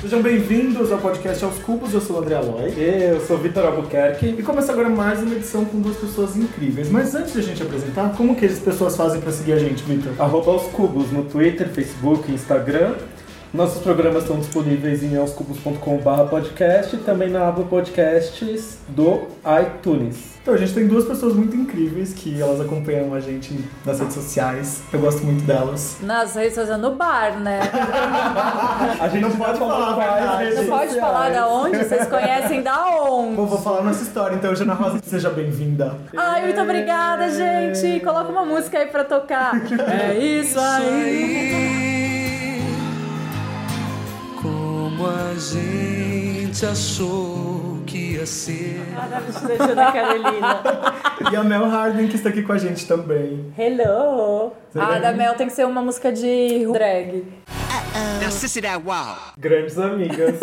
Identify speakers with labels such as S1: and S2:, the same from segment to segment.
S1: Sejam bem-vindos ao podcast Aos Cubos, eu sou o André Aloy.
S2: Eu sou Vitor Albuquerque.
S1: E começa agora mais uma edição com duas pessoas incríveis. Mas antes de a gente apresentar, como que as pessoas fazem pra seguir a gente, Vitor?
S2: Arroba aos cubos no Twitter, Facebook, Instagram. Nossos programas estão disponíveis em aoscubos.com.br podcast e também na aba podcasts do iTunes.
S1: Então, a gente tem duas pessoas muito incríveis que elas acompanham a gente nas redes sociais. Eu gosto muito delas.
S3: Nas redes sociais, no bar, né?
S2: A gente
S1: Não pode falar a verdade.
S3: Não pode falar da onde, vocês conhecem da onde.
S1: Bom, vou falar nossa história, então, Jana Rosa, seja bem-vinda.
S3: Ai, muito obrigada,
S1: É.
S3: gente. Coloca uma música aí pra tocar. É isso aí.
S4: aí. Como a gente achou que ia ser.
S3: Cada vestida da Carolina.
S1: E a Mel Harden, que está aqui com a gente também.
S3: Hello. Ah, da Mel tem que ser uma música de drag.
S2: Grandes amigas.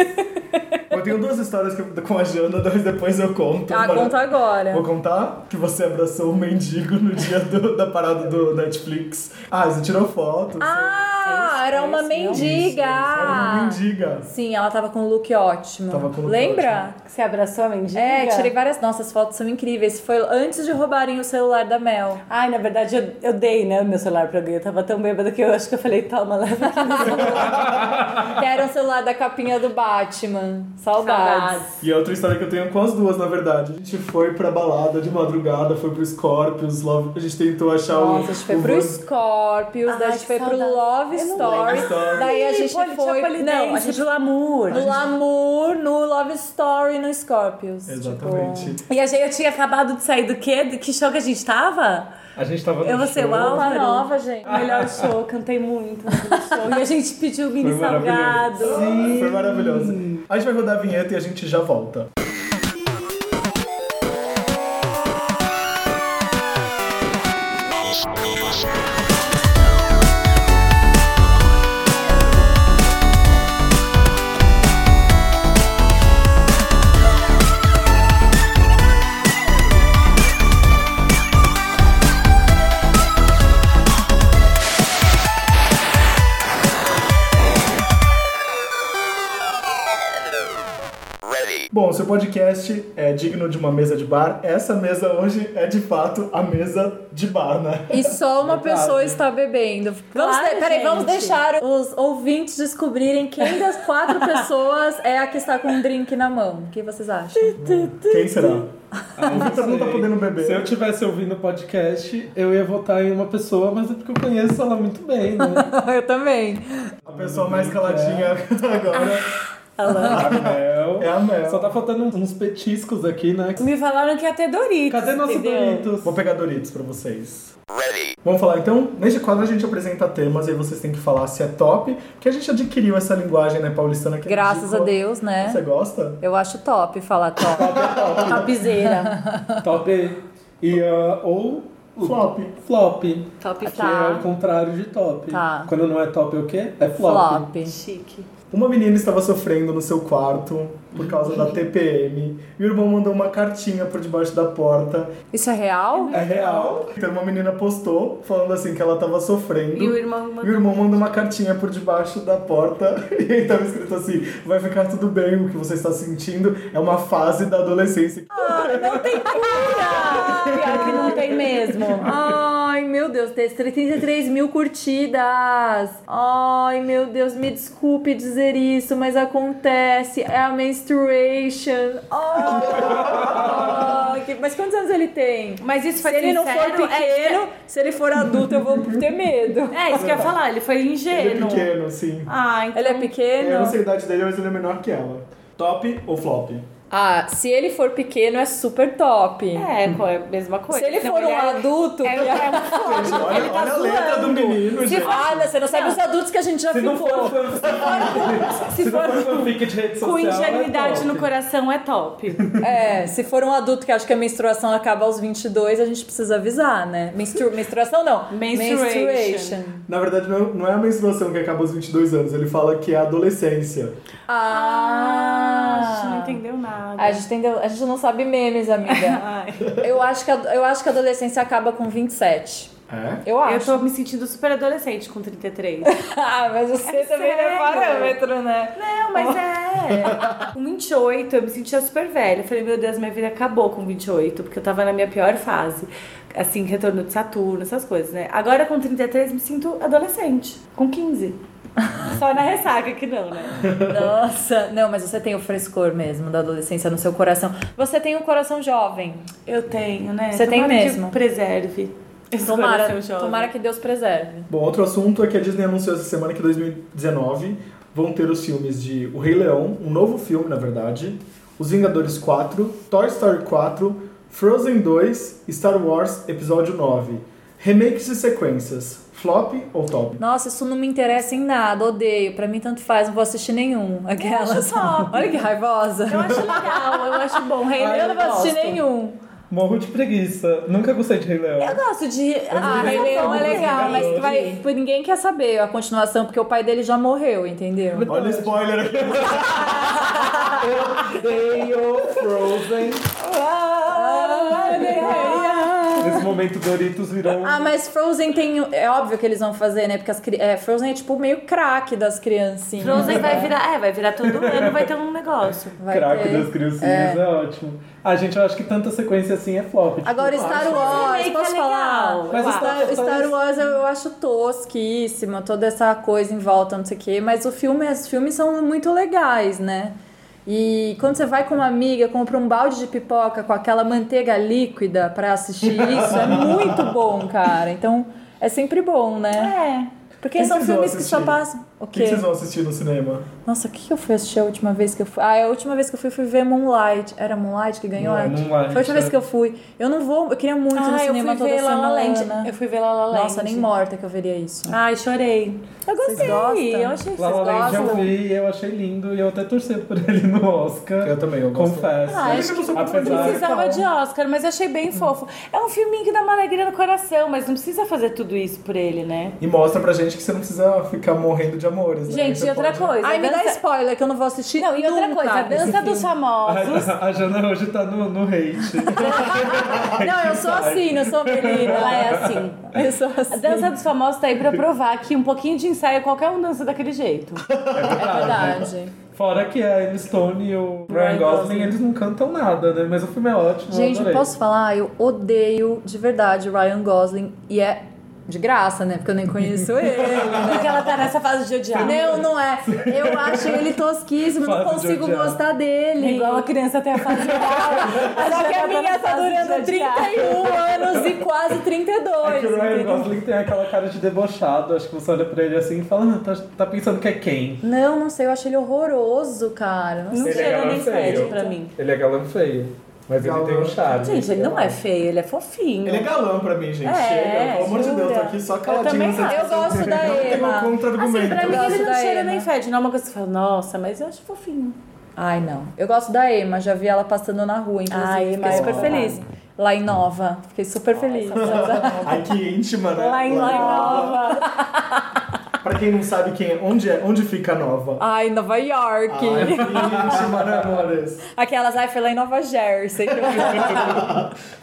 S1: Eu tenho duas histórias que eu- com a Jana, mas depois eu conto.
S3: Ah,
S1: Então, Bora-
S3: conta agora.
S1: Vou contar que você abraçou um mendigo no dia do- da parada do Netflix. Ah, você tirou foto.
S3: Ah, era uma
S1: Era uma
S3: mendiga.
S1: mendiga.
S3: Sim, ela tava com um look ótimo.
S1: Tava com um look
S3: Lembra?
S1: ótimo.
S5: Que Você abraçou a mendiga?
S3: É, tirei várias. Nossa, as fotos são incríveis. Foi antes de roubarem o celular da Mel.
S5: Ai, na verdade, eu, eu dei, né, o meu celular pra alguém. Eu tava tão bêbada que eu acho que eu falei, toma, leva aqui.
S3: Que era o celular da capinha do Batman. Saudades.
S1: E é outra história que eu tenho com as duas, na verdade. A gente foi pra balada de madrugada, foi pro Scorpions, Love... a gente tentou achar o.
S3: Nossa, a gente foi
S1: o
S3: pro
S1: Van-
S3: Scorpions, daí a
S5: Ai,
S3: gente
S5: que
S3: foi pro
S5: saudade.
S3: Love
S5: Eu não
S3: Story,
S1: lembro. Story.
S3: daí a gente
S5: Poli- tinha
S3: foi...
S5: polidense,
S3: Não, a gente
S5: de glamour.
S3: no Lamour, no Love Story, no Tipo, Scorpions.
S1: Exatamente.
S5: E a gente, eu tinha acabado de sair do quê? De que show que a gente tava?
S2: A gente tava no
S5: Eu vou ser
S2: show.
S5: o
S3: Tipo, uma
S5: Álvaro.
S3: nova, gente.
S5: Melhor show, cantei muito no show. E a gente pediu mini
S2: Foi maravilhoso.
S5: salgado.
S1: Sim. Foi maravilhoso. A gente vai rodar a vinheta e a gente já volta. Bom, seu podcast é digno de uma mesa de bar. Essa mesa hoje é de fato a mesa de bar, né?
S3: E só uma
S2: Verdade.
S3: pessoa está bebendo. Vamos
S5: Claro,
S3: de- peraí,
S5: gente.
S3: vamos deixar os ouvintes descobrirem quem das quatro pessoas é a que está com um drink na mão. O que vocês acham?
S1: Quem será?
S2: Ah, eu
S1: Vitor não tá
S2: sei.
S1: podendo beber.
S2: Se eu tivesse ouvindo o podcast, eu ia votar em uma pessoa, mas é porque eu conheço ela muito bem, né?
S3: Eu também.
S1: A pessoa mais caladinha
S3: É.
S1: agora
S2: A Mel.
S1: é a Mel.
S2: Só tá faltando uns petiscos aqui, né?
S5: Me falaram que ia ter Doritos,
S2: Cadê nosso
S5: entendeu?
S2: Doritos?
S1: Vou pegar Doritos pra vocês. Vamos falar então? Neste quadro a gente apresenta temas e aí vocês têm que falar se é top, porque a gente adquiriu essa linguagem, né, paulistana que é
S3: Graças a
S1: ridícula.
S3: Deus, né?
S1: Você gosta?
S3: Eu acho top falar top.
S5: Topzera.
S2: Top e ah, ou o
S1: Flop.
S2: flop,
S5: Top
S2: que é o
S5: tá.
S2: contrário de top.
S3: Tá.
S2: Quando não é top é o quê? É flop.
S3: Flop.
S5: Chique.
S1: Uma menina estava sofrendo no seu quarto por causa da TPM. E o irmão mandou uma cartinha por debaixo da porta.
S3: Isso é real?
S2: É real.
S1: Então uma menina postou falando assim que ela estava sofrendo.
S5: E o irmão
S1: E o irmão manda uma cartinha por debaixo da porta e aí tava escrito assim: vai ficar tudo bem, o que você está sentindo é uma fase da adolescência.
S3: Ah,
S5: Não tem cura! Pior que não tem mesmo.
S3: Ai, meu Deus, tem 33 mil curtidas. Ai, meu Deus, me desculpe dizer isso, mas acontece. É a menstruation. Ai, que- mas quantos anos ele tem?
S5: Mas isso foi
S3: se ele não for
S5: sincero,
S3: pequeno, se ele for adulto, eu vou ter medo.
S5: É, isso que eu ia falar, ele foi
S1: Ele é
S5: ingênuo.
S1: pequeno, sim.
S5: Ah, então...
S3: Ele é
S1: Eu não
S3: pequeno?
S1: sei a idade dele, mas ele é menor que ela. Top ou flop?
S3: Ah, se ele for pequeno, é super top.
S5: É, co- é a mesma coisa.
S3: Se ele
S5: Então,
S3: for um
S5: é-
S3: adulto.
S5: É, é um flop.
S1: Gente, olha olha a letra do menino,
S5: Se
S1: gente.
S5: for-
S3: Ah, não, você não sabe os adultos que a gente já
S2: Se não
S3: ficou.
S2: for fanfic,
S5: Se
S2: se não
S5: for
S2: for fanfic de rede social,
S5: com
S2: é
S5: ingenuidade
S2: top.
S5: no coração, é top.
S3: É, se for um adulto que acha que a menstruação acaba aos 22, a gente precisa avisar, né? Menstru- menstruação não.
S5: Menstruation.
S1: Na verdade, não não é a menstruação que acaba aos 22 anos, ele fala que é a adolescência.
S3: Ah,
S5: a gente não entendeu nada.
S3: A gente, entendeu- a gente não sabe memes, amiga.
S5: Ai.
S3: eu, acho que, a- eu acho que a adolescência acaba com 27.
S1: É?
S5: Eu
S6: Eu
S5: acho.
S6: tô me sentindo super adolescente com 33.
S3: Ah, mas você
S6: É
S3: também não é
S6: sério?
S3: parâmetro, né?
S6: Não, mas é. Com 28, eu me sentia super velha. Eu falei, meu Deus, minha vida acabou com 28, porque eu tava na minha pior fase. Assim, retorno de Saturno, essas coisas, né? Agora com 33, me sinto adolescente. Com 15. Só na ressaca que não, né?
S3: Nossa, não, mas você tem o frescor mesmo da adolescência no seu coração. Você tem um coração jovem.
S6: Eu tenho, né?
S3: Você tem
S6: Tomara que
S3: mesmo.
S6: Preserve. esse
S3: Tomara,
S6: coração jovem.
S3: tomara que Deus preserve.
S1: Bom, outro assunto é que a Disney anunciou essa semana que 2019 vão ter os filmes de O Rei Leão, um novo filme, na verdade, Os Vingadores 4, Toy Story 4, Frozen 2, Star Wars Episódio 9. Remakes e sequências. Flop ou top?
S3: Nossa, isso não me interessa em nada, odeio. Pra mim, tanto faz, não vou assistir nenhum. Aquelas. Olha que raivosa.
S6: Eu acho legal, eu acho bom. Rei
S2: Ai,
S6: Leão,
S3: Eu não vou assistir
S6: gosto.
S3: nenhum.
S2: Morro de preguiça. Nunca gostei de Rei Leão.
S5: Eu gosto de.
S3: Ah, Rei Leão é legal, mas vai, Tipo, ninguém quer saber a continuação, porque o pai dele já morreu, entendeu?
S1: Olha o spoiler!
S2: Odeio Frozen. Nesse momento, Doritos virou um
S3: Ah, mas Frozen tem. É óbvio que eles vão fazer, né? Porque as, cri- é, Frozen é tipo meio craque das criancinhas.
S6: Frozen vai virar, é, vai virar todo ano, vai ter um negócio.
S3: Vai
S2: craque
S3: ter.
S2: das criancinhas. É. ótimo. Ah, gente, eu acho que tanta sequência assim é flop. Tipo,
S3: Agora,
S2: eu
S3: Star
S2: acho-
S3: Wars,
S6: remake é
S3: posso falar?
S6: legal.
S2: Mas
S6: eu
S2: Star-
S3: Star, Star
S2: Wars-
S3: Wars eu acho tosquíssima, toda essa coisa em volta, não sei o quê, mas o filme, os filmes são muito legais, né? E quando você vai com uma amiga, compra um balde de pipoca com aquela manteiga líquida pra assistir isso, é muito bom, cara. Então, é sempre bom, né?
S6: É.
S3: Porque
S1: Quem
S3: são
S1: vocês vão
S3: filmes que só
S1: assistir?
S3: passam. O
S1: O
S3: quê?
S1: que vocês vão assistir no cinema?
S3: Nossa, o que que eu fui assistir a última vez que eu fui? Ah, a úlltima vez que eu fui, fui ver Moonlight. Era Moonlight que ganhou?
S2: Não, é
S3: Acho.
S2: Moonlight,
S3: Foi a última
S2: é.
S3: vez que eu fui. Eu não vou, eu queria muito ir no
S6: Ah, eu
S3: cinema
S6: fui
S3: toda
S6: ver La
S3: semana.
S6: La Land. Eu fui ver La La Land.
S3: Nossa, nem morta que eu veria isso.
S6: Ai, chorei. Eu gostei.
S3: gostam?
S6: Eu achei
S2: La La Land eu
S3: gostam?
S2: vi, eu achei lindo e eu até torci por ele no Oscar.
S1: Eu também, eu gosto.
S2: Confesso.
S6: Ah, acho
S1: Eu não
S6: que
S1: sou muito
S2: Apesar-
S6: precisava de Oscar, mas eu achei bem fofo. É um filminho que dá uma alegria no coração, mas não precisa fazer tudo isso por ele, né?
S1: E mostra pra gente que você não precisa ficar morrendo de amores. né?
S6: Gente,
S1: Você
S6: e outra
S1: pode-
S6: coisa.
S3: Ai, me dá
S6: dança-
S3: spoiler que eu é não vou assistir.
S6: Não, e outra
S3: nunca
S6: coisa, a
S3: esse
S6: dança dos
S3: filme.
S6: famosos.
S2: A, a Jana hoje tá no, no hate.
S3: Não, eu sou assim, eu sou menina. né?
S6: Ela é assim.
S3: Eu sou
S6: A
S3: assim.
S6: dança dos famosos tá aí pra provar que um pouquinho de ensaio qualquer um dança daquele jeito.
S3: É verdade.
S2: Fora que a Emma Stone e o Ryan
S6: Ryan
S2: Gosling,
S6: Gosling.
S2: eles não cantam nada, né? Mas o filme é ótimo. eu
S3: Gente, eu
S2: adorei.
S3: posso falar? Eu odeio de verdade o Ryan Gosling e é de graça, né? Porque eu nem conheço ele. né?
S6: Porque ela tá nessa fase de odiar.
S3: Não, não é. Eu acho ele tosquíssimo, não
S2: Fase de
S3: consigo
S2: odiar.
S3: gostar dele.
S6: É Igual a criança até a fase de odiar.
S3: Só que É a
S6: Já
S3: minha
S6: na
S3: tá
S6: fase de
S3: durando
S6: odiar.
S3: 31 anos e quase
S2: É
S3: 32.
S2: que o Ryan
S3: entendeu?
S2: Gosling tem aquela cara de debochado. Acho que você olha pra ele assim e fala, ah, tá, tá pensando que é quem?
S3: Não, não sei, eu acho ele horroroso, cara. Não
S6: Não
S2: Ele é
S6: cheira nem
S2: galã
S6: fede
S2: feio.
S6: pra mim.
S2: Ele é galã feio. Mas
S1: Galã.
S2: ele tem um charme.
S6: Gente, ele não é feio, ele é fofinho.
S1: Ele é galã pra mim, gente.
S6: É,
S1: Chega, pelo amor de Deus, tô
S6: jura.
S1: aqui só
S6: Eu
S1: caladinho.
S6: também
S1: sem
S6: acho.
S3: Eu gosto da
S1: Não tem
S3: Emma.
S1: um
S6: Assim,
S1: contra-argumento.
S6: pra mim
S3: Eu gosto
S6: ele não
S3: da
S6: cheira
S3: Emma.
S6: nem fede, não é uma coisa que você fala, nossa, mas eu acho fofinho.
S3: Ai, não. Eu gosto da Emma, já vi ela passando na rua, inclusive.
S6: Ai,
S3: fiquei
S6: Emma é
S3: super
S6: babado.
S3: feliz. Lá em Nova, fiquei super feliz.
S1: Ai, que íntima, né?
S6: Lá Tá em Nova.
S1: Pra quem não sabe quem é, onde, é, onde fica a nova?
S3: Ai, Nova York.
S1: Ai, que íntima, né, amores?
S3: Aquelas, ai, foi lá em Nova Jersey.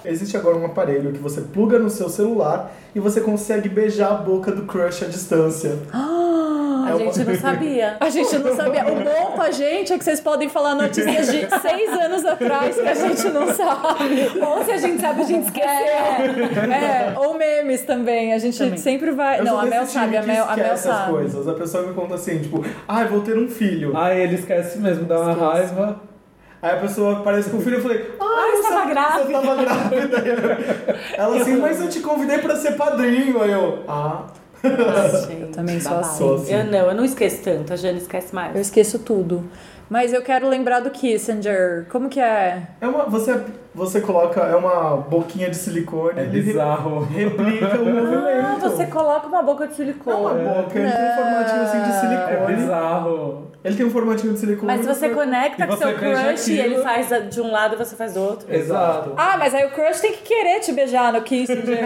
S1: Existe agora um aparelho que você pluga no seu celular e você consegue beijar a boca do crush à distância.
S6: A gente não sabia.
S3: A gente não sabia. O bom pra gente é que vocês podem falar notícias de seis anos atrás que a gente não sabe. Ou se a gente sabe, a gente esquece. É, é. ou memes também. A gente sempre vai.
S1: Eu
S3: não,
S1: sou
S3: a Mel
S1: desse
S3: sabe,
S1: time
S3: a
S1: que
S3: Mel, a
S1: esquece
S3: Mel
S1: as
S3: sabe.
S1: coisas. A pessoa me conta assim, tipo, ai, vou ter um filho.
S2: Ah, ele esquece mesmo, dá uma raiva.
S1: Aí a pessoa aparece com o filho e eu falei, "Ah,
S3: Ah,
S6: Ai, você tava
S1: Você
S6: grávida.
S1: tava grávida. Ela assim, mas eu te convidei pra ser padrinho. Aí eu, ah.
S6: Gente,
S3: também sou
S6: babado.
S3: assim.
S1: Sou assim.
S6: Eu não, eu não esqueço tanto, a Jana esquece mais.
S3: Eu esqueço tudo. Mas eu quero lembrar do Kissinger. Como que é?
S1: É uma, você, você coloca, é uma boquinha de silicone.
S2: É
S1: ele re-
S2: bizarro.
S1: Replica o movimento.
S6: Ah, você coloca uma boca de
S1: É uma
S6: silicone.
S1: boca, ele tem um formativo assim de
S2: É
S1: silicone.
S2: bizarro.
S1: Ele tem um formatinho de silicone.
S6: Mas você conecta
S2: E
S6: com
S2: você
S6: seu
S2: beija
S6: crush e
S2: aquilo.
S6: ele faz a- de um lado e você faz do outro.
S2: Exato.
S3: Ah, mas aí o crush tem que querer te beijar no Kissinger.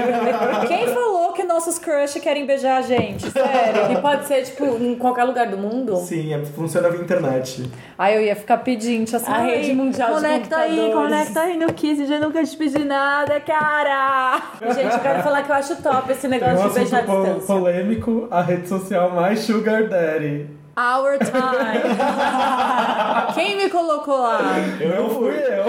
S3: Quem falou que nossos crush querem beijar a gente? Sério.
S6: E pode ser, tipo, em qualquer lugar do mundo.
S1: Sim, é- funciona via internet.
S3: Aí eu ia ficar pedindo assim,
S6: A
S3: "Ai,
S6: rede mundial de
S3: Conecta aí,
S6: computadores."
S3: conecta aí no Kissinger, nunca te pedi nada, cara.
S6: Gente, eu quero falar que eu acho top esse
S2: Tem
S6: negócio
S2: um
S6: de beijar à
S2: assunto po-
S6: distância.
S2: polêmico, a rede social mais sugar daddy.
S3: Our time. Quem me colocou lá?
S2: Eu não fui eu.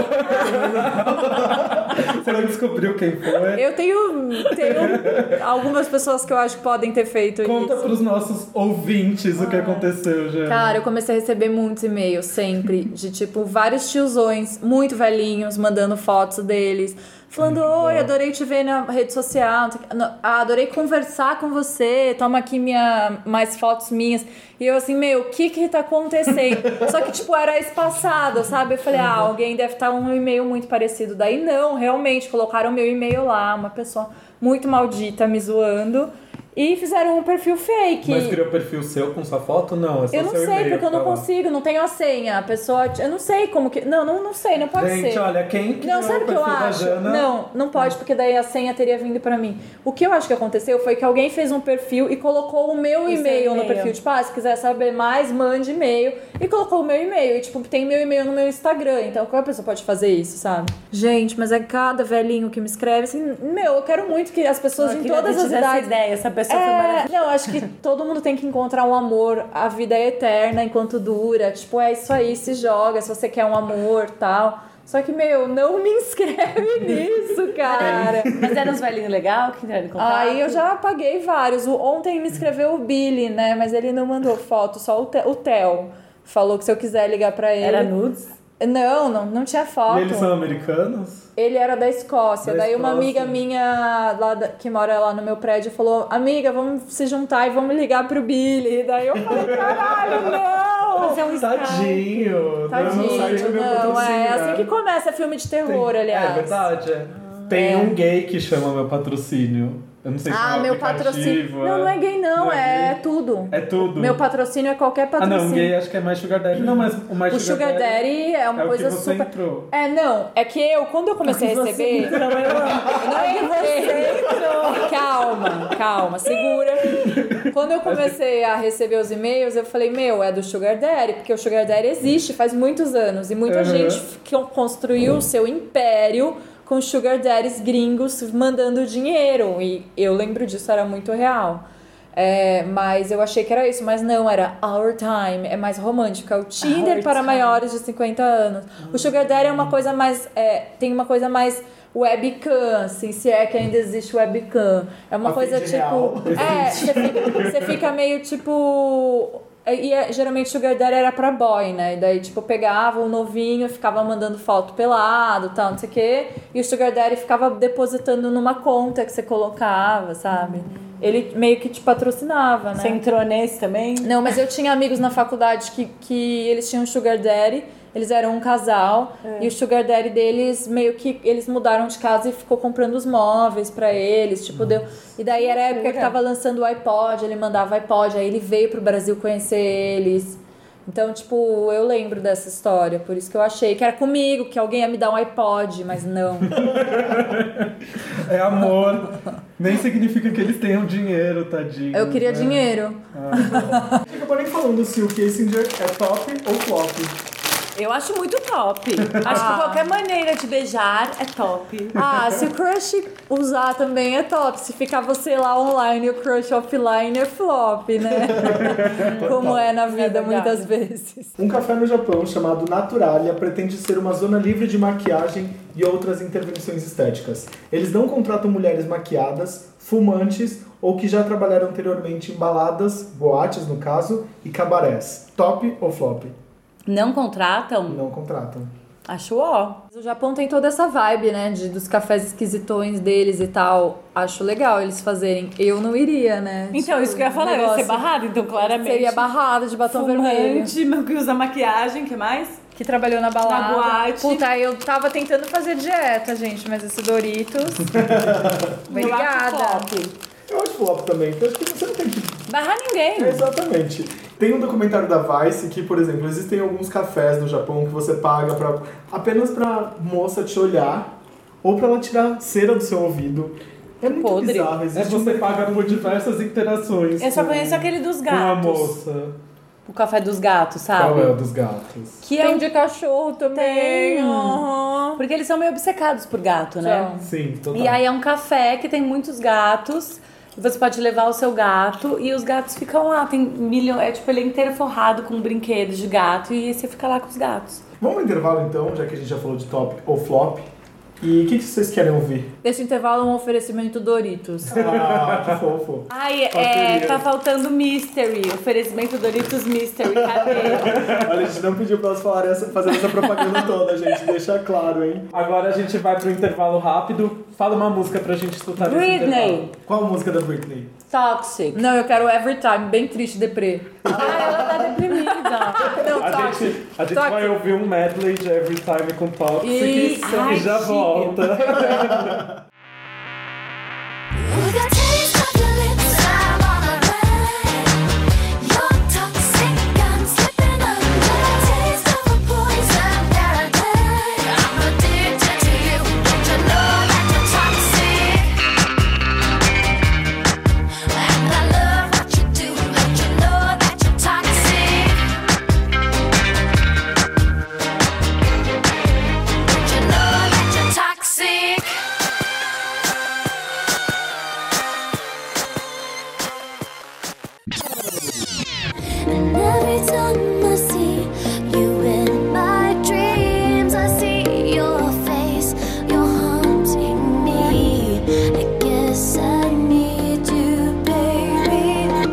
S2: Você não descobriu quem foi?
S3: Eu tenho, tenho algumas pessoas que eu acho que podem ter feito
S2: Conta
S3: isso. Ah.
S2: pros nossos ouvintes o que aconteceu, gente.
S3: Cara, eu comecei a receber muitos e-mails sempre, de tipo, vários tiozões, muito velhinhos, mandando fotos deles, falando: Oi, adorei te ver na rede social, não sei o quê. Não, ah, adorei conversar com você, toma aqui minha, mais fotos minhas. E eu assim, meu, o que que tá acontecendo? Só que, tipo, era espaçado, sabe? Eu falei: Ah, alguém deve estar um e-mail muito parecido. Daí não, realmente, colocaram meu e-mail lá, uma pessoa muito maldita me zoando. E fizeram um perfil fake.
S2: Mas criou perfil seu com sua foto? Não, é só
S3: Eu não
S2: seu
S3: sei,
S2: e-mail
S3: porque eu não
S2: tá lá.
S3: consigo, não tenho a senha. A pessoa. Eu não sei como que. Não, não, não sei, não pode
S2: Gente,
S3: ser.
S2: olha, quem criou
S3: não, sabe
S2: o
S3: o que eu
S2: perfil da
S3: acho?
S2: Jana?
S3: Não, não pode, porque daí a senha teria vindo pra mim. O que eu acho que aconteceu foi que alguém fez um perfil e colocou o meu
S6: O seu
S3: e-mail no
S6: e-mail.
S3: perfil. Tipo, ah, se quiser saber mais, mande e-mail. E colocou o meu e-mail. E, tipo, tem meu e-mail no meu Instagram. Então, qualquer pessoa pode fazer isso, sabe? Gente, mas é cada velhinho que me escreve assim. Ah, Meu, eu quero muito que as pessoas
S6: Eu
S3: em
S6: Ah, queria
S3: todas
S6: ter
S3: as
S6: tido essa
S3: idades
S6: ideia, essa pessoa foi
S3: é,
S6: maravilhosa.
S3: não, acho que todo mundo tem que encontrar um amor. A vida é eterna enquanto dura. Tipo, é isso aí, se joga, se você quer um amor tal. Só que, meu, não me inscreve
S6: É.
S3: nisso, cara.
S6: Mas era uns velhinhos legal que entraram em contato.
S3: Aí eu já apaguei vários. O- Ontem me escreveu o Billy, né? Mas ele não mandou foto, só o, Te- o Theo. Falou que se eu quiser ligar pra ele.
S6: Era nudes?
S3: Não, não, não tinha foto.
S2: E eles são americanos?
S3: Ele era da Escócia.
S2: Da
S3: Daí uma
S2: Escócia.
S3: amiga minha lá da- que mora lá no meu prédio falou: Amiga, vamos se juntar e vamos ligar pro Billy. Daí eu falei: Caralho, não!
S6: Mas é um
S2: Tadinho.
S1: Não,
S3: Tadinho,
S1: no site é meu
S3: não, é
S1: patrocínio,
S3: assim
S1: né?
S3: que começa filme de terror, aliás.
S2: É verdade, é. Tem
S3: É.
S2: um gay que chama meu patrocínio. Eu não sei se
S3: Ah,
S2: é um
S3: meu
S2: aplicativo,
S3: patrocínio. Não, não é gay, não,
S2: Não é
S3: é,
S2: gay.
S3: tudo.
S2: É tudo.
S3: Meu patrocínio é qualquer
S2: Ah,
S3: patrocínio.
S2: não, gay acho que é mais Sugar Daddy. Não, mas o mais
S3: o Sugar Daddy é uma
S2: é o
S3: coisa
S2: que você
S3: super.
S2: entrou.
S3: É, não, é que eu, quando eu comecei a receber. Não, é que você entrou. Calma, calma, segura. Quando eu comecei a receber os e-mails, eu falei, meu, é do Sugar Daddy, porque o Sugar Daddy existe faz muitos anos e muita
S2: Uhum.
S3: gente que construiu o seu império com Sugar Daddies gringos mandando dinheiro e eu lembro disso, era muito real. É, mas eu achei que era isso, mas não, era Our Time, é mais romântico, é o Tinder
S6: Our
S3: para
S6: Time.
S3: maior maiores de 50 anos. O Sugar Daddy é uma coisa mais. é, tem uma coisa mais webcam, assim, se é que ainda existe webcam. É uma
S1: A
S3: coisa
S1: feed
S3: tipo.
S1: real.
S3: É, você fica, você fica meio tipo. E é, geralmente Sugar Daddy era pra boy, né? E daí, tipo, pegava o novinho, ficava mandando foto pelado, tal, não sei o quê. E o Sugar Daddy ficava depositando numa conta que você colocava, sabe? Ele meio que te patrocinava, né?
S5: Você entrou nesse também?
S3: Não, mas eu tinha amigos na faculdade que, que eles tinham sugar daddy, eles eram um casal, e o sugar daddy deles meio que eles mudaram de casa e ficou comprando os móveis pra eles, tipo, deu. E daí era a época que tava lançando o iPod, ele mandava iPod, aí ele veio pro Brasil conhecer eles. Então, tipo, eu lembro dessa história, por isso que eu achei que era comigo, que alguém ia me dar um iPod, mas não.
S2: É amor. Nem significa que eles tenham dinheiro, tadinho.
S3: Eu queria
S2: né?
S3: dinheiro.
S1: A gente acabou nem falando se o Kissinger é top ou flop.
S6: Eu acho muito top. Acho que qualquer maneira de beijar é top.
S3: Ah, se o crush usar também é top. Se ficar você lá online e o crush offline é flop, né? Como é na vida
S6: verdade.
S3: muitas vezes.
S1: Um café no Japão chamado Naturalia pretende ser uma zona livre de maquiagem e outras intervenções estéticas. Eles não contratam mulheres maquiadas, fumantes ou que já trabalharam anteriormente em baladas, boates no caso, e cabarés. Top ou flop?
S6: Não contratam?
S1: Não contratam.
S6: Acho ó.
S3: O Japão tem toda essa vibe, né? de- dos cafés esquisitões deles e tal. Acho legal eles fazerem. Eu não iria, né?
S6: Então,
S3: Tipo,
S6: isso que eu ia falar,
S3: um
S6: eu ia ser
S3: negócio-
S6: barrada, então claramente.
S3: Seria barrada de batom vermelho.
S6: Fumante, meu que usa maquiagem, que mais?
S3: Que trabalhou na balada.
S6: Na boate.
S3: Puta, eu tava tentando fazer dieta, gente, mas esse Doritos.
S6: Eu acho
S3: Obrigada.
S6: top.
S1: Eu acho flop também, porque eu acho que você não tem que
S5: Barrar ninguém.
S1: Exatamente. Tem um documentário da Vice que, por exemplo, existem alguns cafés no Japão que você paga pra, apenas pra moça te olhar ou pra ela tirar cera do seu ouvido. É muito
S5: Podre.
S1: bizarro.
S2: É
S1: Existe um
S2: você
S1: mercado-
S2: paga por diversas interações.
S5: Eu só
S2: com-
S5: conheço aquele dos
S2: Com a
S5: gatos.
S2: moça.
S5: O café dos gatos,
S1: um Qual é o
S5: sabe?
S1: dos gatos?
S5: Que é
S3: Tem
S5: um...
S3: de cachorro também.
S5: Tem.
S3: aham.
S5: Porque eles são meio obcecados por gato, né?
S3: São.
S2: Sim, total.
S5: E aí é um café que tem muitos gatos. E você pode levar o seu gato e os gatos ficam lá. Tem milhão. É tipo, ele é inteiro forrado com brinquedos de gato e você fica lá com os gatos.
S1: Vamos ao intervalo então, já que a gente já falou de top ou flop. E o que, que vocês querem ouvir?
S3: Esse intervalo é um oferecimento Doritos.
S1: Ah, que fofo.
S5: Ai,
S1: Faltaria.
S5: é, tá faltando mystery. Oferecimento Doritos Mystery. Cadê?
S1: Olha, a gente não pediu pra elas falarem essa, fazerem essa propaganda toda, gente. Deixa claro, hein?
S2: Agora a gente vai pro intervalo rápido. Fala uma música pra gente escutar nesse intervalo.
S5: Britney,
S1: Qual a música da Britney?
S5: Toxic.
S3: Não, eu quero Every Time, bem triste, deprê.
S5: Ah, ela tá deprimida.
S3: Não,
S2: A
S3: toque.
S2: gente, a gente
S3: Toque.
S2: vai ouvir um medley de Every Time com Toxic
S3: Isso.
S2: e já
S5: Ai, chique.
S2: volta.
S7: With a taste of your lips, I'm on a ride. You're toxic, I'm slipping away. Taste of a poison paradise. I'm addicted to you, don't you know that you're toxic? And I love what you do, don't you know that you're toxic? Don't you know that you're toxic? And every time I see you in my dreams, I see your face, you're haunting me. I guess I need you, baby.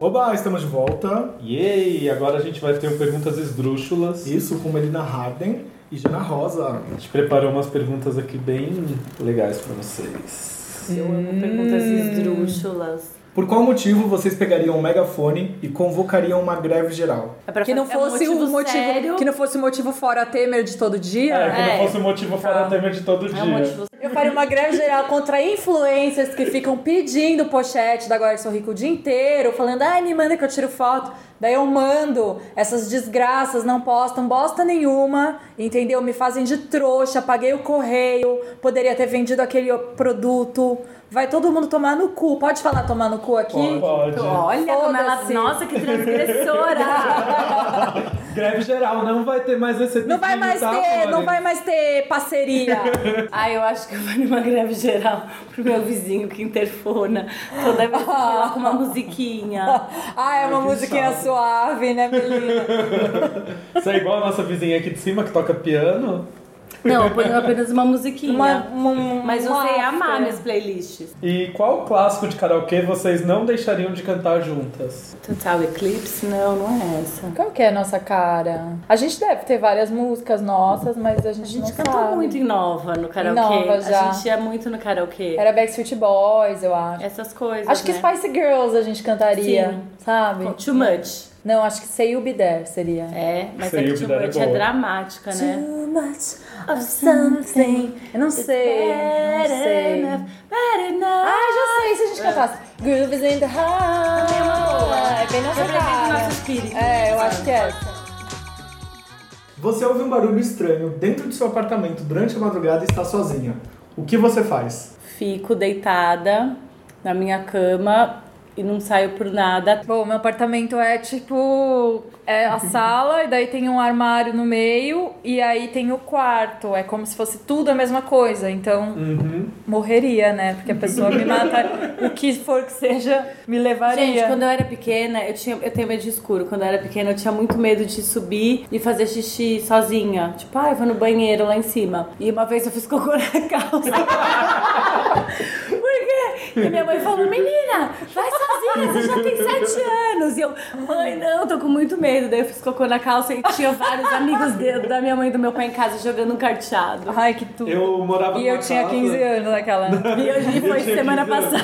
S1: Oba, estamos de volta.
S2: Yay! Agora a gente vai ter um perguntas esdrúxulas.
S1: Isso com Melina Harden e Gina Rosa.
S2: A gente preparou umas perguntas aqui bem legais pra vocês.
S6: Eu amo perguntas esdrúxulas.
S1: Por qual motivo vocês pegariam um megafone e convocariam uma greve geral?
S6: É pra
S3: Que não
S6: fazer-
S3: fosse
S6: é
S3: um motivo,
S6: sério.
S3: que não fosse um motivo fora Temer de todo dia.
S2: É, que
S6: É.
S2: não fosse o motivo fora Temer de todo dia.
S6: É um motivo
S3: Eu faria uma greve geral contra influencers que ficam pedindo pochete da Agora Sou Rico o dia inteiro, falando, ai, me manda que eu tiro foto. Daí eu mando, essas desgraças não postam bosta nenhuma, entendeu? Me fazem de trouxa, paguei o correio, poderia ter vendido aquele produto. Vai todo mundo tomar no cu. Pode falar tomar no cu aqui?
S2: Pode.
S6: Olha como ela.
S3: Foda-se.
S6: Nossa, que transgressora!
S2: Greve geral, não vai ter mais esse
S3: Não vai
S2: biquinho,
S3: mais
S2: tá,
S3: ter, não
S2: Flores?
S3: vai mais ter parceria.
S6: Ai, eu acho que eu vou numa greve geral pro meu vizinho que interfona. Toda vez que eu coloco uma musiquinha.
S3: Ah, é uma
S2: que
S3: musiquinha
S2: chato.
S3: suave, né, menina?
S2: Isso é igual a nossa vizinha aqui de cima que toca piano.
S6: Não, eu ponho apenas uma musiquinha.
S3: Uma- uma-
S6: Mas eu
S3: uma
S6: sei
S3: after.
S6: amar minhas playlists.
S2: E qual clássico de karaokê vocês não deixariam de cantar juntas?
S6: Total Eclipse? Não, não é essa.
S3: Qual que é a nossa cara? A gente deve ter várias músicas nossas, mas a gente,
S6: A gente
S3: não
S6: cantou
S3: sabe.
S6: muito em Nova no karaokê.
S3: Nova já.
S6: A gente ia muito no karaokê.
S3: Era Backstreet Boys, eu acho.
S6: Essas coisas.
S3: acho que
S6: né?
S3: Spice Girls a gente cantaria,
S6: É, Sim.
S3: sabe?
S6: Too much.
S3: Não, acho que Say You'll Be There seria.
S6: É, mas
S2: Sei,
S6: é que
S2: o
S6: Too
S2: Vidal é
S6: much
S2: boa.
S6: é dramática, né?
S3: Too much of something. Eu não sei. Não sei.
S6: enough, better enough.
S3: Ah, já sei se a gente
S6: É.
S3: cantasse. Grooves in the house. É bem nossa
S6: Representa o
S3: cara.
S6: nosso espírito.
S3: É, eu acho que é. essa.
S1: Você ouve um barulho estranho dentro de seu apartamento durante a madrugada e está sozinha. O que você faz?
S6: Fico deitada na minha cama e não saio por nada.
S3: Bom, meu apartamento é tipo. É a sala, e daí tem um armário no meio, e aí tem o quarto. É como se fosse tudo a mesma coisa. Então,
S2: Uhum.
S3: morreria, né? Porque a pessoa me mataria. o que for que seja, me levaria.
S6: Gente, quando eu era pequena, eu, tinha, eu tenho medo de escuro. Quando eu era pequena, eu tinha muito medo de subir e fazer xixi sozinha. Tipo, ai, ah, eu vou no banheiro lá em cima. E uma vez eu fiz cocô na calça. Por quê? E minha mãe falou, menina, vai sozinha, você já tem sete anos. E eu, mãe, não, tô com muito medo. Daí eu fiz cocô na calça e tinha vários amigos de- da minha mãe e do meu pai em casa jogando um carteado.
S3: Ai, que tudo.
S2: Eu morava
S3: E
S2: numa
S3: eu tinha
S2: casa-
S3: 15 anos naquela.
S6: E hoje foi
S2: tinha
S6: semana
S2: 15 anos.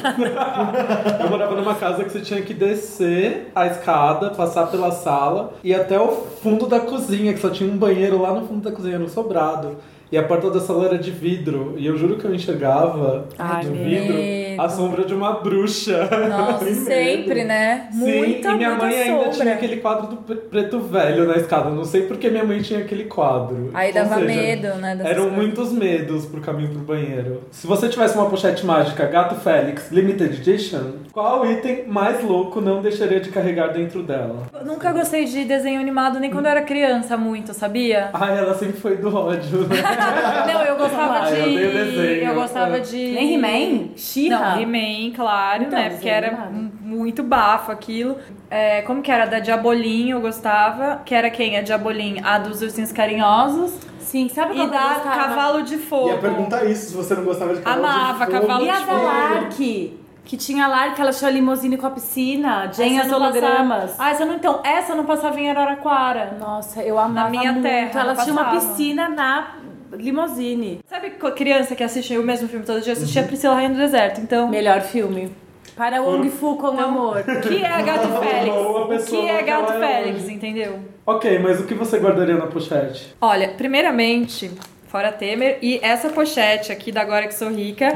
S6: passada.
S2: Eu morava numa casa que você tinha que descer a escada, passar pela sala e até o fundo da cozinha, que só tinha um banheiro lá no fundo da cozinha, era um sobrado. E a porta da sala era de vidro. E eu juro que eu enxergava
S6: Ai,
S2: do
S6: que
S2: vidro
S3: medo.
S2: a sombra de uma bruxa.
S3: Nossa,
S2: Que medo.
S3: sempre, né? Muita,
S2: Sim, e minha
S3: muita
S2: mãe
S3: sombra.
S2: ainda tinha aquele quadro do pre- preto velho na escada. Não sei porque minha mãe tinha aquele quadro.
S3: Aí
S2: Ou
S3: dava
S2: seja, um
S3: medo, né? dessas
S2: Eram
S3: coisas.
S2: muitos medos pro caminho pro banheiro. Se você tivesse uma pochete mágica Gato Félix Limited Edition, qual item mais louco não deixaria de carregar dentro dela?
S3: Eu Nunca gostei de desenho animado, nem quando eu era criança muito, sabia?
S2: Ai, ela sempre foi do ódio, né?
S3: Não, eu gostava
S2: Ah, eu
S3: de.
S2: odeio desenho.
S3: eu gostava
S2: É.
S3: de.
S6: Nem He-Man? She-Ra?
S3: Não, He-Man, claro,
S6: Então,
S3: né? Porque
S6: desenho
S3: era
S6: animado.
S3: mu- muito bafo aquilo. É, como que era? Da Diabolim eu gostava. Que era quem? A Diabolim? A dos ursinhos carinhosos.
S6: Sim, sabe
S3: E
S6: qual que eu
S3: da
S6: gostava?
S3: Cavalo de Fogo.
S1: Ia perguntar é isso, se você não gostava de cavalo
S3: Amava
S1: de fogo.
S3: cavalo
S6: E a
S3: de
S6: da
S3: fogo.
S6: Lark, que tinha a Lark, ela tinha a limusine com a piscina, Jane
S3: Essa
S6: as
S3: não
S6: hologramas.
S3: passava- Ah, essa não, então, essa não passava em Araraquara.
S6: Nossa, eu amava
S3: Na minha
S6: muito.
S3: terra,
S6: Ela
S3: não
S6: tinha uma
S3: passava.
S6: piscina na limusine.
S3: Sabe co- criança que assiste o mesmo filme todo dia? Eu assistia Priscila Rainha do Deserto, então...
S6: Melhor filme. Para Wong Fu com amor.
S3: Que é Gato
S2: boa
S3: Félix? O
S2: pessoa,
S3: que é Gato
S2: aquela é
S3: Félix,
S2: hoje.
S3: entendeu?
S2: ok, mas o que você guardaria na pochete?
S3: Olha, primeiramente, fora Temer, e essa pochete aqui da Agora Que Sou Rica,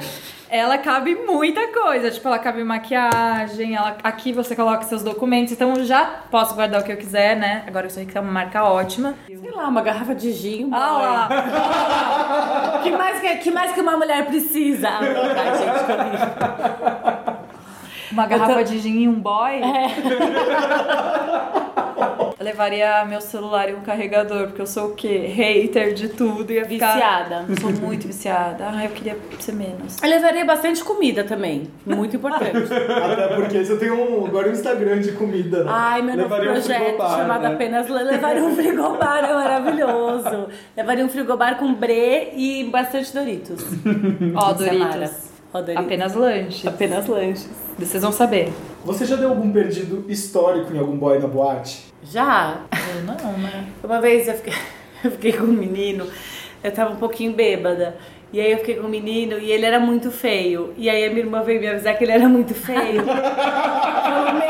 S3: ela cabe muita coisa. Tipo, ela cabe maquiagem, ela, aqui você coloca seus documentos, então eu já posso guardar o que eu quiser, né? Agora que Sou Rica é uma marca ótima.
S6: Sei lá, uma garrafa de gin. um
S3: Olha lá!
S6: Que mais que, que mais que uma mulher precisa? Ah, tá, gente, que horrível.
S3: Uma garrafa de gin e um boy?
S6: É.
S3: Eu levaria meu celular e um carregador, porque eu sou o quê? Hater de tudo. Ia ficar...
S6: Viciada.
S3: Eu sou muito viciada. Ah, eu queria ser menos.
S6: Eu levaria bastante comida também. Muito importante.
S1: Até porque você tem um, agora um Instagram de comida, né?
S6: Ai, meu novo
S2: Levaria um
S6: projeto
S2: frigobar,
S6: chamado
S2: né?
S6: apenas Le- levaria um frigobar, é maravilhoso. Levaria um frigobar com brê e bastante Doritos.
S3: Ó,
S6: Samara.
S3: Doritos.
S6: Ó, Doritos.
S3: Apenas lanche.
S6: Apenas lanches.
S3: Vocês vão saber.
S1: Você já deu algum perdido histórico em algum boy na boate?
S6: Já?
S3: Eu não, né?
S6: Uma vez eu fiquei, eu fiquei com um menino, eu tava um pouquinho bêbada. E aí eu fiquei com um menino e ele era muito feio. E aí a minha irmã veio me avisar que ele era muito feio. Eu falei, meu,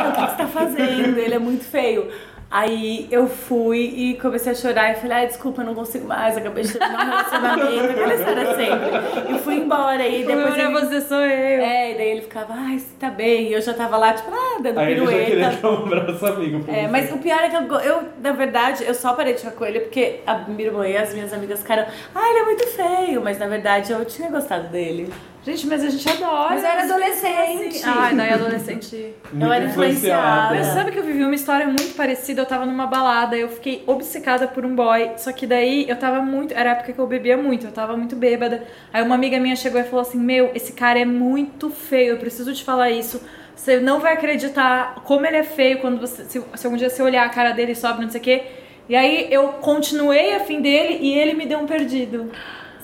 S6: o que que você tá fazendo? Ele é muito feio. Aí eu fui e comecei a chorar e falei, ai, desculpa, eu não consigo mais, acabei de terminar um relacionamento, aquela história sempre. E fui embora e depois
S3: Depois
S6: ele...
S3: você sou eu.
S6: É, e daí ele ficava, ai, você tá bem. E eu já tava lá, tipo, ah, dando
S2: Aí ele
S6: pirueta.
S2: já queria dar um braço amigo pra
S6: É,
S2: você.
S6: mas o pior é que eu, go- eu, na verdade, eu só parei de ficar com ele porque a minha irmã e as minhas amigas ficaram, ah, ele é muito feio, mas na verdade eu tinha gostado dele.
S3: Gente, mas a gente adora.
S6: Mas eu era adolescente.
S3: Ai, daí adolescente...
S2: Muito
S6: eu era
S2: influenciada.
S6: influenciada.
S3: Mas sabe que eu vivi uma história muito parecida? Eu tava numa balada, eu fiquei obcecada por um boy. Só que daí eu tava muito. Era a época que eu bebia muito, eu tava muito bêbada. Aí uma amiga minha chegou e falou assim: Meu, esse cara é muito feio, eu preciso te falar isso. Você não vai acreditar como ele é feio quando você. Se, se algum dia você olhar a cara dele sobe, não sei o quê. E aí eu continuei afim dele e ele me deu um perdido.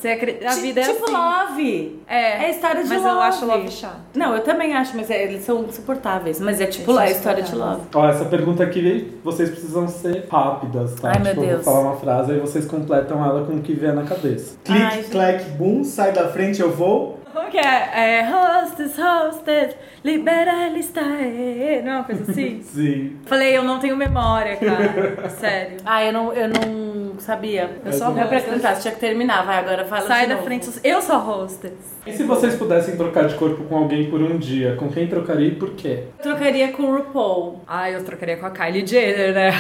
S3: Você acredita? A
S6: Ti-
S3: vida é
S6: tipo
S3: assim.
S6: love.
S3: É,
S6: É história de
S3: mas
S6: love.
S3: eu acho love chato.
S6: Não, eu também acho, mas é- eles são insuportáveis. Mas é tipo
S3: Eles
S6: lá,
S3: são
S6: é história de love.
S2: Ó, essa pergunta aqui, vocês precisam ser rápidas, tá?
S6: Ai, meu
S2: tipo, eu vou
S6: Deus.
S2: falar uma frase e vocês completam ela com o que vier na cabeça.
S1: Clique,
S6: Ai, gente.
S1: clack, boom, sai da frente, eu vou.
S3: Como que é? é hostess, hostess, libera ela está. é, é, Não é uma coisa assim?
S2: Sim.
S3: Falei, eu não tenho memória, cara. Sério.
S6: Ah, eu não, eu não sabia.
S3: Eu só
S6: não é.
S3: gosto.
S6: perguntar, tinha que terminar. Vai, agora fala
S3: Sai
S6: de
S3: da
S6: novo.
S3: frente. eu sou- Eu sou hostess.
S2: E se vocês pudessem trocar de corpo com alguém por um dia, com quem trocaria e por quê?
S6: Eu trocaria com o RuPaul.
S3: Ai, eu trocaria com a Kylie Jenner, né?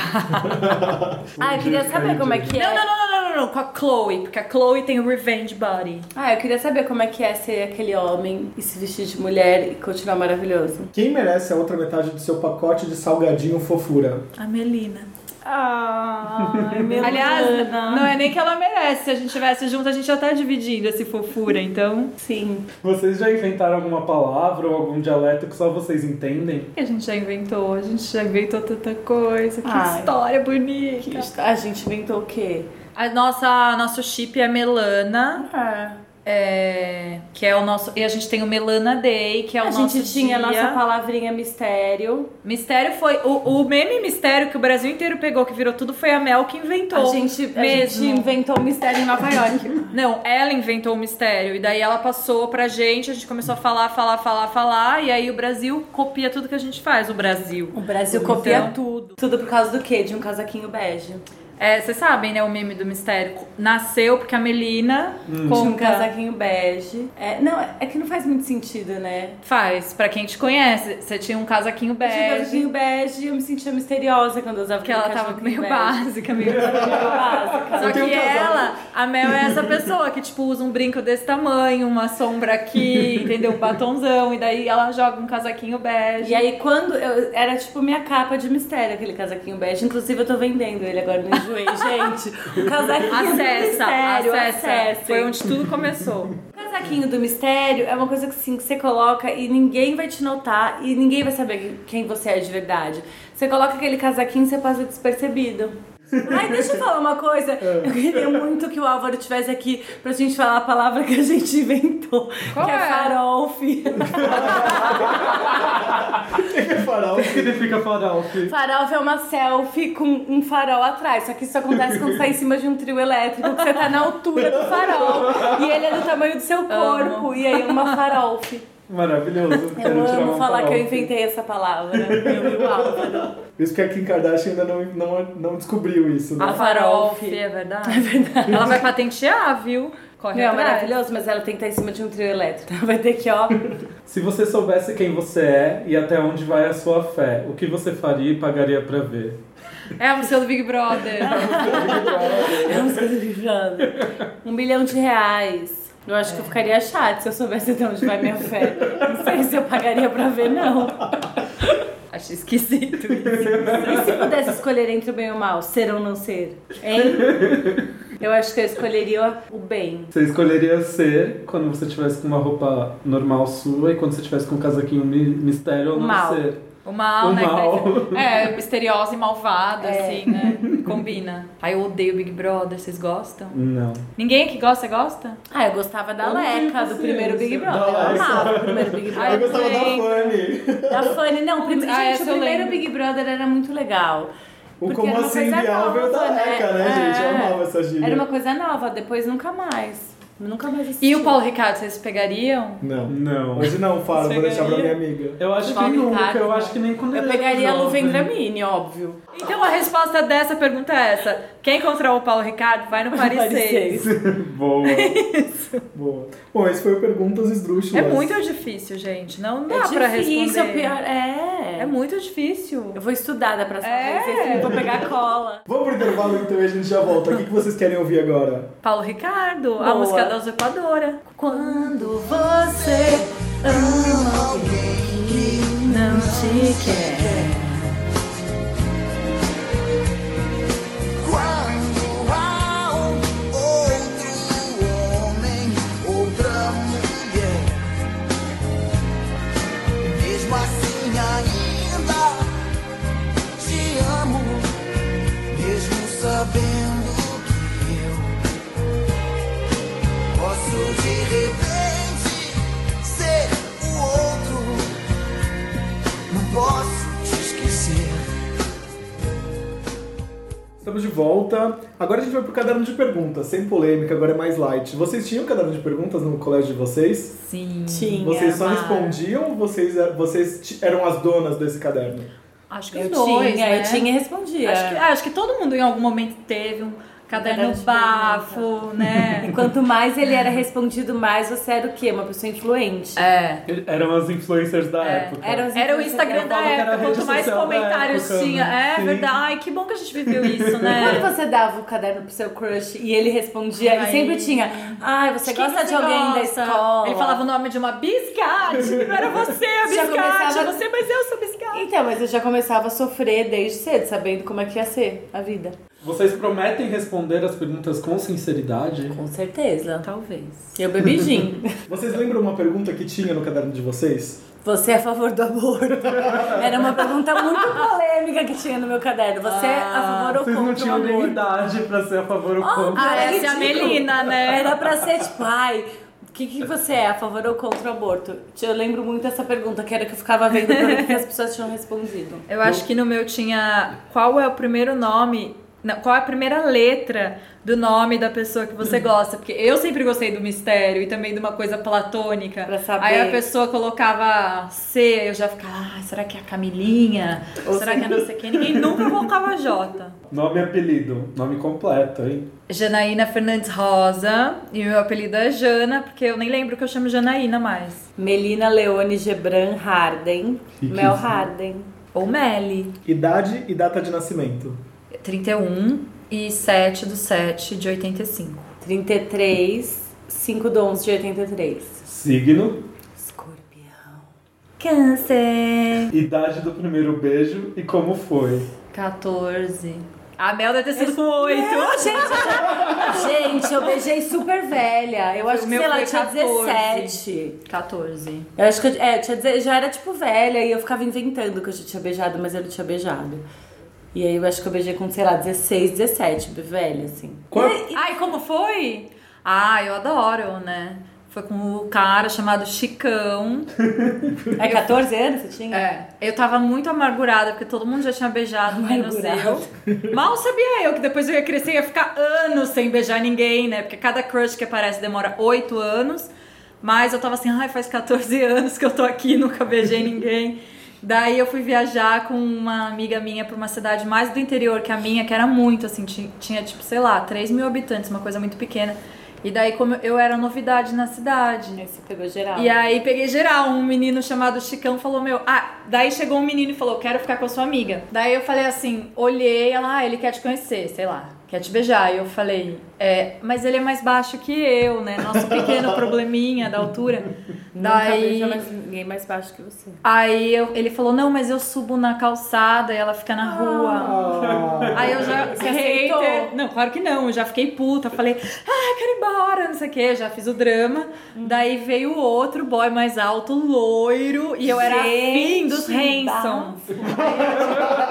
S6: ah, eu queria saber como é que é.
S3: Não, não, não, não, não, não, com a Chloe, porque a Chloe tem o Revenge Body.
S6: Ah, eu queria saber como é que é ser aquele homem e se vestir de mulher e continuar maravilhoso.
S1: Quem merece a outra metade do seu pacote de salgadinho fofura?
S3: A Melina.
S6: Ai, meu
S3: Aliás, não é nem que ela merece. Se a gente tivesse junto, a gente já tá dividindo esse fofura, então.
S6: Sim.
S2: Vocês já inventaram alguma palavra ou algum dialeto que só vocês entendem?
S3: A gente já inventou, a gente já inventou tanta coisa. Que
S6: Ai.
S3: história bonita.
S6: A gente inventou o quê?
S3: A nossa, nosso chip é Melana.
S6: Ah,
S3: É, que é o nosso. E a gente tem o Melana Day, que é o
S6: a
S3: nosso.
S6: gente tinha a
S3: dia.
S6: nossa palavrinha mistério.
S3: Mistério foi. O, o meme mistério que o Brasil inteiro pegou, que virou tudo, foi a Mel que
S6: A
S3: inventou.
S6: gente, a
S3: mesmo.
S6: gente inventou o mistério em Nova York.
S3: Não, ela inventou o mistério. E daí ela passou pra gente, a gente começou a falar, falar, falar, falar. E aí o Brasil copia tudo que a gente faz, o Brasil.
S6: O Brasil
S3: copia
S6: tudo. Tudo por causa do quê? De um casaquinho bege.
S3: É, vocês sabem, né, o meme do mistério. Nasceu porque a Melina
S6: Tinha um
S3: conta...
S6: casaquinho bege. É, não, é que não faz muito sentido, né?
S3: Faz, pra quem te conhece, você tinha um casaquinho
S6: Eu tinha um
S3: bege,
S6: casaquinho bege e eu me sentia misteriosa quando eu usava
S3: que ela
S6: aquele
S3: tava
S6: casaquinho
S3: meio
S6: bege.
S3: básica, meio...
S6: Meio básica.
S3: Só que ela, a Mel é essa pessoa que, tipo, usa um brinco desse tamanho, uma sombra aqui, entendeu? Um batonzão, e daí ela joga um casaquinho bege.
S6: E aí quando eu era tipo minha capa de mistério aquele casaquinho bege, inclusive eu tô vendendo ele agora no enjoei, gente. O casaquinho
S3: Acessa,
S6: do mistério,
S3: acessa.
S6: acessem.
S3: Foi um onde tudo começou.
S6: O casaquinho do mistério é uma coisa que sim, que você coloca e ninguém vai te notar e ninguém vai saber quem você é de verdade. Você coloca aquele casaquinho e você passa despercebido. Ai, deixa eu falar uma coisa. Eu queria muito que o Álvaro tivesse aqui pra gente falar a palavra que a gente inventou,
S3: Qual
S6: que é,
S3: é?
S6: farofe.
S2: O que significa farofe?
S6: Farofa é uma selfie com um farol atrás. Só que isso acontece quando você tá em cima de um trio elétrico, que você tá na altura do farol. E ele é do tamanho do seu corpo. E aí, é uma farofe.
S2: Maravilhoso.
S6: Eu
S2: Quero tirar
S6: amo
S2: uma
S6: falar que eu
S2: farofa.
S6: inventei essa palavra. Eu e o Álvaro.
S1: Isso que a Kim Kardashian ainda não, não, não descobriu isso, né?
S6: A farofe.
S3: É verdade. É verdade. Ela vai patentear, viu? Corre
S6: Meu, é
S3: atrás.
S6: maravilhoso, mas ela tem que estar em cima de um trio elétrico. Ela vai ter que, ó.
S2: Se você soubesse quem você é e até onde vai a sua fé, o que você faria e pagaria pra ver?
S3: É a música do Big Brother.
S6: Eu não sei do que falo. Um bilhão de reais. Eu acho
S3: É.
S6: que eu ficaria chato se eu soubesse até onde vai minha fé. Não sei se eu pagaria pra ver, não.
S3: Acho esquisito.
S6: E se pudesse escolher entre o bem e o mal, ser ou não ser? Hein? Eu acho que eu escolheria o bem.
S2: Você escolheria ser quando você tivesse com uma roupa normal sua e quando você tivesse com um casaquinho mi- mistério ou não
S6: Mal.
S2: ser?
S3: O mal,
S2: O
S3: né? que
S2: mal.
S3: deve ser- É, misteriosa e malvada, assim, né? Combina. Aí eu odeio Big Brother, vocês gostam?
S2: Não.
S3: Ninguém que gosta, gosta?
S6: Ah, eu gostava da
S2: Eu não tenho
S6: Leca, do
S2: paciência.
S6: primeiro Big Brother.
S1: Da
S6: Eu
S2: é
S1: Leca.
S6: amava o é primeiro Big
S3: Ai,
S1: eu
S6: Brother.
S1: gostava da
S3: gente.
S1: Fanny.
S6: Da Fanny, não, prime...
S3: Ah,
S6: gente,
S3: essa
S6: o
S3: eu
S6: primeiro
S3: lembro.
S6: Big Brother era muito legal.
S1: O
S6: Porque
S1: Como
S6: era uma
S1: Assim
S6: coisa
S1: Viável da
S6: nova,
S1: Reca, né, gente? Eu
S6: É.
S1: amava essa gíria.
S6: Era uma coisa nova, depois nunca mais. Nunca mais assisti.
S3: E o Paulo Ricardo, vocês pegariam?
S1: Não.
S2: Não.
S1: Hoje não, Faro, vou
S3: Pegaria.
S1: deixar pra minha amiga.
S2: Eu acho que
S3: Falta
S2: nunca,
S3: idade,
S2: eu
S3: né?
S2: acho que nem quando
S6: Eu
S2: ele
S6: pegaria
S2: era
S6: a
S2: jovem.
S6: Luvendra Mini, óbvio.
S3: Então a resposta dessa pergunta é essa. Quem encontrou o Paulo Ricardo vai no Paris 6.
S2: Boa.
S1: Boa. Bom, esse foi o Perguntas Esdrúxulas.
S3: É muito difícil, gente. Não dá
S6: é
S3: pra
S6: difícil,
S3: responder.
S6: é pior. É.
S3: É muito difícil.
S6: Eu vou estudar da próxima
S3: É.
S6: vez, eu vou pegar cola.
S1: Vamos pro intervalo então e a gente já volta. O que, que vocês querem ouvir agora?
S3: Paulo Ricardo, a
S6: Boa.
S3: música da usurpadora.
S6: Quando você ama alguém que não te quer.
S8: Quando há um outro homem, outra mulher, mesmo assim ainda te amo, mesmo sabendo que eu posso de repente ser o outro, não posso te esquecer.
S1: Estamos de volta. Agora a gente vai pro caderno de perguntas, sem polêmica, agora é mais light. Vocês tinham caderno de perguntas no colégio de vocês?
S3: Sim. é
S6: Tinha.
S1: vocês só
S6: Mara.
S1: respondiam ou vocês, er-, vocês ti- eram as donas desse caderno?
S3: Acho que
S6: Eu
S3: os dois,
S6: tinha,
S3: né?
S6: eu tinha e respondia.
S3: Acho que,
S2: é.
S3: acho que todo mundo em algum momento teve um caderno
S6: Caderno de
S3: bafo, né?
S6: E quanto mais ele era respondido, mais você era o quê? Uma pessoa influente.
S3: É.
S2: Eram as influencers da época.
S6: É, Eram os
S3: Era o
S6: influencers-
S3: Instagram
S2: Eu
S3: da
S2: falo que era a
S3: época,
S2: rede
S3: quanto mais
S2: social da
S3: comentários
S2: época,
S3: tinha.
S2: né?
S3: É
S2: Sim.
S3: verdade. Ai, que bom que a gente viveu isso,
S6: Quando
S3: né?
S6: você dava o caderno pro seu crush e ele respondia,
S3: Ai.
S6: e sempre tinha, ai, você
S3: Quem
S6: gosta de alguém da
S3: gosta?
S6: escola?
S3: Ele falava o nome de uma biscate. Não era você, a
S6: Já
S3: biscate.
S6: começava-
S3: Você, mas eu sou biscate.
S6: Então, mas eu já começava a sofrer desde cedo, sabendo como é que ia ser a vida.
S2: Vocês prometem responder as perguntas com sinceridade?
S6: Com certeza.
S3: Talvez.
S6: Eu bebi gin.
S1: Vocês lembram uma pergunta que tinha no caderno de vocês?
S6: Você é a favor do aborto? Era uma pergunta muito polêmica que tinha no meu caderno. Você é a favor ou
S2: Ah. Vocês não
S6: contra o
S2: tinham nem
S6: aborto?
S2: idade pra ser a favor ou contra.
S6: Ah,
S3: Parece
S6: é
S3: a
S6: ridículo.
S3: Melina, né?
S6: Era pra ser tipo, ai, o que, que você é, a favor ou contra o aborto? Eu lembro muito dessa pergunta, que era que eu ficava vendo pra ver o que as pessoas tinham respondido.
S3: Eu acho que no meu tinha qual é o primeiro nome Não, qual é a primeira letra do nome da pessoa que você gosta? Porque eu sempre gostei do mistério e também de uma coisa platônica.
S6: Pra saber.
S3: Aí a pessoa colocava C, eu já ficava, ah, será que é a Camilinha? será que é não sei quem? Ninguém nunca colocava J.
S2: Nome e apelido. Nome completo, hein?
S3: Janaína Fernandes Rosa e meu apelido é Jana, porque eu nem lembro que eu chamo Janaína mais.
S6: Melina Leone Gebran Harden.
S2: Riquíssimo.
S6: Mel Harden.
S3: Ou Meli.
S1: Idade e data de nascimento.
S3: 31 e 7 do 7 de 85.
S6: 33, 5 do 11 de 83.
S2: Signo.
S6: Escorpião.
S3: Câncer.
S2: Idade do primeiro beijo e como foi.
S3: 14. A Mel deve ter sido com 8.
S6: Gente, gente, eu beijei super velha. Eu
S3: O
S6: acho que,
S3: meu
S6: sei lá,
S3: foi
S6: eu tinha
S3: 14.
S6: 17.
S3: 14.
S6: Eu acho que eu, é, eu tinha 17, já era tipo velha e eu ficava inventando que eu já tinha beijado, mas eu não tinha beijado. E aí eu acho que eu beijei com, sei lá, 16, 17, velha, assim.
S2: Qual-
S3: Ai, como foi? Ah, eu adoro, né? Foi com o cara chamado Chicão.
S6: É 14 anos você tinha?
S3: É, eu tava muito amargurada, porque todo mundo já tinha beijado, menos
S6: Amargurada.
S3: eu. Mal sabia eu que depois eu ia crescer e ia ficar anos sem beijar ninguém, né? Porque cada crush que aparece demora oito anos. Mas eu tava assim, ai, faz 14 anos que eu tô aqui, nunca beijei ninguém. Daí eu fui viajar com uma amiga minha pra uma cidade mais do interior que a minha, que era muito, assim, ti- tinha tipo, sei lá, 3 mil habitantes, uma coisa muito pequena. E daí, como eu era novidade na cidade.
S6: Aí Você pegou geral.
S3: É. E aí peguei geral, um menino chamado Chicão falou, meu, ah, daí chegou um menino e falou, quero ficar com a sua amiga. Daí eu falei assim, olhei, ela, ah, ele quer te conhecer, sei lá, quer te beijar. E eu falei, é, mas ele é mais baixo que eu, né? Nosso pequeno probleminha da altura.
S6: Nunca
S3: Daí.
S6: beijou mais ninguém mais baixo que você.
S3: Aí eu- ele falou, não, mas eu subo na calçada e ela fica na rua.
S1: Ah,
S3: Aí eu já
S6: Você aceitou?
S3: Hater. Não, claro que não. Eu já fiquei puta. Falei, ah, quero ir embora, não sei o quê. Já fiz o drama. Daí veio outro boy mais alto, loiro. E eu era
S6: Gente,
S3: afim dos Hanson.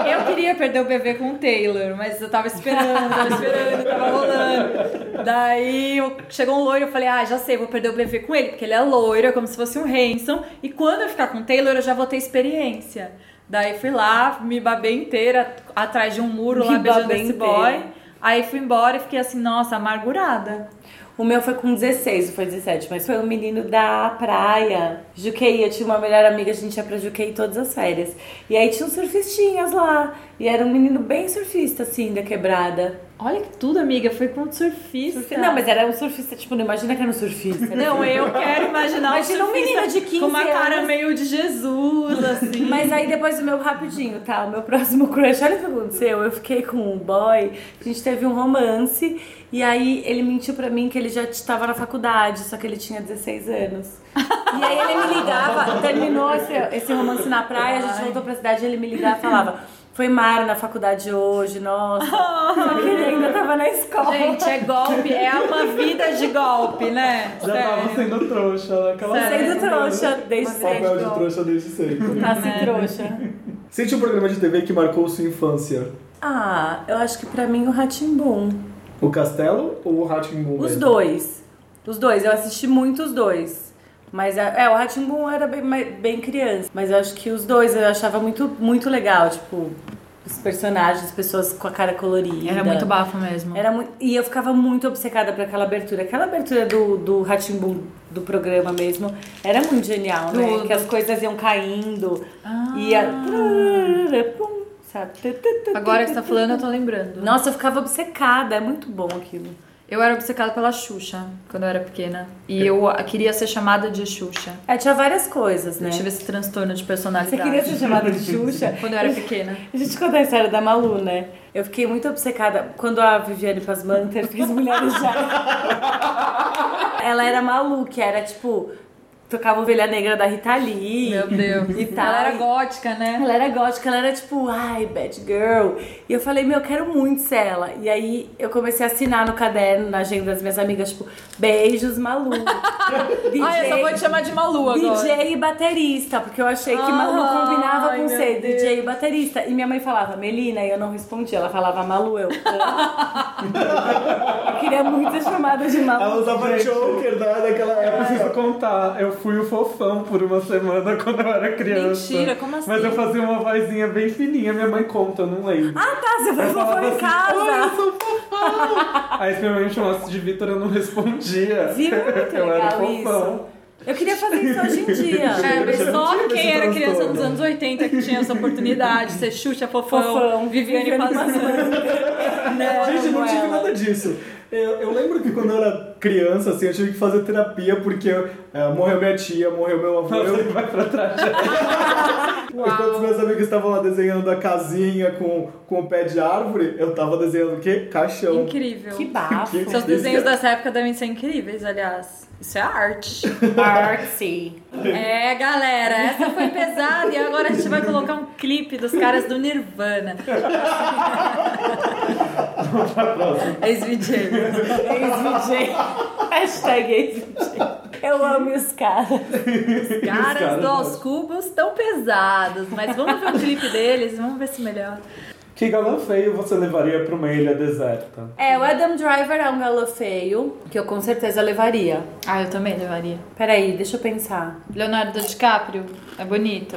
S3: Eu queria perder o bebê com o Taylor, mas eu tava esperando, tava esperando, tava rolando. Daí eu- chegou um loiro, eu falei, ah, já sei, vou perder o bebê com ele, porque ele é loiro, é como se fosse um Hanson. E quando eu ficar com o Taylor, eu já vou ter experiência. Daí fui lá, me babei inteira atrás de um muro
S6: Me
S3: lá beijando
S6: babei
S3: esse
S6: inteira.
S3: boy. Aí fui embora e fiquei assim, nossa, amargurada.
S6: O meu foi com 16, não foi 17, mas foi um menino da praia. Juquei, eu tinha uma melhor amiga, a gente ia pra Juquei todas as férias. E aí tinha uns surfistinhas lá. E era um menino bem surfista, assim, da quebrada.
S3: Olha que tudo, amiga, fui com um surfista. é-
S6: Surfi- Não, mas era um surfista, tipo, não imagina que era um surfista. né?
S3: Não, eu quero imaginar
S6: Imagina um
S3: surfista
S6: menino de 15
S3: com uma cara
S6: anos.
S3: meio de Jesus, assim.
S6: Mas aí depois do meu rapidinho, tá? O meu próximo crush, olha o que aconteceu. Eu fiquei com um boy, a gente teve um romance, e aí ele mentiu pra mim que ele já estava na faculdade, só que ele tinha 16 anos. E aí ele me ligava, terminou esse, esse romance na praia, a gente voltou pra cidade, ele me ligava e falava: Foi Mara na faculdade hoje, nossa. Só que ele ainda tava na escola.
S3: Gente, é golpe, é uma vida de golpe, né?
S2: Já tava
S3: Sério.
S2: sendo trouxa naquela
S6: sendo trouxa desde
S1: né? papel de
S6: sempre.
S1: trouxa desde sempre.
S3: Tá é.
S6: Nasce trouxa.
S1: Cite um programa de TV que marcou sua infância.
S6: Ah, eu acho que pra mim o Ratimbum.
S1: O Castelo ou o Ratimbu?
S6: Os dois. Os dois, eu assisti muito os dois. Mas é, é, o Ratimbun era bem, mai- bem criança. Mas eu acho que os dois eu achava muito, muito legal, tipo, os personagens, as pessoas com a cara colorida.
S3: Era muito bafo mesmo.
S6: Era muito, e eu ficava muito obcecada por aquela abertura. Aquela abertura do, do Ratimbun, do programa mesmo, era muito genial, né?
S3: Do-
S6: Que as coisas iam caindo.
S3: Ah.
S6: E a. Pum, sabe?
S3: Agora que você tá falando, eu tô lembrando.
S6: Nossa, eu ficava obcecada, é muito bom aquilo.
S3: Eu era obcecada pela Xuxa quando eu era pequena. E eu a- queria ser chamada de Xuxa.
S6: É, tinha várias coisas, né?
S3: Eu tive esse transtorno de
S6: Você
S3: personalidade.
S6: queria ser chamada de Xuxa?
S3: Quando eu era pequena.
S6: A gente conta a história da Malu, né? Eu fiquei muito obcecada quando a Viviane Pasmanter fez Mulheres Já. Ela era Malu, que era tipo. Tocava Ovelha Negra da Rita Lee.
S3: Meu Deus.
S6: E tal.
S3: Ela era gótica, né?
S6: Ela era gótica, ela era tipo, ai, bad girl. E eu falei, meu, eu quero muito ser ela. E aí eu comecei a assinar no caderno, na agenda das minhas amigas, tipo, beijos, Malu. DJ,
S3: Ai, eu só vou te chamar de Malu agora.
S6: DJ e baterista, porque eu achei que Malu
S3: Ai,
S6: combinava com
S3: meu
S6: ser
S5: Deus.
S6: ser DJ e baterista. E minha mãe falava, Melina, e eu não respondia. Ela falava, Malu, eu. amo." eu queria muito ser chamada de Malu.
S1: Ela usava choker da, daquela
S3: É.
S2: Eu
S1: época.
S2: preciso contar, eu fui o fofão por uma semana quando eu era criança.
S3: Mentira, como assim?
S2: Mas eu fazia uma vozinha bem fininha, minha mãe conta, eu não lembro.
S6: Ah, tá, você foi vovô em
S2: Ai, eu
S6: casa.
S2: sou fofão! Aí se minha mãe me chamasse de Vitor, eu não respondia.
S6: Viu? é Muito
S2: eu era
S6: legal isso.
S2: fofão.
S6: Eu queria fazer isso hoje em dia.
S3: É, mas só quem era criança
S2: transtorno.
S3: dos anos 80 que tinha essa oportunidade, ser Xuxa, Fofão,
S6: Fofão,
S3: Viviane
S6: Viviane
S3: Pazman.
S1: Gente, não tive
S6: ela.
S1: nada disso. Eu, eu lembro que quando eu era criança, assim, eu tive que fazer terapia porque
S2: é,
S1: eh, morreu minha tia, morreu meu avô.
S2: Você
S1: Eu,
S2: vai pra trás.
S1: enquanto os meus amigos estavam lá desenhando a casinha com, com o pé de árvore, eu tava desenhando o quê? Caixão.
S3: Incrível.
S6: Que bafo.
S3: Seus desenhos dessa época devem ser incríveis, aliás. Isso é arte.
S6: Artsy.
S3: É, galera, essa foi pesada e agora a gente vai colocar um clipe dos caras do Nirvana. Ex-VJ.
S6: Ex-VJ. Hashtag ex-VJ. Eu amo os caras.
S3: Os caras
S2: caras
S3: do Aos Cubos estão pesados, mas vamos ver o clipe deles, vamos ver se melhor.
S2: Que galã feio você levaria pra uma ilha deserta?
S6: É, o Adam Driver é um galã feio, que eu com certeza levaria.
S3: Ah, eu também levaria.
S6: Peraí, deixa eu pensar.
S3: Leonardo DiCaprio é bonito.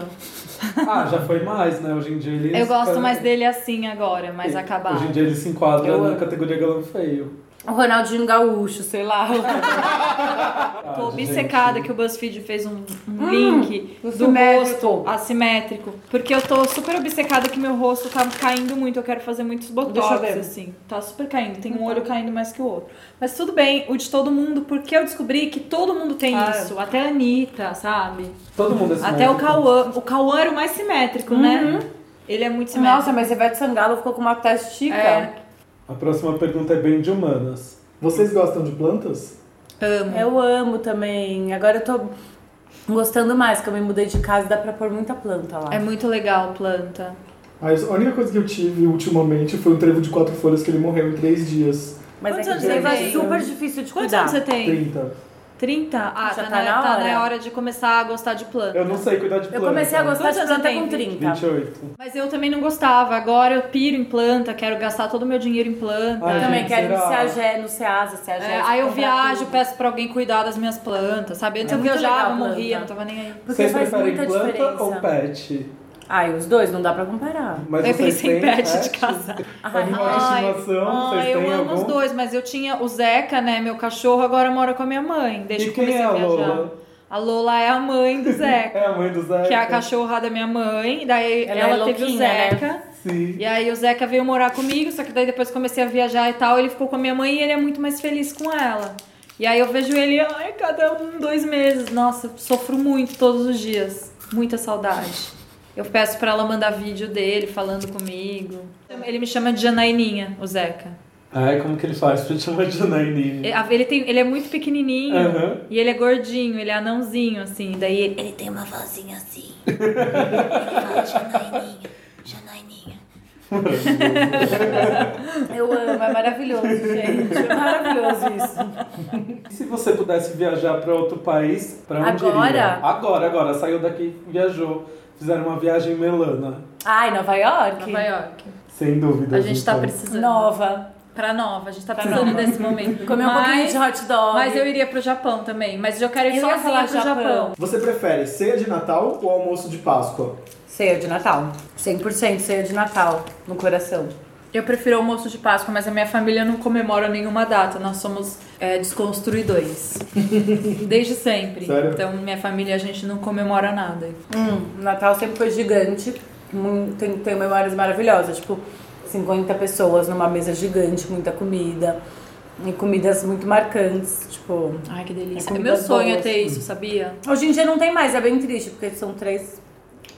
S2: Ah, já foi mais, né? Hoje em dia ele...
S3: Eu gosto mais dele assim agora, mais acabado.
S2: Hoje em dia é ele se enquadra
S6: Eu
S2: na
S6: amo.
S2: categoria galã feio.
S6: O Ronaldinho Gaúcho, sei lá.
S3: Tô
S2: Ah,
S3: obcecada
S2: gente.
S3: que o BuzzFeed fez um, um
S6: Hum,
S3: link
S6: do
S3: do
S6: simétrico.
S3: rosto assimétrico. Porque eu tô super obcecada que meu rosto tá caindo muito. Eu quero fazer muitos
S6: Deixa eu
S3: botox,
S6: ver. Então
S3: assim. Tá super caindo. Tem um olho caindo mais que o outro. Mas tudo bem, o de todo mundo, porque eu descobri que todo mundo tem
S6: Ah.
S3: isso. Até a Anitta, sabe?
S2: Todo mundo é esse
S3: Até o
S2: maluco.
S3: Cauã. O Cauã era o mais simétrico, né? Ele é muito simétrico.
S6: Uhum. Nossa, mas Ivete Sangalo ficou com uma testica.
S3: É.
S2: A próxima pergunta é bem de humanas.
S1: Vocês gostam de plantas?
S3: Amo.
S6: Eu amo também. Agora eu tô gostando mais, que eu me mudei de casa, dá pra pôr muita planta lá.
S3: É muito legal, planta.
S1: Mas a única coisa que eu tive ultimamente foi um trevo de quatro folhas que ele morreu em três dias.
S6: Mas
S3: Quantos
S6: é
S3: anos
S6: que
S3: você
S6: trevo é
S3: tem?
S6: super difícil de
S3: Quantos
S6: cuidar.
S3: anos você tem?
S1: 30.
S3: 30? Ah, tá,
S6: Já tá
S3: na,
S6: na
S3: tá na
S6: hora.
S3: hora de começar a gostar de planta.
S2: Eu não sei cuidar de
S6: Eu
S2: planta.
S6: comecei a gostar
S3: Quantos
S6: de
S3: anos você
S6: planta
S3: tem,
S6: com 30.
S2: 28.
S3: Mas eu também não gostava. Agora eu piro em planta, quero gastar todo o meu dinheiro em planta.
S2: Ai,
S6: Eu também
S2: gente,
S6: quero ir no
S2: será?
S6: CEAGE, no CEASA, CEAGE.
S3: É, aí eu
S6: comprar
S3: viajo,
S6: tudo.
S3: peço pra alguém cuidar das minhas plantas, sabe? Antes
S6: É
S3: eu
S6: muito
S3: viajava,
S6: legal planta.
S3: morria, não tava nem aí.
S6: Porque
S2: vocês
S6: faz
S2: preferem
S6: muita
S2: planta
S6: diferença.
S2: ou pet?
S6: Ai, os dois, não dá pra comparar.
S2: Mas
S3: eu
S2: vocês
S3: pensei em
S2: têm
S3: pet
S2: pet?
S3: de casa.
S2: Animal de
S3: Ai,
S2: estimação, vocês
S3: ai, eu
S2: têm
S3: amo
S2: algum?
S3: os dois, mas eu tinha o Zeca, né, meu cachorro, agora mora com a minha mãe, desde
S2: E
S3: que eu
S2: quem
S3: comecei
S2: é a
S3: a viajar.
S2: Lola?
S3: A Lola é a mãe do
S2: É
S3: Zeca,
S2: a mãe do Zé?
S3: que é a cachorra da minha mãe, daí
S6: Ela
S3: ela,
S6: é
S3: teve o
S6: louquinha, né?
S3: Zeca.
S2: Sim.
S3: E aí o Zeca veio morar comigo, só que daí depois comecei a viajar e tal, ele ficou com a minha mãe e ele é muito mais feliz com ela. E aí eu vejo ele, ai, cada um, dois meses. Nossa, eu sofro muito todos os dias. Muita saudade. Eu peço pra ela mandar vídeo dele falando comigo. Ele me chama de Janaininha, o Zeca.
S2: Ai, como que ele faz pra te chamar de Janaine?
S3: Ele, tem, ele é muito pequenininho
S2: Aham.
S3: e ele é gordinho, ele é anãozinho, assim. Daí ele, ele tem uma vozinha assim. Ele fala, Janaininha, Janaininha.
S6: Eu amo, é maravilhoso, gente. É maravilhoso isso.
S2: E se você pudesse viajar pra outro país, pra onde
S6: Agora?
S2: iria? Agora, agora. Saiu daqui, viajou. Fizeram uma viagem melana.
S6: Ai, Nova York?
S3: Nova York.
S2: Sem dúvida.
S3: A gente tá
S2: então.
S3: precisando.
S6: Nova.
S3: Pra nova, a gente tá precisando
S6: nova.
S3: desse momento.
S6: Comer um pouquinho
S3: mas,
S6: de hot dog.
S3: mas eu iria pro Japão também. Mas eu quero ir
S6: Eu ia
S3: sozinha
S6: falar
S3: pro Japão.
S6: Japão.
S1: Você prefere ceia de Natal ou almoço de Páscoa?
S6: Ceia de Natal. 100% ceia de Natal no coração.
S3: Eu prefiro almoço de Páscoa, mas a minha família não comemora nenhuma data. Nós somos é, desconstruidores. Desde sempre.
S1: Sério?
S3: Então, minha família, a gente não comemora nada.
S6: Hum, o Natal sempre foi gigante. Hum, Tem, tem memórias maravilhosas, tipo 50 pessoas numa mesa gigante, muita comida. E comidas muito marcantes, tipo...
S3: Ai, que
S6: É
S3: delícia. É
S6: comida
S3: meu sonho
S6: boa,
S3: é ter isso, sabia?
S6: Hoje em dia não tem mais, é bem triste, porque são três.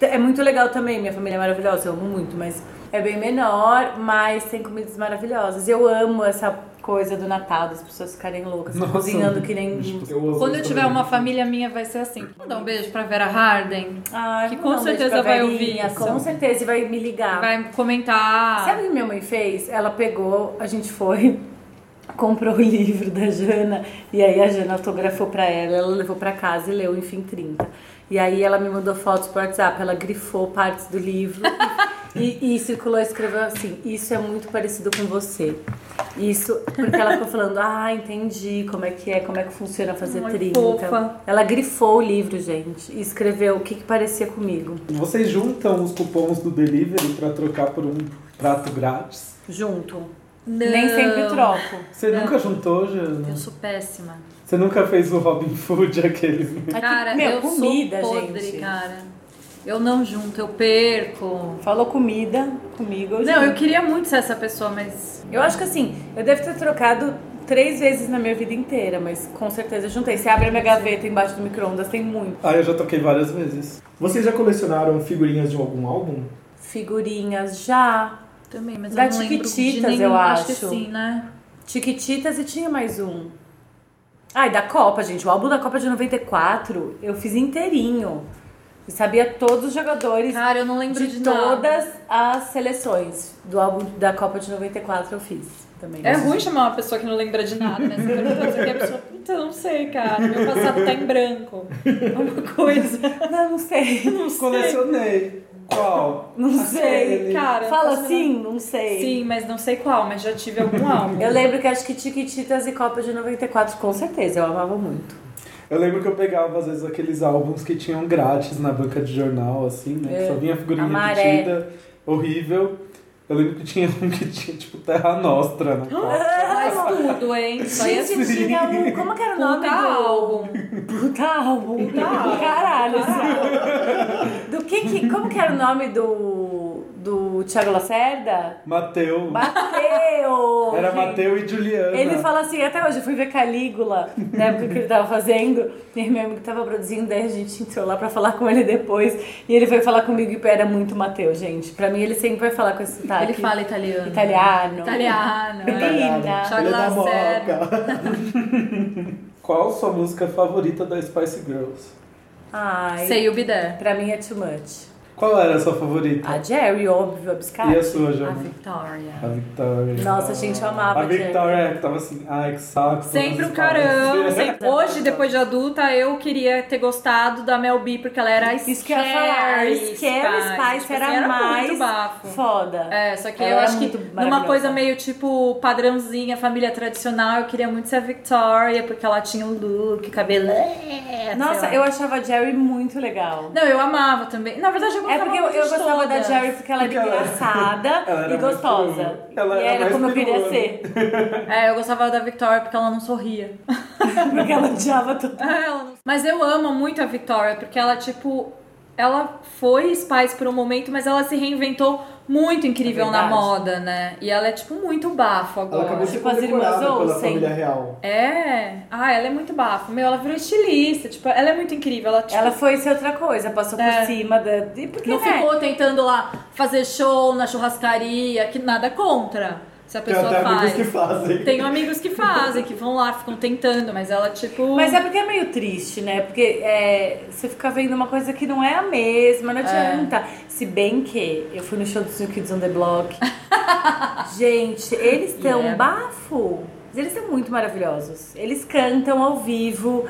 S6: É muito legal também, minha família é maravilhosa, eu amo muito, mas é bem menor, mas tem comidas maravilhosas. Eu amo essa coisa do Natal, das pessoas ficarem loucas,
S2: Nossa. Uhum.
S6: cozinhando que nem.
S1: Eu ouço
S3: Quando
S1: isso
S3: eu tiver
S1: também.
S3: uma família minha, vai ser assim. Manda um beijo pra Vera Harden.
S6: Ah,
S3: Que
S6: vou
S3: com
S6: dar um beijo
S3: certeza
S6: pra
S3: vai
S6: Verinha,
S3: ouvir isso.
S6: Com certeza, e vai me ligar.
S3: Vai comentar.
S6: Sabe o que minha mãe fez? Ela pegou, a gente foi, comprou o livro da Jana e aí a Jana autografou pra ela, ela levou pra casa e leu, enfim, 30. E aí ela me mandou fotos por WhatsApp, ela grifou partes do livro e, e circulou e escreveu assim: Isso é muito parecido com você. Isso, porque ela ficou falando, ah, entendi como é que é, como é que funciona fazer
S3: Ai,
S6: trinta.
S3: fofa.
S6: Ela grifou o livro, gente, e escreveu o que, que parecia comigo.
S2: Vocês juntam os cupons do delivery pra trocar por um prato grátis?
S6: Junto.
S3: Não.
S6: Nem sempre troco.
S2: Você nunca juntou, Jana?
S3: Eu sou péssima.
S2: Você nunca fez o Robin Food, aquele...
S6: Aqui,
S3: Cara,
S6: meu,
S3: eu
S6: comida,
S3: sou podre,
S6: gente.
S3: cara. Eu não junto, eu perco.
S6: Falou comida comigo. eu
S3: Não,
S6: junto.
S3: eu queria muito ser essa pessoa, mas.
S6: Eu acho que assim, eu devo ter trocado três vezes na minha vida inteira, mas com certeza eu juntei. Você abre a minha gaveta embaixo do micro-ondas, tem muito.
S2: Ah, eu já toquei várias vezes.
S1: Vocês já colecionaram figurinhas de algum álbum?
S6: Figurinhas já.
S3: Também, mas
S6: Da
S3: eu não lembro de
S6: Chiquititas,
S3: nenhum,
S6: eu
S3: que
S6: acho.
S3: sim, né?
S6: Tiquititas e tinha mais um. Ai, da Copa, gente. O álbum da Copa de 94 eu fiz inteirinho. Eu sabia todos os jogadores
S3: Cara, eu não lembro
S6: de,
S3: de, nada.
S6: todas as seleções. Do álbum da Copa de 94 eu fiz também.
S3: É ruim chamar uma pessoa que não lembra de nada, né? Você pergunta isso aqui, a pessoa, puta, eu não sei, cara. Meu passado tá em branco. É Uma coisa.
S6: Não, não sei. Não
S2: Colecionei. Qual?
S6: Não
S3: sei,
S6: sei.
S3: cara.
S6: Fala
S3: Não sei.
S6: assim? Não sei.
S3: Sim, mas não sei qual, mas já tive algum álbum.
S6: Eu lembro que acho que Tiquititas e Copa de 94, com certeza, eu amava muito.
S2: Eu lembro que eu pegava, às vezes, aqueles álbuns que tinham grátis na banca de jornal, assim, né? Que
S6: É.
S2: só vinha figurinha
S6: Amaré.
S2: repetida, horrível. Eu lembro que tinha um que tinha, tipo, Terra Nostra né? na
S6: Ah.
S2: capa.
S3: Mas tudo, hein? Só ia
S6: Gente, tinha um. Como que era o nome
S3: Puta
S6: do
S3: álbum.
S6: Puta álbum.
S3: Puta álbum.
S6: Caralho. assim. Do que que. Como que era o nome do. Do Thiago Lacerda?
S2: Mateu.
S6: Mateu!
S2: Era
S6: gente.
S2: Mateu né? e Juliana.
S6: Ele fala assim, até hoje, eu fui ver Calígula, na época que ele tava fazendo, e meu amigo tava produzindo, daí a gente entrou lá pra falar com ele depois, e ele foi falar comigo e era muito Mateu, gente. Pra mim, ele sempre vai falar com esse sotaque.
S3: Ele fala italiano.
S6: Italiano.
S3: Italiano. é.
S6: Menina.
S3: Thiago
S1: Ele é da
S3: Lacerda.
S1: Moca.
S2: Qual sua música favorita da Spice Girls?
S6: Ai,
S3: Sei o Bidé.
S6: pra mim é too much.
S2: Qual era a sua favorita?
S6: A Jerry, óbvio, a Biscate.
S2: E a sua,
S3: A
S2: Jana?
S3: Victoria.
S2: A Victoria.
S6: Nossa, gente, eu amava
S2: A
S6: a Jerry.
S2: Victoria que tava assim, ai, que saco.
S3: Sempre o
S2: vocês
S3: carão.
S2: parecem.
S3: sempre- Hoje, depois de adulta, eu queria ter gostado da Mel B, porque ela era a
S6: Isso que eu ia falar.
S3: Scary
S6: Scary Spice
S3: Tipo
S6: era,
S3: assim,
S6: mais
S3: muito bafo.
S6: foda.
S3: É, só que
S6: Ela
S3: eu
S6: era
S3: acho que
S6: muito
S3: numa
S6: maravilhosa.
S3: coisa meio tipo padrãozinha, família tradicional, eu queria muito ser a Victoria, porque ela tinha um look, cabelo. é, sei
S6: Nossa,
S3: lá.
S6: eu achava a Jerry muito legal.
S3: Não, eu amava também. Na verdade, eu
S6: É
S3: gostava
S6: porque eu,
S3: muito
S6: eu
S3: de
S6: gostava da
S3: todas.
S6: Jerry porque ela era
S2: Porque ela-
S6: engraçada
S2: ela era
S6: e
S2: mais
S6: gostosa.
S2: perua. Ela
S6: e
S2: era
S6: era
S2: mais
S6: como eu queria
S2: perua, né?
S6: ser.
S3: É, eu gostava da Victoria porque ela não sorria.
S6: Porque ela odiava tudo.
S3: É, ela não- Mas eu amo muito a Victoria, porque ela, tipo, ela foi Spice por um momento, mas ela se reinventou muito incrível
S6: É
S3: na
S6: verdade.
S3: moda, né? E ela é, tipo, muito bafo
S1: Ela acabou
S3: agora.
S1: de ser
S6: Tipo as
S1: condecorada
S6: irmãs
S1: pela
S6: Olsen.
S1: família real.
S3: É. Ah, ela é muito bafo. Meu, ela virou estilista. Tipo, ela é muito incrível. Ela, tipo,
S6: Ela foi ser outra coisa, passou
S3: É.
S6: por cima da. E porque
S3: não
S1: é?
S6: né?
S3: ficou tentando lá fazer show na churrascaria, que nada contra. Se a
S1: Tem
S3: pessoa
S1: até amigos
S3: faz.
S1: que fazem.
S6: um
S3: Tenho amigos que fazem, que vão lá, ficam tentando, mas ela, tipo.
S6: Mas é porque é meio triste, né? Porque é, você fica vendo uma coisa que não é a mesma, não adianta. Se bem que eu fui no show dos New Kids on the Block. Gente, eles estão
S3: Yeah.
S6: bafo. Eles são muito maravilhosos. Eles cantam ao vivo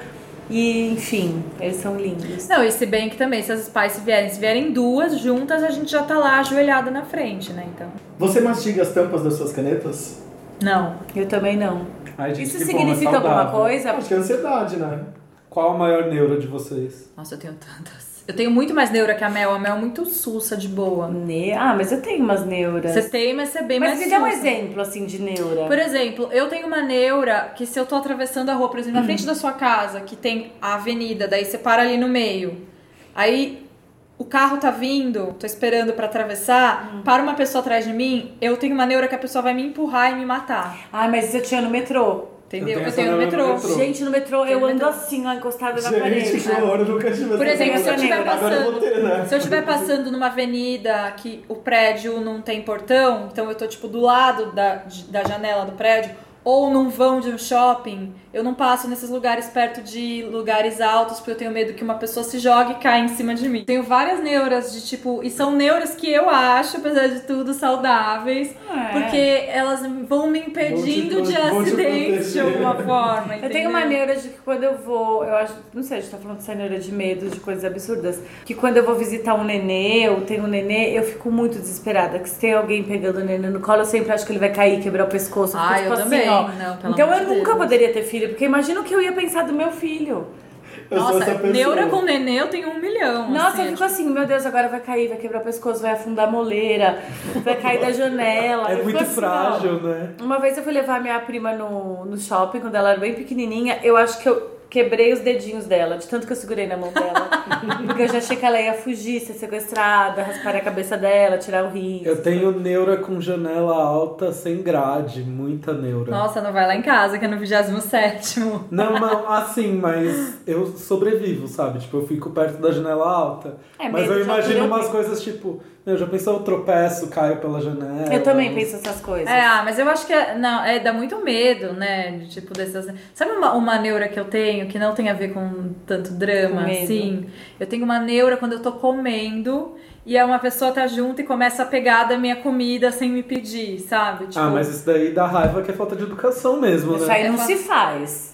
S6: e, enfim, eles são lindos.
S3: Não, e se bem que também, se as Spice vierem, se vierem duas juntas, a gente já tá lá ajoelhada na frente, né? Então.
S1: Você mastiga as tampas das suas canetas?
S3: Não.
S6: Eu também não.
S2: Ai, gente,
S6: Isso
S2: que bom, é
S6: significa alguma
S2: saudável.
S6: coisa?
S1: Acho que é ansiedade, né?
S2: Qual a maior neura de vocês?
S3: Nossa, eu tenho tantas. Eu tenho muito mais neura que a Mel. A Mel é muito sussa, de boa.
S6: Ne- Ah, mas eu tenho umas neuras.
S3: Você tem, mas você é bem
S6: mas
S3: mais
S6: me dá um
S3: sussa.
S6: exemplo, assim, de neura.
S3: Por exemplo, eu tenho uma neura que se eu tô atravessando a rua, por exemplo, na frente da sua casa, que tem a avenida, daí você para ali no meio. Aí o carro tá vindo, tô esperando pra atravessar,
S6: Hum.
S3: para uma pessoa atrás de mim, eu tenho uma neura que a pessoa vai me empurrar e me matar.
S6: Ah, mas isso eu tinha no metrô.
S2: tenho
S3: Entendeu? Eu tenho,
S2: essa neura
S3: no
S2: no
S3: metrô.
S2: metrô.
S6: Gente, no metrô
S3: Tem
S6: eu
S3: no
S6: ando
S3: metrô.
S6: assim, ó, encostada na
S1: Gente,
S6: parede.
S1: que horror, eu nunca tive essa
S3: Por exemplo, se eu
S1: neura.
S3: estiver
S1: Agora eu vou
S3: passando,
S1: ter, né?
S3: se eu estiver passando numa avenida que o prédio não tem portão, então eu tô tipo do lado da, de- da janela do prédio, ou num vão de um shopping, eu não passo nesses lugares perto de lugares altos porque eu tenho medo que uma pessoa se jogue e caia em cima de mim. Tenho várias neuras de tipo, e são neuras que eu acho, apesar de tudo, saudáveis,
S6: Ah, é.
S3: porque elas vão me impedindo
S1: Vão te
S3: de
S1: pro- vão te
S3: acidentes de
S1: proteger.
S3: alguma forma.
S6: Eu tenho uma
S3: entendeu?
S6: neura de que quando eu vou, eu acho, não sei, a gente tá falando dessa neura de medo, de coisas absurdas, que quando eu vou visitar um nenê, ou tenho um nenê, eu fico muito desesperada, que se tem alguém pegando o nenê no colo, eu sempre acho que ele vai cair, quebrar o pescoço, eu fico
S3: Ah,
S6: tipo
S3: eu
S6: assim,
S3: também.
S6: ó.
S3: Não, pelo
S6: então
S3: amor
S6: eu
S3: de
S6: nunca
S3: Deus.
S6: poderia ter filho, porque imagina o que eu ia pensar do meu filho.
S1: Eu sou essa
S3: Nossa,
S1: pessoa.
S3: neura com nenê eu tenho um milhão.
S6: Nossa,
S3: assim,
S6: eu fico assim, meu Deus, agora vai cair, vai quebrar o pescoço, vai afundar a moleira, vai cair da janela. Eu
S2: É
S6: fico
S2: muito
S6: assim, ó.
S2: frágil, né?
S6: Uma vez eu fui levar minha prima no, no shopping, quando ela era bem pequenininha, eu acho que eu quebrei os dedinhos dela, de tanto que eu segurei na mão dela. porque eu já achei que ela ia fugir, ser sequestrada, raspar a cabeça dela, tirar o rim.
S2: Eu tenho neura com janela alta sem grade, muita neura.
S3: Nossa, não vai lá em casa, que é no 27
S2: Não, não, assim, mas eu sobrevivo, sabe? Tipo, eu fico perto da janela alta.
S6: É,
S2: mas
S6: medo
S2: eu
S6: de
S2: imagino
S6: altura,
S2: umas
S6: eu-
S2: coisas tipo, meu, já pensou, eu tropeço, caio pela janela.
S6: Eu também penso essas coisas.
S3: É, ah, mas eu acho que é, não, é, dá muito medo, né? de, Tipo, dessas. Sabe uma, uma neura que eu tenho que não tem a ver com tanto drama,
S6: Com medo.
S3: assim? Eu tenho uma neura quando eu tô comendo e aí uma pessoa tá junto e começa a pegar da minha comida sem me pedir, sabe? Tipo,
S2: Ah, mas isso daí dá raiva que é falta de educação mesmo,
S6: Isso
S2: né?
S6: aí não se faz.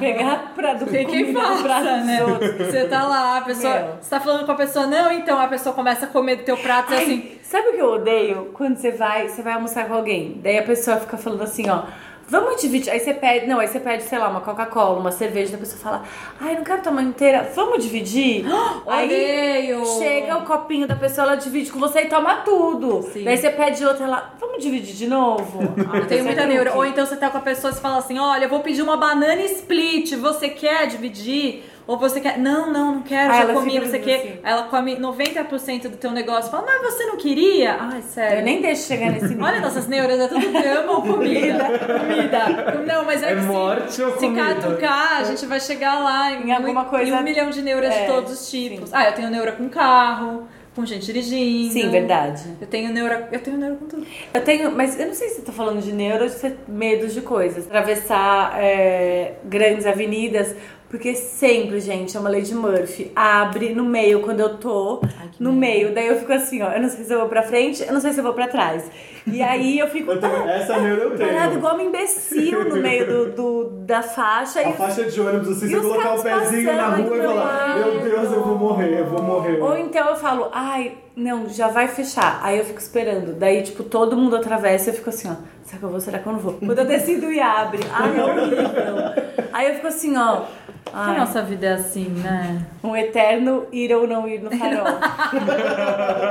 S6: Pegar pra do
S3: Tem quem
S6: comida do prato
S3: faça,
S6: dos
S3: né?
S6: outros.
S3: Você tá lá, a pessoa.
S6: Meu.
S3: Você tá falando com a pessoa, não, então a pessoa começa a comer do teu prato e
S6: Ai,
S3: assim.
S6: Sabe o que eu odeio? Quando você vai, você vai almoçar com alguém, daí a pessoa fica falando assim, ó, vamos dividir. Aí você pede, não, aí você pede, sei lá, uma Coca-Cola, uma cerveja, daí a pessoa fala, ai, não quero tomar inteira, vamos dividir? aí
S3: Odeio!
S6: chega o copinho da pessoa, ela divide com você e toma tudo.
S3: Sim.
S6: Daí você pede outra, ela, vamos dividir de novo? Ah,
S3: Eu tenho
S6: você
S3: muita
S6: tem
S3: neura.
S6: que-
S3: Ou então você tá com a pessoa e você fala assim: olha, eu vou pedir uma banana split, você quer dividir? Ou você quer. Não, não, não quero,
S6: Ah,
S3: já
S6: ela
S3: comi,
S6: fica
S3: não sei o quê.
S6: fazendo assim.
S3: Ela come 90% do teu negócio. Fala, mas você não queria? Ai, sério.
S6: Eu nem deixo chegar nesse nível.
S3: então- Olha nossas neuras, é tudo drama ou comida. comida. Não, mas é,
S2: É
S3: que se-
S2: morte ou
S3: se
S2: comida?
S3: catucar, a gente vai chegar lá em,
S6: Em alguma
S3: mui-
S6: coisa-
S3: em um milhão de neuras
S6: É,
S3: de todos os tipos. Ah, eu tenho neura com carro, com gente dirigindo.
S6: Sim, verdade.
S3: Eu tenho neura. Eu tenho neura com tudo.
S6: Eu tenho, mas eu não sei se eu tô falando de neuro ou se é medo de coisas. Atravessar é, grandes avenidas, porque sempre, gente, é uma lei de Murphy. Abre no meio quando eu tô, no meio. Daí eu fico assim, ó, eu não sei se eu vou pra frente, eu não sei se eu vou pra trás. E aí eu fico
S1: Eu tenho- Essa neura eu
S6: parado
S1: tenho.
S6: igual uma imbecil no meio do, do- da faixa.
S1: A
S6: E
S1: faixa de ônibus, assim,
S6: E
S1: você
S6: os
S1: colocar o
S6: carros
S1: pezinho na
S6: passando
S1: rua e
S6: do
S1: falar:
S6: lado.
S1: Meu Deus, eu vou morrer, eu vou morrer.
S6: Ou então eu falo, ai, não, já vai fechar. Aí eu fico esperando. Daí, tipo, todo mundo atravessa e eu fico assim, ó, será que eu vou? Será que eu não vou? Quando eu decido e abre. Ai, é horrível. Aí eu fico assim, ó.
S3: Que
S6: Ai,
S3: nossa vida é assim, né?
S6: um eterno ir ou não ir no farol.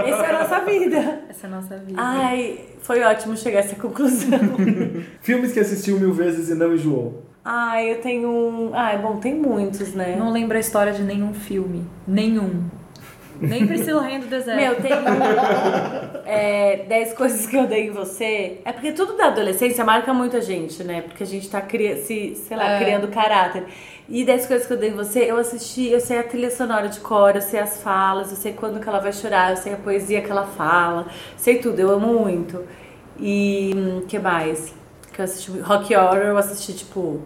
S6: Essa é a nossa vida.
S3: Essa é a nossa vida.
S6: Ai, foi ótimo chegar a essa conclusão.
S1: Filmes que assistiu mil vezes e não enjoou.
S6: Ai, eu tenho um. Ai, bom, tem muitos, né?
S3: Não lembro a história de nenhum filme. Nenhum. Nem Priscila Rainha do Deserto.
S6: Meu, tem um, é, 10 coisas que eu odeio em você. É porque tudo da adolescência marca muito a gente, né? Porque a gente tá cria se, sei lá,
S3: É.
S6: criando caráter. E 10 coisas que eu odeio em você, eu assisti, eu sei a trilha sonora de cor, eu sei as falas, eu sei quando que ela vai chorar, eu sei a poesia que ela fala, sei tudo, eu amo muito. E hum, que mais? Que eu assisti Rock Horror, eu assisti tipo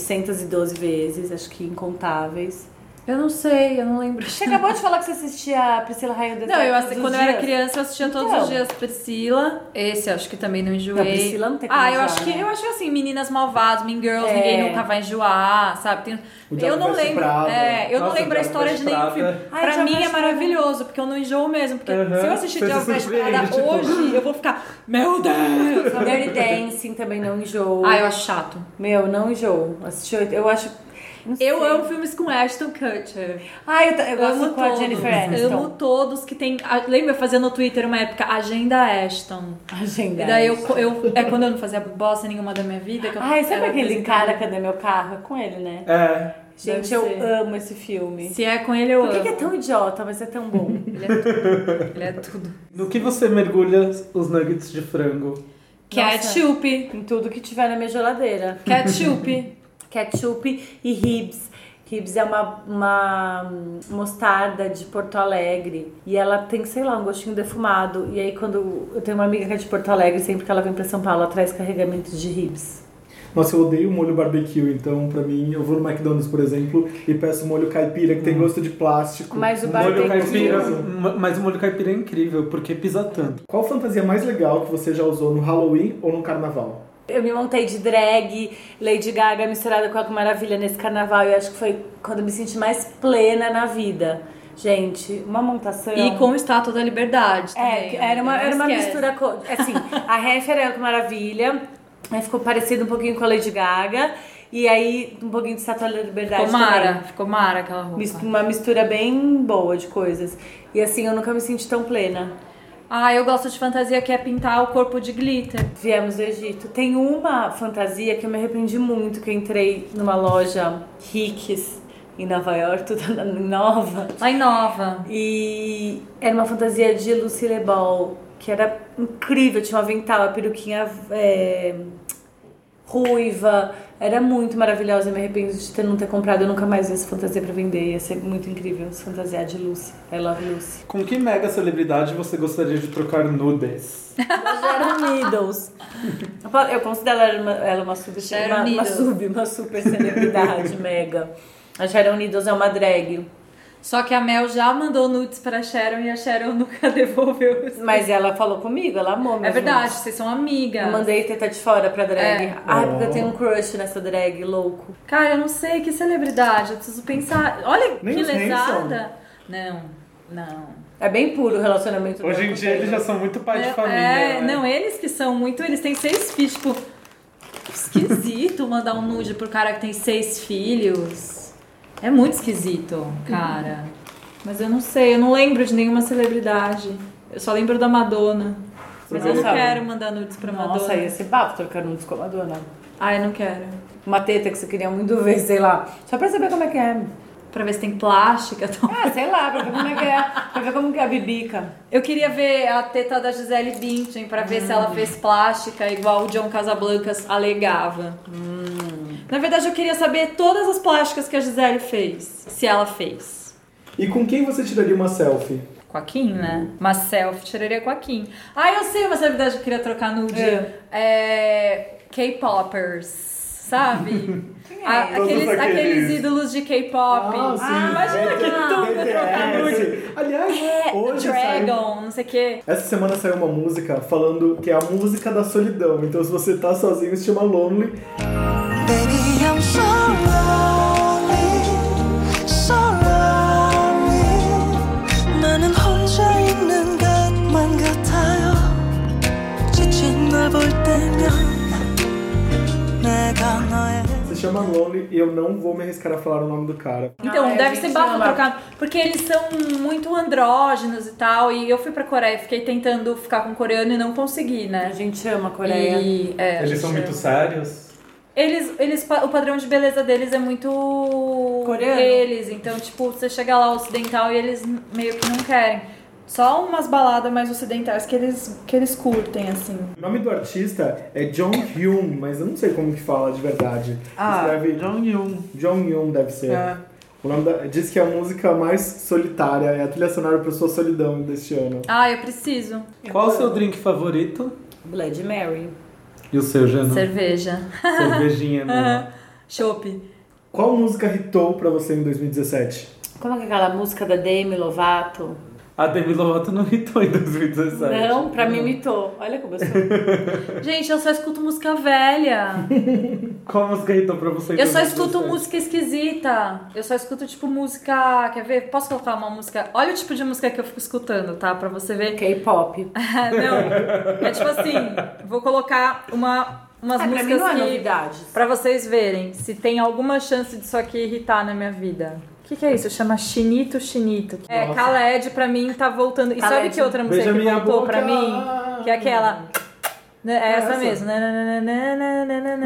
S6: 812 vezes, acho que incontáveis.
S3: Eu não sei, eu não lembro.
S6: Você acabou de falar que você assistia a Priscila Rainha do
S3: Não, eu assi-
S6: todos os
S3: quando eu era
S6: dias?
S3: criança eu assistia todos
S6: Então.
S3: os dias Priscila. Esse eu acho que também não enjoei.
S6: Não, Priscila não tem como
S3: Ah, eu
S6: enjoar,
S3: acho que
S6: né?
S3: eu acho que assim, meninas malvadas, Mean Girls,
S6: É.
S3: ninguém nunca vai enjoar, sabe? Tem-
S1: O Diabo
S3: eu não
S1: Veste
S3: lembro.
S1: Prada.
S3: É, eu não
S2: Nossa, o
S3: lembro a
S2: Diabo
S3: história de
S2: Veste
S3: nenhum
S2: Prada.
S3: filme.
S6: Ai,
S3: pra
S6: Diabo
S3: mim é
S6: Veste Prada.
S3: maravilhoso, porque eu não enjoo mesmo. Porque
S2: Aham.
S3: se eu assistir
S2: Você se
S3: Diabo Veste
S2: surpreende,
S3: Prada
S2: tipo-
S3: hoje, eu vou ficar, meu Deus!
S6: Dirty Dancing também não enjoo.
S3: Ah, eu acho chato.
S6: Meu, não enjoo. Assisti oito. Eu acho. não
S3: Eu
S6: sei.
S3: amo filmes com Ashton Kutcher.
S6: Ai, eu, t- eu gosto
S3: amo
S6: com a Jennifer
S3: todos.
S6: Aniston.
S3: Amo todos que tem. ah, Lembra eu fazia no Twitter uma época Agenda Ashton.
S6: Agenda.
S3: E daí eu, eu é quando eu não fazia bosta nenhuma da minha vida que eu
S6: Ai, sabe
S3: era
S6: aquele
S3: apresentada.
S6: cara cadê meu carro? É com ele, né?
S2: É.
S6: Gente,
S3: um Deve
S6: eu
S3: ser.
S6: amo esse filme.
S3: Se é com ele eu
S6: Por que,
S3: amo.
S6: que é tão idiota, mas é tão bom?
S3: Ele é tudo. Ele é tudo.
S2: No que você mergulha os nuggets de frango?
S3: Ketchup.
S6: em tudo que tiver na minha geladeira.
S3: Ketchup.
S6: Ketchup e ribs. Ribs é uma, uma mostarda de Porto Alegre. E ela tem, sei lá, um gostinho defumado. E aí, quando eu tenho uma amiga que é de Porto Alegre, sempre que ela vem pra São Paulo, ela traz carregamento de ribs.
S1: Nossa, eu odeio molho barbecue, então pra mim, eu vou no McDonald's, por exemplo, e peço molho caipira, que tem gosto de plástico.
S6: Mas o
S1: Molho
S2: Molho
S6: barbecue-
S2: caipira, ma- mas o molho caipira é incrível, porque pisa tanto.
S1: Qual fantasia mais legal que você já usou no Halloween ou no Carnaval?
S6: Eu me montei de drag, Lady Gaga misturada com a Maravilha nesse carnaval. E acho que foi quando eu me senti mais plena na vida. Gente, uma montação.
S3: E com estátua da liberdade.
S6: É,
S3: também, né?
S6: era uma,
S3: não
S6: era uma
S3: esquece.
S6: mistura. co- Assim, a ref era com Maravilha, aí ficou parecido um pouquinho com a Lady Gaga, e aí um pouquinho de Estátua da Liberdade.
S3: Ficou mara, ficou mara aquela roupa.
S6: também. Mis- Uma mistura bem boa de coisas. E assim, eu nunca me senti tão plena.
S3: Ah, eu gosto de fantasia que é pintar o corpo de glitter.
S6: Viemos do Egito. Tem uma fantasia que eu me arrependi muito, que eu entrei numa loja Hicks em Nova York, toda nova.
S3: Lá em Nova.
S6: E era uma fantasia de Lucille Ball, que era incrível, tinha um avental, a peruquinha é, ruiva, era muito maravilhosa. Eu me arrependo de ter, não ter comprado, eu nunca mais vi essa fantasia pra vender, ia ser muito incrível se fantasiar de Lucy. I love Lucy.
S2: Com que mega celebridade você gostaria de trocar nudes?
S6: Ela já era um Needles. Eu falo- Eu considero ela uma, ela uma, sub,
S3: Já era
S6: uma,
S3: um
S6: uma
S3: Needles.
S6: sub, uma super celebridade, mega. A Sharon Needles é uma drag,
S3: Só que a Mel já mandou nudes pra Sharon e a Sharon nunca devolveu.
S6: mas ela falou comigo, ela amou
S3: É
S6: meus
S3: verdade, vocês são amigas.
S6: Eu mandei teta de fora pra drag.
S3: É.
S6: Ai, porque eu tenho um crush nessa drag, louco.
S3: Cara, eu não sei que celebridade, eu preciso pensar. Olha
S1: Nem
S3: que
S1: os Hanson.
S3: lesada. Não, não.
S6: É bem puro o relacionamento
S2: Hoje
S6: dela
S2: em
S6: com
S2: dia
S6: o
S2: eles já
S6: Taylor.
S2: são muito pai
S3: É,
S2: de família.
S3: é,
S2: né?
S3: não, eles que são muito, eles têm seis filhos, tipo, esquisito mandar um nude pro cara que tem seis filhos. É muito esquisito, cara. Mas eu não sei, eu não lembro de nenhuma celebridade. Eu só lembro da Madonna. Mas eu não
S6: Nossa.
S3: quero mandar nudes pra
S6: Nossa,
S3: Madonna.
S6: ia ser papo trocar nudes com a Madonna.
S3: Ah, eu não quero.
S6: um né? Uma teta que você queria muito ver, sei lá. Só pra saber como é que é.
S3: Pra ver se tem plástica. Então...
S6: Ah, sei lá, pra ver como é que é. Pra ver como que é a bibica.
S3: Eu queria ver a teta da Gisele Bündchen pra ver se ela fez plástica igual o John Casablancas alegava. Na verdade, eu queria saber todas as plásticas que a Gisele fez, se ela fez.
S1: E com quem você tiraria uma selfie?
S3: Com a Kim, né? Uma selfie tiraria com a Kim. Ah, eu sei uma celebridade que eu queria trocar nude.
S6: É.
S3: É, K-popers, sabe? A-
S1: Todos
S3: é? aqueles, Ah,
S1: aqueles-
S3: aqueles ídolos de K-pop. imagina que tudo.
S1: BTS. É, Aliás, hoje saiu-
S3: Ah, é, Dragon, não sei o quê.
S1: Essa semana saiu uma música falando que é a música da solidão. Então se você tá sozinho, se chama Lonely.
S7: Baby, I'm so lonely, so lonely. 나는 혼자 있는 것만 같아요. 지친 널볼 때면 내가 너의
S1: Se chama Lonely e eu não vou me arriscar a falar o nome do cara.
S3: Então,
S6: Ai, a
S3: deve
S6: Ah, é, gente
S3: ser bafo
S6: ama.
S3: trocar. Porque eles são muito andrógenos e tal. E eu fui pra Coreia, fiquei tentando ficar com coreano e não consegui,
S6: A
S3: né?
S6: gente ama a Coreia.
S3: E, é,
S2: Eles são muito
S3: gente,
S2: sérios.
S3: Eles, eles, pa- o padrão de beleza deles é muito.
S6: Coreano?
S3: Eles. Então, tipo, você chega lá ocidental e eles meio que não querem. Só umas baladas mais ocidentais que eles, que eles curtem, assim.
S1: O nome do artista é John Hyun, mas eu não sei como que fala de verdade.
S3: Ah,
S1: Escreve
S2: John Yoon.
S1: John Hyun deve ser.
S3: É.
S1: O nome da... Diz que é a música mais solitária, é a trilha sonora pra sua solidão deste ano.
S3: Ah, eu preciso.
S2: Qual o seu drink favorito?
S6: Blood Mary.
S2: E o seu, Jana?
S3: Cerveja.
S2: Cervejinha, né?
S3: Chope.
S1: Qual música hitou pra você em 2017?
S6: Como é que é aquela música da Demi Lovato?
S2: A Demi Lovato não hitou em 2017.
S6: Não, pra
S2: Uhum.
S6: mim imitou. Olha como eu sou.
S3: Gente, eu só escuto música velha.
S2: Qual música hitou pra você em
S3: Eu só
S2: 2017?
S3: escuto música esquisita. Eu só escuto, tipo, música. Quer ver? Posso colocar uma música? Olha o tipo de música que eu fico escutando, tá? Pra você ver.
S6: K-pop.
S3: Ah, não. É tipo assim, vou colocar uma, umas
S6: Ah, pra mim
S3: músicas
S6: não é
S3: que.
S6: novidade.
S3: Pra vocês verem se tem alguma chance disso aqui irritar na minha vida. O que, que é isso? Chama Chinito Chinito. É,
S1: Nossa.
S3: Khaled pra mim tá voltando. E sabe
S6: Khaled.
S3: que outra música
S1: Beija
S3: que
S1: minha
S3: voltou
S1: boca.
S3: pra mim? Que é aquela. né, É essa,
S1: Essa.
S3: mesmo.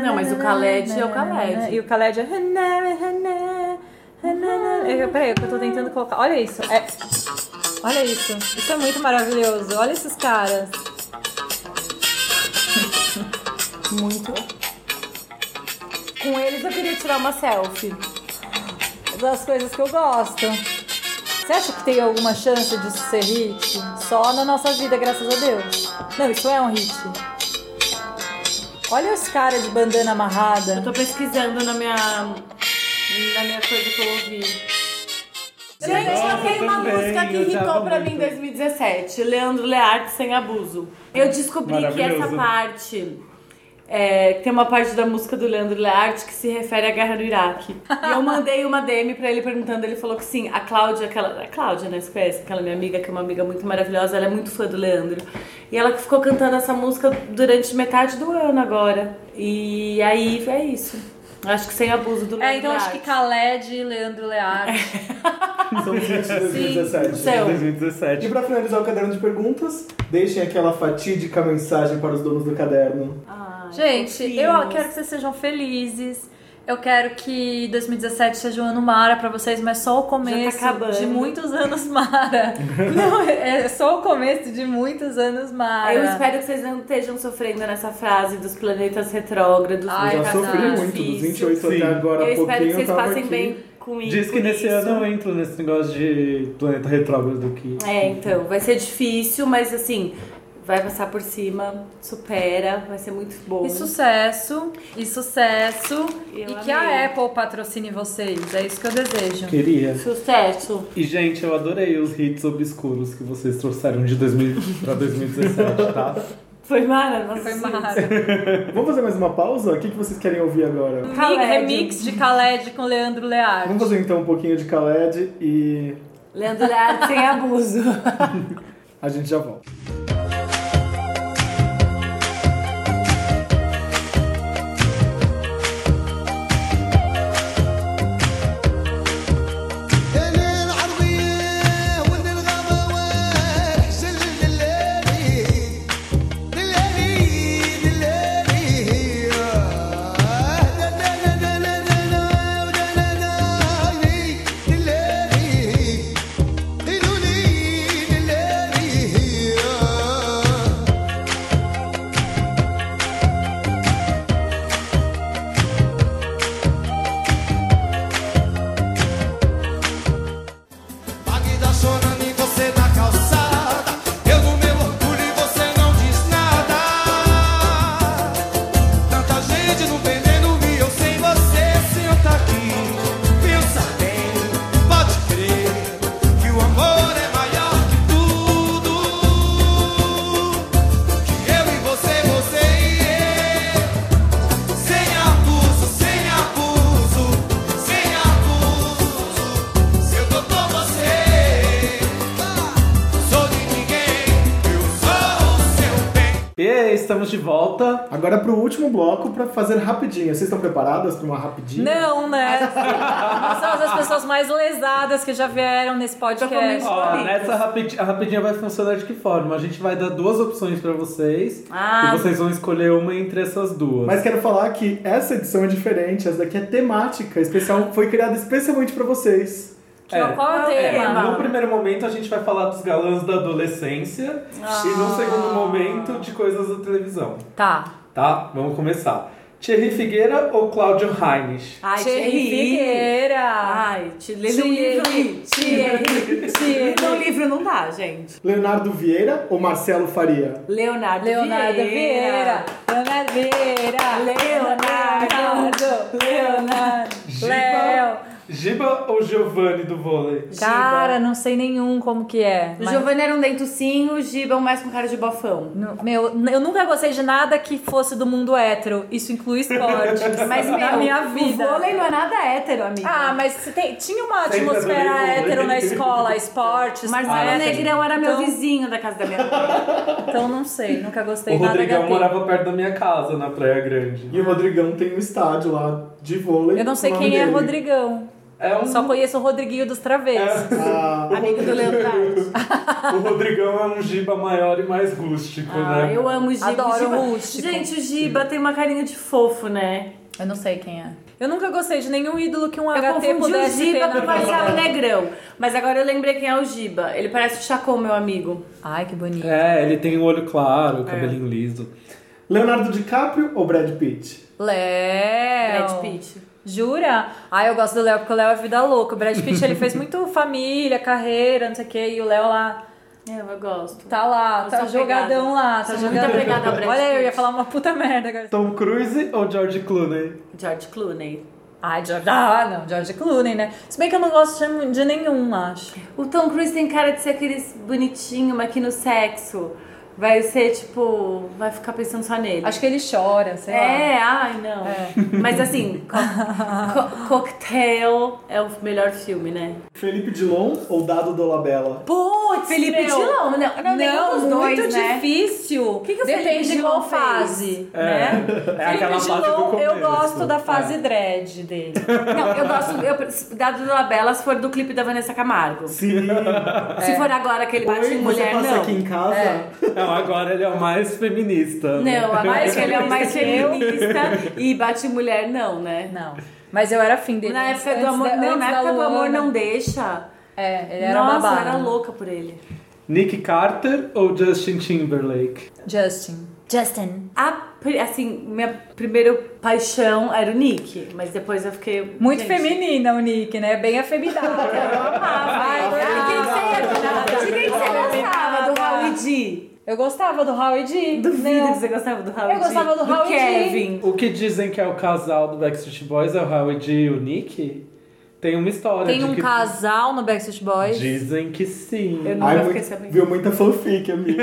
S6: Não, mas o Khaled é o Khaled.
S3: E o Khaled é. Eu, peraí, é que eu tô tentando colocar. Olha isso. É... Olha isso. Isso é muito maravilhoso. Olha esses caras.
S6: Muito. Com eles eu queria tirar uma selfie.
S3: das coisas que eu gosto. Você acha que tem alguma chance disso ser hit? Só na nossa vida, graças a Deus. Não, isso é um hit. Olha os caras de bandana
S5: Eu
S3: amarrada.
S5: tô pesquisando na minha. na minha coisa que eu ouvi.
S6: Gente, eu tenho uma
S2: também,
S6: música que
S2: eu tava
S6: irritou pra
S2: muito.
S6: mim em 2017.
S5: Leandro Learte sem abuso.
S6: Eu descobri que essa
S2: Maravilhoso.
S6: parte. é, tem uma parte da música do Leandro Learte que se refere à guerra do Iraque. E eu mandei uma DM pra ele perguntando, ele falou que sim. A Cláudia, aquela. A Cláudia, né? Você conhece? Aquela minha amiga, que é uma amiga muito maravilhosa, ela é muito fã do Leandro. E ela que ficou cantando essa música durante metade do ano agora. E aí é isso. Acho que sem abuso do Leandro.
S3: É, então acho que
S6: Learte.
S3: Khaled e Leandro
S6: É,
S3: Learte.
S1: São os hits de 2017.
S6: Seu.
S2: 2017.
S1: E pra finalizar o caderno de perguntas, deixem aquela fatídica mensagem para os donos do caderno.
S3: Gente, eu quero que vocês sejam felizes. Eu quero que 2017 seja um ano mara pra vocês, mas só o começo
S6: tá acabando.
S3: de muitos anos mara. Não, é só o começo de muitos anos mara.
S6: Eu espero que vocês não estejam sofrendo nessa frase dos planetas retrógrados.
S3: Ai, tá
S1: eu já
S3: Renata,
S1: sofri muito, dos
S6: difícil.
S1: 28
S2: Sim.
S1: até agora,
S6: eu
S1: pouquinho
S6: espero que vocês
S1: tava
S6: passem
S1: aqui.
S6: bem com isso.
S2: Diz que
S6: com
S2: nesse
S6: isso.
S2: ano eu entro nesse negócio de planeta retrógrado que.
S6: É, então, vai ser difícil, mas assim, vai passar por cima, supera, vai ser muito bom.
S3: E sucesso, e sucesso.
S6: Eu
S3: e que
S6: amei.
S3: a Apple patrocine vocês. É isso que eu desejo.
S2: Queria.
S6: Sucesso!
S2: E, gente, eu adorei os hits obscuros que vocês trouxeram de 2000 pra 2017, tá?
S6: Foi né? mara, nossa.
S3: Foi
S6: senhora.
S3: mara.
S1: Vamos fazer mais uma pausa? O que, que vocês querem ouvir agora?
S3: Remix- Um Remix de Khaled com Leandro Learte.
S1: Vamos fazer então um pouquinho de Khaled e
S6: Leandro Learte sem abuso.
S1: a gente já volta.
S4: أنا العربية وأنا الغضوان أحسن للالي للالي للالي لا لا لا لا لا لا لا لا لا للالي للالي للالي Bagdá chorando e você na calçada. Eu no meu orgulho e você não diz nada. Tanta gente no veneno e eu sem você. Senta aqui, pensa bem, pode crer que o amor é maior que tudo. Que eu e você, você e eu. Sem abuso, sem abuso, sem abuso. Se eu tô com você, sou de ninguém, eu sou o seu bem.
S2: E aí, estamos de volta.
S1: Agora pro último bloco pra fazer rapidinho. Vocês estão preparadas pra uma rapidinha?
S3: Não, né? Nós somos as pessoas mais lesadas que já vieram nesse podcast.
S6: Tô
S2: Ó,
S6: Favoritos.
S2: nessa rapidinha, a rapidinha vai funcionar de que forma? A gente vai dar duas opções pra vocês
S6: Ah.
S2: e vocês vão escolher uma entre essas duas.
S1: Mas quero falar que essa edição é diferente, essa daqui é temática, especial, foi criada especialmente pra vocês.
S3: Que- Qual é o
S2: É,
S3: tema?
S2: no primeiro momento a gente vai falar dos galãs da adolescência
S6: Ah.
S2: e no segundo momento de coisas da televisão,
S3: Tá.
S2: tá? Vamos começar. Thierry Figueira ou Cláudio Heinrich?
S6: Ai, Ah,
S3: Thierry Figueira.
S6: Ai, te lê no livro.
S3: Thierry.
S6: Lê no
S3: Thierry.
S6: livro não dá, gente.
S1: Leonardo Vieira ou Marcelo Faria?
S6: Leonardo,
S3: Leonardo Vieira. Leonardo Vieira.
S6: Leonardo.
S3: Leonardo. Léo.
S2: Giba ou Giovanni do vôlei?
S3: Cara, não sei nenhum como que é.
S6: O
S3: mas-
S6: Giovanni era um dentucinho, o Giba é um mais com cara de bofão.
S3: No- Meu, eu nunca gostei de nada que fosse do mundo hétero. Isso inclui esporte.
S6: Mas, meu,
S3: na minha
S6: o
S3: vida.
S6: vôlei não é nada hétero, amiga.
S3: Ah, mas se tem- tinha uma
S2: Sempre
S3: atmosfera
S2: adorei vôlei.
S3: hétero na escola, esportes,
S6: Marcelo
S3: hétero.
S6: Negrão era meu
S3: Então-
S6: vizinho da casa da minha mãe.
S3: Então não sei, nunca gostei
S2: O
S3: nada
S2: Rodrigão
S3: HT.
S2: morava perto da minha casa, na Praia Grande.
S1: E o Rodrigão tem um estádio lá de vôlei.
S3: Eu não sei
S1: com o
S3: quem
S1: nome
S3: é
S1: dele.
S3: Rodrigão.
S2: É um...
S3: Só conheço o Rodriguinho dos
S6: É.
S3: Travessos.
S1: Ah,
S6: Amigo do Leonardo.
S2: o Rodrigão é um Giba maior e mais rústico,
S6: Ah,
S2: né?
S6: eu amo o Giba.
S3: Adoro
S6: o Giba.
S3: o rústico.
S6: Gente, o Giba tem uma carinha de fofo, né?
S3: Eu não sei quem é. Eu nunca gostei de nenhum ídolo que um
S6: Eu
S3: HT
S6: confundi o
S3: pudesse ter
S6: Giba
S3: na
S6: com o Marcelo
S3: vida.
S6: Negrão. Mas agora eu lembrei quem é o Giba. Ele parece o Chacon, meu amigo.
S3: Ai, que bonito.
S2: É, ele tem o olho claro, o
S6: É.
S2: cabelinho liso.
S1: Leonardo DiCaprio ou Brad Pitt?
S3: Léo.
S6: Brad Pitt.
S3: Jura? Ah, eu gosto do Léo, porque o Léo é vida louca. O Brad Pitt, ele fez muito família, carreira, não sei o quê. E o Léo lá...
S6: É, eu gosto.
S3: Tá lá,
S6: Eu
S3: tá
S6: sou
S3: jogadão lá.
S6: Tá
S3: sou
S6: muito apegada ao Brad
S3: Olha, eu
S6: Pitt.
S3: ia falar uma puta merda agora.
S2: Tom Cruise ou George Clooney?
S6: George Clooney.
S3: Ai, George... Ah, não, George Clooney, né? Se bem que eu não gosto de, de nenhum, acho.
S6: O Tom Cruise tem cara de ser aqueles bonitinho, mas que no sexo vai ser tipo. Vai ficar pensando só nele.
S3: Acho que ele chora, sei lá.
S6: É, ai não. Mas assim, co co- Cocktail é o melhor filme, né?
S1: Felipe Dilon ou Dado Dolabella?
S3: Putz,
S6: Felipe
S3: meu.
S6: Dilon, não,
S3: né? Não,
S6: não, nenhum dos
S3: muito
S6: dois, né?
S3: difícil.
S6: que o Felipe
S3: Depende de
S6: Dilon
S3: qual
S6: fez?
S3: fase. né?
S2: É, é aquela fase do
S3: Dilon,
S2: começo. É.
S3: eu gosto da fase dread dele.
S6: Não, eu gosto, eu, dado do Labela se for do clipe da Vanessa Camargo.
S1: Sim.
S3: É.
S6: Se for agora que ele bate
S1: Oi,
S6: em
S1: você
S6: mulher,
S1: passa
S6: não.
S1: aqui em casa?
S2: Não, agora ele é o mais feminista.
S6: Não, agora que ele é o mais
S3: Que eu.
S6: feminista e bate em mulher, não, né?
S3: Não. Mas eu era fim dele.
S6: Na
S3: Antes-
S6: época do
S3: antes
S6: amor,
S3: da-
S6: não,
S3: antes
S6: na
S3: da
S6: época do amor
S3: Luana.
S6: não deixa.
S3: É, ele era
S6: Nossa,
S3: babado.
S6: eu era louca por ele.
S2: Nick Carter ou Justin Timberlake?
S3: Justin. Justin.
S6: A pri- assim, minha primeira paixão era o Nick, mas depois eu fiquei.
S3: Muito
S6: gente,
S3: feminina o Nick, né? Bem afeminada.
S6: Eu amava.
S3: Afeminada.
S6: De quem você gostava? Do Howie D?
S3: Eu gostava do Howard né? D.
S6: Duvido
S3: Não.
S6: que você gostava do Howie
S3: Eu gostava do
S6: G.
S3: Howie G.
S6: Kevin.
S2: O que dizem que é o casal do Backstreet Boys é o Howard e o Nick? Tem uma história
S3: Tem
S2: de
S3: um
S2: que...
S3: casal no Backstreet Boys.
S2: Dizem que sim.
S1: Ai,
S6: Eu nunca fiquei
S1: muito,
S6: sabendo.
S1: viu muita fanfic, amiga.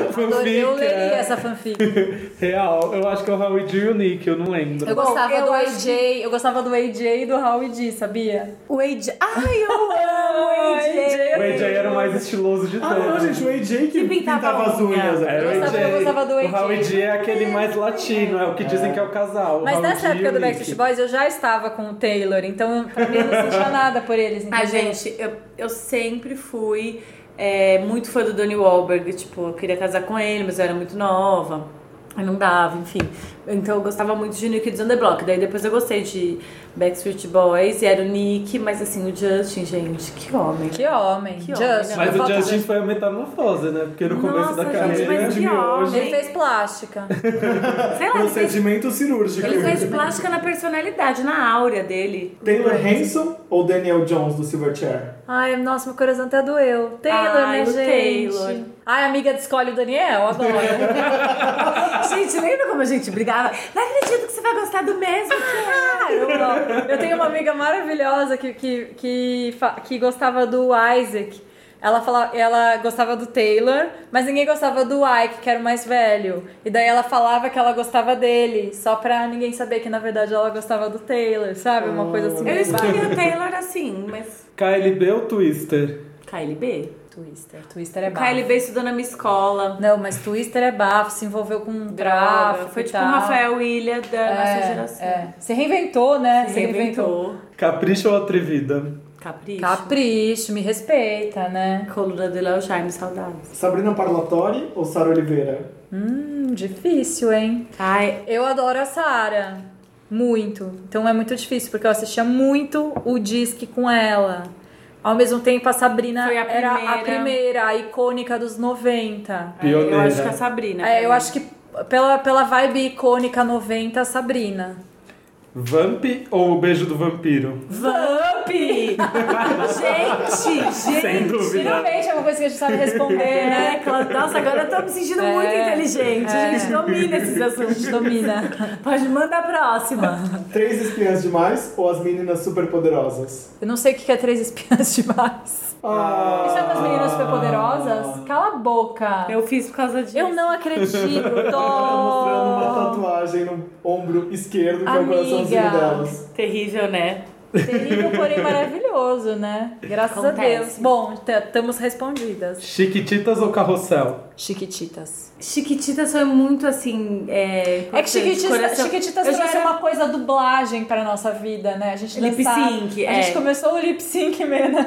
S3: Eu, eu
S2: Fanfic,
S3: leria
S2: é.
S3: essa fanfic.
S2: Real, eu acho que é o Howard e o Nick, eu não lembro.
S3: Eu gostava
S6: eu
S3: do
S6: acho
S3: AJ, eu gostava do AJ e do Howie D, sabia?
S6: O ah, AJ. Ai, eu amo o AJ.
S2: O AJ era o mais estiloso de
S1: Ah,
S2: todos.
S1: não, gente, o AJ que,
S6: Que pintava
S1: pintava, as
S6: a unha.
S1: unhas. é.
S2: Era
S3: Eu
S2: o
S3: gostava-
S2: AJ.
S3: eu gostava do AJ.
S2: O Howard é aquele mais latino, é o que dizem que é o casal. o
S3: Mas
S2: Howard
S3: nessa
S2: e
S3: época
S2: o
S3: do
S2: Nick.
S3: Backstreet Boys eu já estava com o Taylor, então pra mim eu não sentia nada por eles,
S6: Ah,
S3: entendeu?
S6: gente, eu, eu sempre fui é, muito fã do Donnie Wahlberg. Tipo, eu queria casar com ele, mas eu era muito nova. Aí não dava, enfim. Então eu gostava muito de New Kids on the Block. Daí depois eu gostei de Backstreet Boys e era o Nick, mas assim, o Justin, gente, que homem.
S3: Que homem.
S6: Que homem,
S3: Justin.
S6: né?
S2: Mas o
S3: Falta-
S2: Justin foi a metamorfose, né? Porque no começo
S6: Nossa,
S2: da
S6: gente,
S2: carreira
S6: mas que homem.
S3: Ele fez plástica.
S6: Sei lá, ele fez,
S1: Procedimento Um cirúrgico.
S6: ele fez plástica na personalidade, na áurea dele.
S1: Taylor Hanson ou Daniel Jones do Silverchair?
S3: Ai, nossa, meu coração até doeu. Taylor,
S6: Ai,
S3: né,
S6: o
S3: gente?
S6: Taylor.
S3: Ai, amiga, escolhe o Daniel, adoro.
S6: Gente, lembra como a gente brigava? Não acredito que você vai gostar do mesmo que eu.
S3: Ah, Eu tenho uma amiga maravilhosa que, que, que, fa- que gostava do Isaac. Ela, falava, ela gostava do Taylor, mas ninguém gostava do Ike, que era o mais velho. E daí ela falava que ela gostava dele, só pra ninguém saber que na verdade ela gostava do Taylor, sabe? Uma coisa assim.
S6: Eu
S3: meio
S6: escolhi o Taylor assim, mas.
S2: KLB ou Twister?
S6: Kylie B.
S3: Twister. Twister é bafo.
S6: Kylie B estudou na minha escola.
S3: Não, mas Twister é bafo, se envolveu com
S6: Droga.
S3: gráfico.
S6: Foi
S3: e
S6: tipo
S3: tal.
S6: um Rafael William da nossa
S3: É,
S6: geração.
S3: é. Se reinventou, né?
S6: Se inventou.
S2: Capricho ou Atrevida?
S6: Capricho.
S3: Capricho, me respeita, né?
S6: Coluna do Léo Jaime, saudades.
S1: Sabrina Parlatori ou Sara Oliveira?
S3: Hum, difícil, hein?
S6: Ai,
S3: Eu adoro a Sara. Muito. Então é muito difícil, porque eu assistia muito o Disque com ela. Ao mesmo tempo, a Sabrina
S6: Foi a
S3: era a
S6: primeira.
S3: primeira, a icônica dos 90.
S6: eu
S2: Pioneira.
S6: acho que a Sabrina.
S3: É, eu acho que pela, pela vibe icônica 90, a Sabrina.
S2: Vamp ou o Beijo do Vampiro?
S6: Vamp! gente, gente.
S2: Sem dúvida.
S3: Finalmente é uma coisa que a gente sabe responder,
S6: É,
S3: né?
S6: aquela- nossa, agora eu tô me sentindo
S3: É.
S6: muito inteligente.
S3: É.
S6: A gente domina esses
S3: A
S6: assuntos.
S3: gente domina.
S6: Pode mandar a próxima.
S1: Três espiãs demais ou as meninas superpoderosas?
S3: Eu não sei o que que é Três Espiãs Demais.
S1: Ah,
S3: Isso é umas meninas superpoderosas? Cala a boca. Eu,
S6: Eu fiz por causa disso.
S3: não acredito.
S1: tá mostrando uma
S3: Dó.
S1: tatuagem no ombro esquerdo que é o
S3: Amiga.
S1: coraçãozinho delas.
S6: Terrível, né?
S3: Terrível, porém maravilhoso, né? Graças a
S6: Acontece.
S3: Deus. Bom, estamos respondidas.
S2: Chiquititas ou Carrossel?
S3: Chiquititas.
S6: Chiquititas foi muito assim. É,
S3: É que Chiquititas,
S6: coração-
S3: Chiquititas
S6: Eu já
S3: trouxe
S6: era-
S3: uma coisa dublagem pra nossa vida, né? A gente
S6: Lip
S3: dançava-
S6: sync,
S3: A
S6: é.
S3: gente começou o lip sync meio na
S6: É,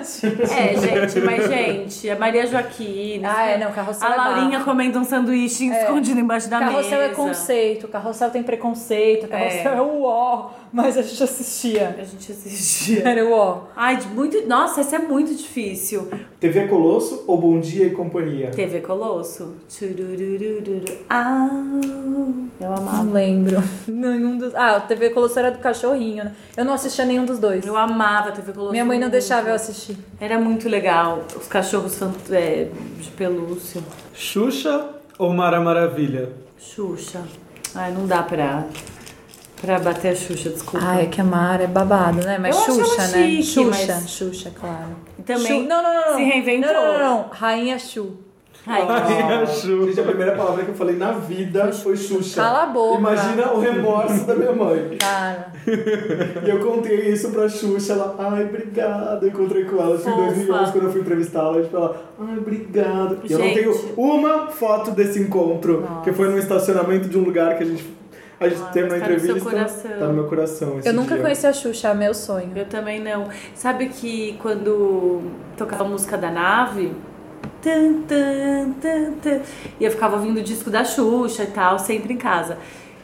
S6: gente, mas gente, a Maria Joaquina.
S3: Ah, é, não, carrossel
S6: A
S3: é
S6: Laurinha
S3: bafo.
S6: comendo um sanduíche escondido embaixo da
S3: Carrossel
S6: mesa.
S3: é conceito, carrossel tem preconceito, carrossel é,
S6: É.
S3: uó, mas a gente assistia.
S6: A gente assistia.
S3: Era uó.
S6: Ai, de muito. Nossa, essa é muito difícil.
S1: TV Colosso ou Bom Dia e Companhia?
S6: TV Colosso. Tchurururururu. Au. Eu amava.
S3: Não lembro. Nenhum dos. Ah, o TV Colosso era do cachorrinho, né? Eu não assistia nenhum dos dois.
S6: Eu amava TV Colosso.
S3: Minha mãe não
S6: muito.
S3: deixava eu assistir.
S6: Era muito legal. Os cachorros fant- é, de pelúcia.
S2: Xuxa ou Mara Maravilha?
S6: Xuxa. Ai, não dá pra, pra bater a Xuxa, desculpa.
S3: Ai, é que a Mara é babado, né? Mas
S6: Uhum. Eu acho
S3: Xuxa,
S6: ela
S3: né?
S6: chique,
S3: Xuxa,
S6: mas-
S3: Xuxa, claro.
S6: E também
S3: Chu- Não, não, não, não.
S6: se reinventou.
S3: Não, não, não, não. Rainha Chu.
S2: Ai, a
S1: Ah, Gente,
S2: Xuxa.
S1: a primeira palavra que eu falei na vida foi Xuxa.
S3: Cala a boca.
S1: Imagina o remorso da minha mãe.
S3: Cara.
S1: E eu contei isso pra Xuxa, ela, ai, obrigada. Eu encontrei com ela tipo, em
S6: Fofa.
S1: 2011, quando eu fui entrevistá-la, tipo, ela, ai, obrigada. E eu não
S6: Gente.
S1: tenho uma foto desse encontro, que foi num estacionamento de um lugar que a gente, a gente terminou a
S6: tá no seu
S1: entrevista.
S6: coração.
S1: Tá no meu coração esse
S3: Eu nunca
S1: dia.
S3: conheci a Xuxa, é meu sonho.
S6: Eu também não. Sabe que quando tocava a música da nave. tan, tan, tan, tan, e eu ficava ouvindo o disco da Xuxa e tal, sempre em casa.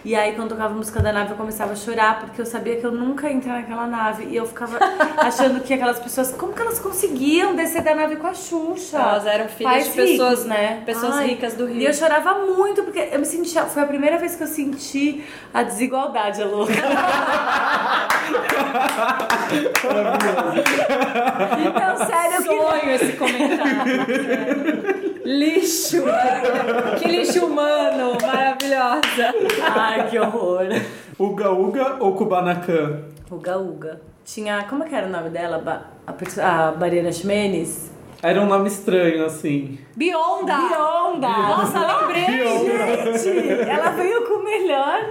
S6: E aí, quando tocava a música da nave, eu começava a chorar, porque eu sabia que eu nunca ia entrar naquela nave. E eu ficava achando que aquelas pessoas. Como que elas conseguiam descer da nave com a Xuxa?
S3: Elas eram filhas
S6: Pais
S3: de pessoas,
S6: ricos, né?
S3: pessoas
S6: Ai,
S3: ricas do Rio.
S6: E eu chorava muito, porque eu me sentia. Foi a primeira vez que eu senti a desigualdade, a louca. Não, sério, eu queria.
S3: Sonho esse comentário. lixo. que lixo humano. Maravilhosa.
S6: Ai, que horror.
S2: Uga Uga ou Kubanacan?
S6: Uga Uga. Tinha. Como é que era o nome dela? Ba- A, perso- a Mariana Ximenes?
S2: Era um nome estranho, assim.
S3: Bionda.
S6: Bionda! Nossa, lembrei! Gente, ela veio com o melhor.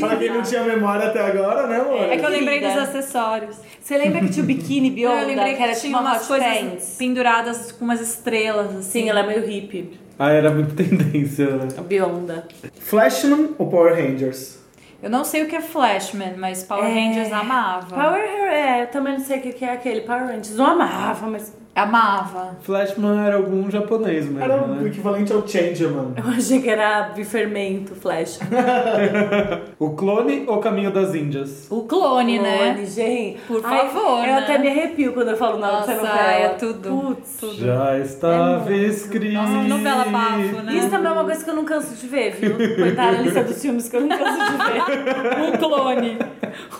S1: Pra quem não tinha memória até agora, né, amor?
S3: É que eu lembrei dos
S6: Querida.
S3: acessórios.
S6: Você lembra que tinha o biquíni
S3: Eu
S6: Bionda?
S3: lembrei que
S6: era
S3: ela
S6: tipo
S3: tinha umas
S6: hot
S3: coisas
S6: pants?
S3: penduradas com umas estrelas, assim.
S6: Sim, ela é meio hippie.
S2: Ah, era muito tendência, né?
S6: A Bionda.
S1: Flashman ou Power Rangers?
S3: Eu não sei o que é Flashman, mas Power
S6: É.
S3: Rangers amava.
S6: Power Ranger, é, eu também não sei o que que é aquele. Power Rangers, não amava, mas
S3: Amava.
S2: Flashman era algum japonês mesmo,
S1: Era o
S2: né?
S1: equivalente ao Changeman.
S6: eu achei que era bifermento, flash.
S2: O Clone ou Caminho das Índias?
S3: O clone, né?
S6: Clone, gente.
S3: Por
S6: Ai,
S3: favor,
S6: Eu
S3: né?
S6: até me arrepio quando eu falo o nome dessa
S3: Nossa,
S6: novela.
S3: é tudo.
S6: Putz.
S2: Já estava escrito.
S3: É Nossa, que novela bafo, né?
S6: Isso também é uma coisa que eu não canso de ver, viu? Coitada, a lista dos filmes que eu não canso de ver. O clone.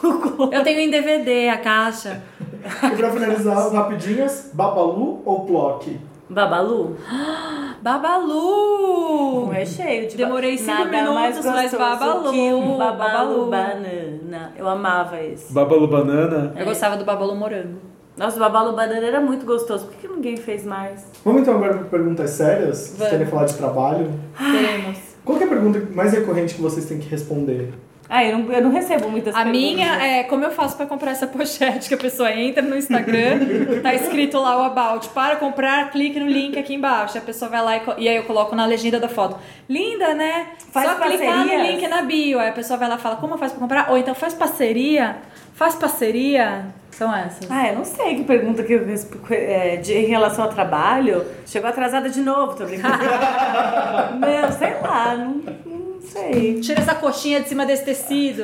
S6: O clone.
S3: é um Eu tenho em DVD a caixa.
S1: E pra finalizar, as rapidinhas, Babalu ou Plock?
S6: Babalu?
S3: Babalu!
S6: Não é cheio de ba-
S3: Demorei cinco
S6: Nada
S3: minutos, mas
S6: mais gostoso
S3: Babalu,
S6: que um
S3: Babalu.
S6: Babalu. Banana. Eu amava esse.
S2: Babalu Banana?
S3: Eu gostava do Babalu Morango.
S6: Nossa, o Babalu Banana era muito gostoso. Por que que ninguém fez mais?
S1: Vamos então agora para perguntas sérias? Vocês
S3: Vamos.
S1: querem falar de trabalho?
S3: Queremos.
S1: Qual que é a pergunta mais recorrente que vocês têm que responder?
S6: Ah, eu não, eu não recebo muitas
S3: A
S6: perguntas.
S3: minha é como eu faço pra comprar essa pochete que a pessoa entra no Instagram, tá escrito lá o about para comprar, clique no link aqui embaixo. A pessoa vai lá e, co- e aí eu coloco na legenda da foto. Linda, né?
S6: Faz
S3: Só clicar no
S6: parcerias?
S3: link na bio. Aí a pessoa vai lá e fala como faz pra comprar ou então faz parceria. Faz parceria. São essas.
S6: Ah, eu não sei que pergunta que eu resp- é, de, em relação ao trabalho. Chegou atrasada de novo, tô brincando. não, sei lá, não, não sei.
S3: Tira essa coxinha de cima desse tecido.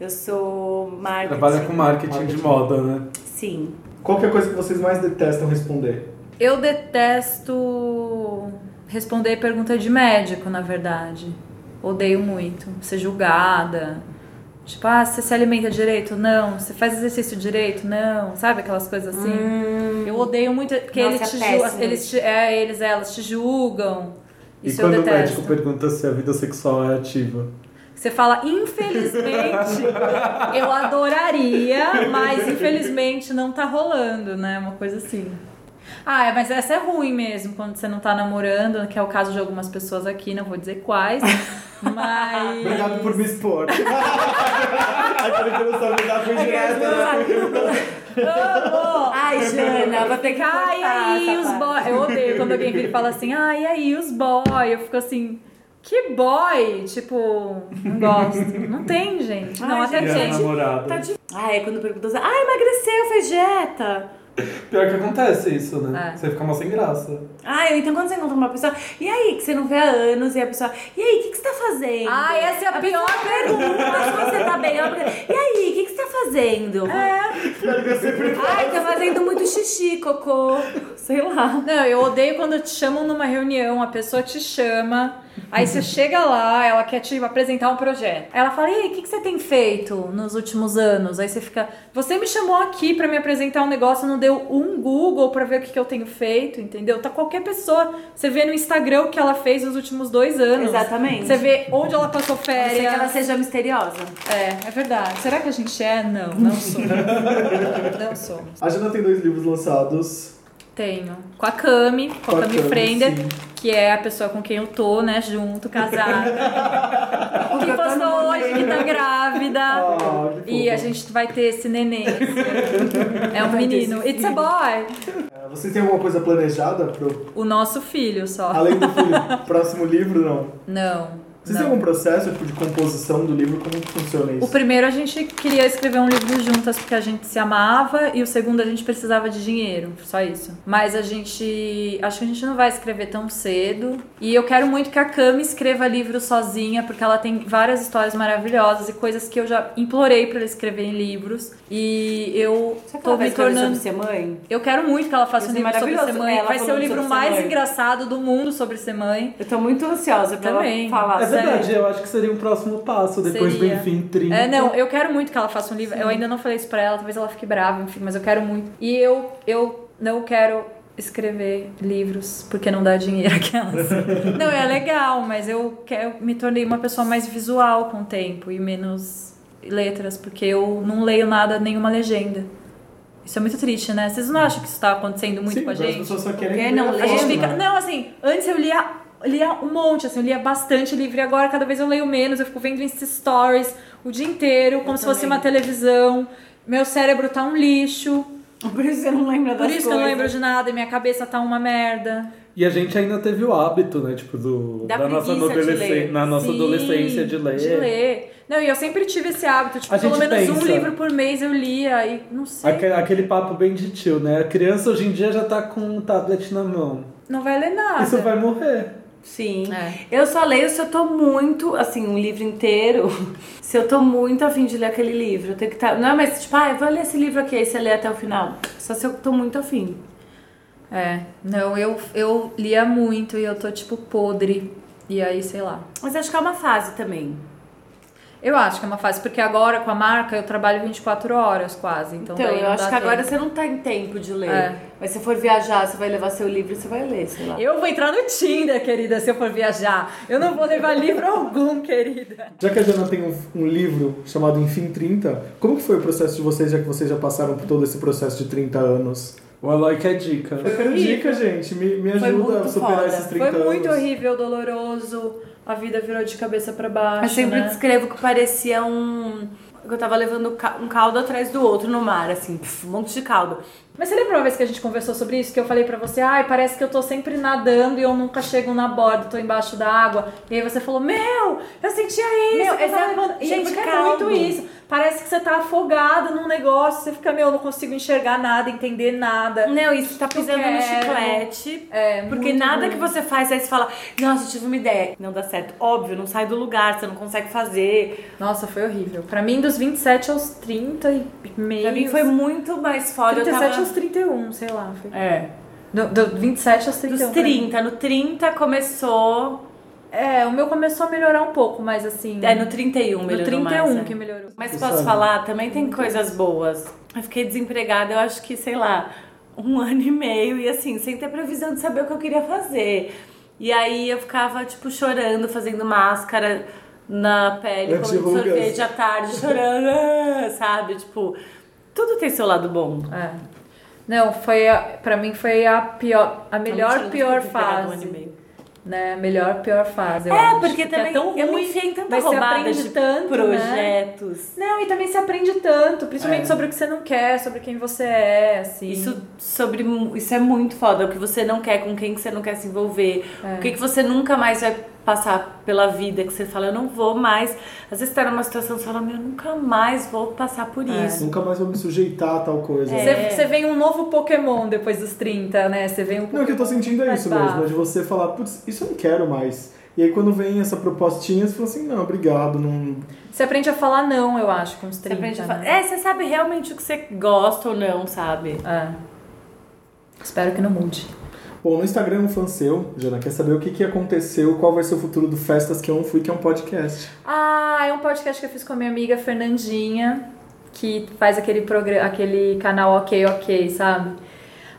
S6: Eu sou marketing.
S2: Trabalha com marketing, de moda, né?
S6: Sim.
S1: Qual que é a coisa que vocês mais detestam responder?
S3: Eu detesto responder pergunta de médico, na verdade. Odeio muito. Ser julgada. Tipo, ah, você se alimenta direito? Não. Você faz exercício direito? Não. Sabe aquelas coisas assim? Eu odeio muito. Porque
S6: Nossa,
S3: eles te
S6: é
S3: ju-
S6: péssimo.
S3: Eles te- é, eles, elas te julgam.
S2: E
S3: Isso eu
S2: quando o
S3: detesto.
S2: médico pergunta se a vida sexual é ativa?
S3: Você fala, infelizmente, eu adoraria, mas infelizmente não tá rolando, né? Uma coisa assim. Ah, é, mas essa é ruim mesmo, quando você não tá namorando, que é o caso de algumas pessoas aqui, não vou dizer quais, mas.
S1: Obrigado por me expor. Aquele que não sabe lidar com direto.
S3: Amo!
S6: Ai, Jana, vou ter que cortar
S3: Ai, aí,
S6: essa
S3: os
S6: parte.
S3: boy. Eu odeio quando alguém vira e fala assim, ai, aí, os boy. Eu fico assim, que boy? Tipo, não gosto. Não tem, gente. Não,
S6: Ai,
S3: até
S2: E
S6: gente,
S2: a
S3: tem.
S2: namorada?
S6: Ai, quando perguntam assim, ah, emagreceu, fez dieta.
S2: Pior que acontece isso, né?
S3: É.
S2: Você fica mal sem graça.
S5: Ah, então quando você encontra uma pessoa, e aí, que você não vê há anos, e a pessoa, e aí, o que, que você tá fazendo?
S3: Ah, essa é a pior
S5: pergunta. Mas quando você tá bem, ela pergunta, e aí, o que, que você tá fazendo?
S6: Ai, tá fazendo muito xixi, cocô. Sei lá.
S3: Não, eu odeio quando te chamam numa reunião, a pessoa te chama, aí você chega lá, ela quer te apresentar um projeto. Aí ela fala, e aí, o que, que você tem feito nos últimos anos? Aí você fica, você me chamou aqui pra me apresentar um negócio, não deu um Google pra ver o que, que eu tenho feito, entendeu? Tá qualquer pessoa, você vê no Instagram o que ela fez nos últimos dois anos.
S5: Exatamente.
S3: Você vê onde ela passou
S5: Não sei que
S3: férias.
S5: ela seja misteriosa.
S3: É, é verdade. Será que a gente é? Não, não somos. não somos.
S1: A Jana tem dois livros lançados.
S3: Tenho. Com a Cami, com a Cami
S1: Cami,
S3: Frender,
S1: sim.
S3: que é a pessoa com quem eu tô, né? Junto, casada. que
S6: eu tô
S3: postou
S6: no
S3: hoje que tá grávida.
S1: Ah, que
S3: e a
S1: fofo.
S3: gente vai ter esse neném. esse ano. É um menino. It's a boy.
S1: Ah, Vocês têm alguma coisa planejada pro...
S3: O nosso filho só.
S1: Além do filho, próximo livro, não?
S3: Não.
S1: Vocês
S3: não.
S1: têm algum processo tipo, de composição do livro? Como que funciona isso?
S3: O primeiro a gente queria escrever um livro juntas porque a gente se amava e o segundo a gente precisava de dinheiro, só isso. Mas a gente acho que a gente não vai escrever tão cedo e eu quero muito que a Cami escreva livro sozinha porque ela tem várias histórias maravilhosas e coisas que eu já implorei pra ela escrever em livros e eu
S6: Será que
S3: tô
S6: ela vai
S3: me
S6: escrever
S3: tornando
S6: sobre ser mãe?
S3: eu quero muito que ela faça um
S6: Isso é
S3: livro sobre ser
S6: maravilhoso,
S3: mãe.
S6: ela
S3: Vai ser o
S6: falando
S3: livro
S6: sobre ser
S3: mais
S6: mãe.
S3: engraçado do mundo sobre ser mãe.
S6: Eu tô muito ansiosa pra
S3: Também.
S6: ela falar.
S2: é
S6: sério.
S2: verdade, eu acho que seria um próximo passo, depois
S3: Ah, Seria.
S2: do Enfim 30.
S3: É, não, eu quero muito que ela faça um livro. Eu ainda não falei isso pra ela, talvez ela fique brava, enfim, mas eu quero muito. E eu, eu não quero escrever livros porque não dá dinheiro aquelas. não, é legal, mas eu quero, me tornei uma pessoa mais visual com o tempo e menos letras, porque eu não leio nada, nenhuma legenda. Isso é muito triste, né? Vocês não acham que isso tá acontecendo muito
S1: Sim,
S3: com a
S1: as
S3: gente?
S1: pessoas só querem
S6: Quem não
S1: ver
S3: A gente
S6: Lembra?
S3: fica. Não, assim, antes eu lia, lia um monte, assim, eu lia bastante livro e agora cada vez eu leio menos, eu fico vendo Insta Stories o dia inteiro, como se fosse
S6: também.
S3: uma televisão. Meu cérebro tá um lixo,
S6: Por isso você não lembra
S3: por
S6: das
S3: isso que eu
S6: coisas.
S3: não lembro de nada e minha cabeça tá uma merda.
S2: E a gente ainda teve o hábito, né, tipo, do,
S6: Da
S2: nossa,
S6: preguiça de
S2: adolescência-
S6: ler.
S2: na nossa
S3: Sim,
S2: adolescência de ler.
S3: De ler. Não, e eu sempre tive esse hábito, tipo,
S2: A
S3: pelo
S2: gente
S3: menos um
S2: pensa.
S3: livro por mês eu lia e não sei.
S2: Aque- Aquele papo bem de tio, né? A criança hoje em dia já tá com um tablet na mão.
S3: Não vai ler nada.
S2: Isso vai morrer.
S6: Sim.
S3: É.
S6: Eu só leio se eu tô muito, assim, um livro inteiro. Se eu tô muito afim de ler aquele livro. Eu tenho que tá... Não é mais tipo, ah, eu vou ler esse livro aqui, aí você lê até o final. Só se eu tô muito afim.
S3: É. Não, eu, eu lia muito e eu tô, tipo, podre. E aí, sei lá.
S6: Mas acho que é uma fase também.
S3: Eu acho que é uma fase, porque agora com a marca eu trabalho 24 horas quase. Então,
S6: Então,
S3: daí
S6: eu
S3: não
S6: acho
S3: dá
S6: que agora
S3: tempo.
S6: você não tá em tempo de ler.
S3: É.
S6: Mas se for viajar, você vai levar seu livro e você vai ler, sei lá.
S3: Eu vou entrar no Tinder, querida, se eu for viajar. Eu não vou levar livro algum, querida.
S1: Já que a Jana tem um, um livro chamado Enfim 30, como que foi o processo de vocês, já que vocês já passaram por todo esse processo de 30 anos?
S2: O Aloy quer dica.
S1: Eu quero dica, gente. Me, me
S6: Foi
S1: ajuda a
S6: muito
S1: superar
S6: foda.
S1: esses 30
S3: Foi
S1: anos.
S3: muito horrível, doloroso. A vida virou de cabeça pra baixo.
S6: Eu sempre
S3: né?
S6: descrevo que parecia um. que eu tava levando ca- um caldo atrás do outro no mar, assim, pf, um monte de caldo.
S3: Mas você lembra uma vez que a gente conversou sobre isso? Que eu falei pra você, ai, parece que eu tô sempre nadando e eu nunca chego na borda, tô embaixo da água. E aí você falou, meu, eu sentia isso.
S6: Meu,
S3: que eu tava
S6: exa-
S3: levando-
S6: gente,
S3: Gente, é
S6: caldo.
S3: muito isso. Parece que você tá afogada num negócio, você fica, meu, eu não consigo enxergar nada, entender nada.
S6: Não, isso tá pisando
S3: quero.
S6: no chiclete.
S3: É,
S6: Porque
S3: muito
S6: nada
S3: ruim.
S6: que você faz, aí você fala, nossa, eu tive uma ideia. Não dá certo. Óbvio, não sai do lugar, você não consegue fazer.
S3: Nossa, foi horrível. Pra mim, dos 27 aos 30 e meio.
S6: Pra mim foi muito mais foda.
S3: 37
S6: eu
S3: aos 31, sei lá. Foi.
S6: tava... É.
S3: Do, do 27 aos 31.
S6: Dos
S3: pra mim.
S6: 30. No 30 começou.
S3: É, o meu começou a melhorar um pouco, mas assim.
S6: É, no 31
S3: no
S6: melhorou
S3: 31
S6: mais, é.
S3: que melhorou.
S6: Mas
S2: Você
S6: posso
S2: sabe.
S6: falar, também tem coisas boas. Eu fiquei desempregada, eu acho que, sei lá, um ano e meio, e assim, sem ter previsão de saber o que eu queria fazer. E aí eu ficava, tipo, chorando, fazendo máscara na pele, comendo
S1: Anti-rugas.
S6: sorvete à tarde, chorando, ah, sabe? Tipo, tudo tem seu lado bom.
S3: É. Não, foi a, pra mim foi a pior, a melhor
S6: Mentira,
S3: pior
S6: eu fiquei desempregada um ano e
S3: fase,
S6: meio.
S3: né? A melhor pior fase. eu
S6: É,
S3: acho.
S6: porque, também
S3: é tão
S6: eu me
S3: ruim.
S6: enfiei em tanta
S3: mas você
S6: roubada
S3: aprende
S6: de é.
S3: tanto, né?
S6: projetos.
S3: Não, e também se aprende tanto, principalmente
S2: É.
S3: sobre o que você não quer, sobre quem você é, assim.
S6: Isso sobre mu- isso é muito foda, o que você não quer, com quem que você não quer se envolver,
S3: É.
S6: o que, que você nunca mais vai
S5: passar pela vida que você fala, eu não vou mais. Às vezes tá numa situação que você fala, meu, eu nunca mais vou passar por isso.
S1: Nunca mais vou me sujeitar a tal coisa.
S3: Você você vem um novo Pokémon depois dos 30, né? Você vem um
S1: Não, o que eu tô sentindo é
S3: Mas
S1: isso
S3: tá.
S1: mesmo, é de você falar, putz, isso eu não quero mais. E aí quando vem essa propostinha, você fala assim, não, obrigado, não.
S3: Você aprende a falar não, eu acho, com os 30.
S5: Você aprende a falar.
S3: né?
S5: É, você sabe realmente o que você gosta ou não, sabe?
S3: É. Espero que não mude.
S1: Bom, no Instagram, um fã seu, Jana, quer saber o que, que aconteceu, qual vai ser o futuro do Festas que eu não fui, que é um podcast.
S3: Ah, é um podcast que eu fiz com a minha amiga Fernandinha, que faz aquele, programa, aquele canal Ok Ok, sabe?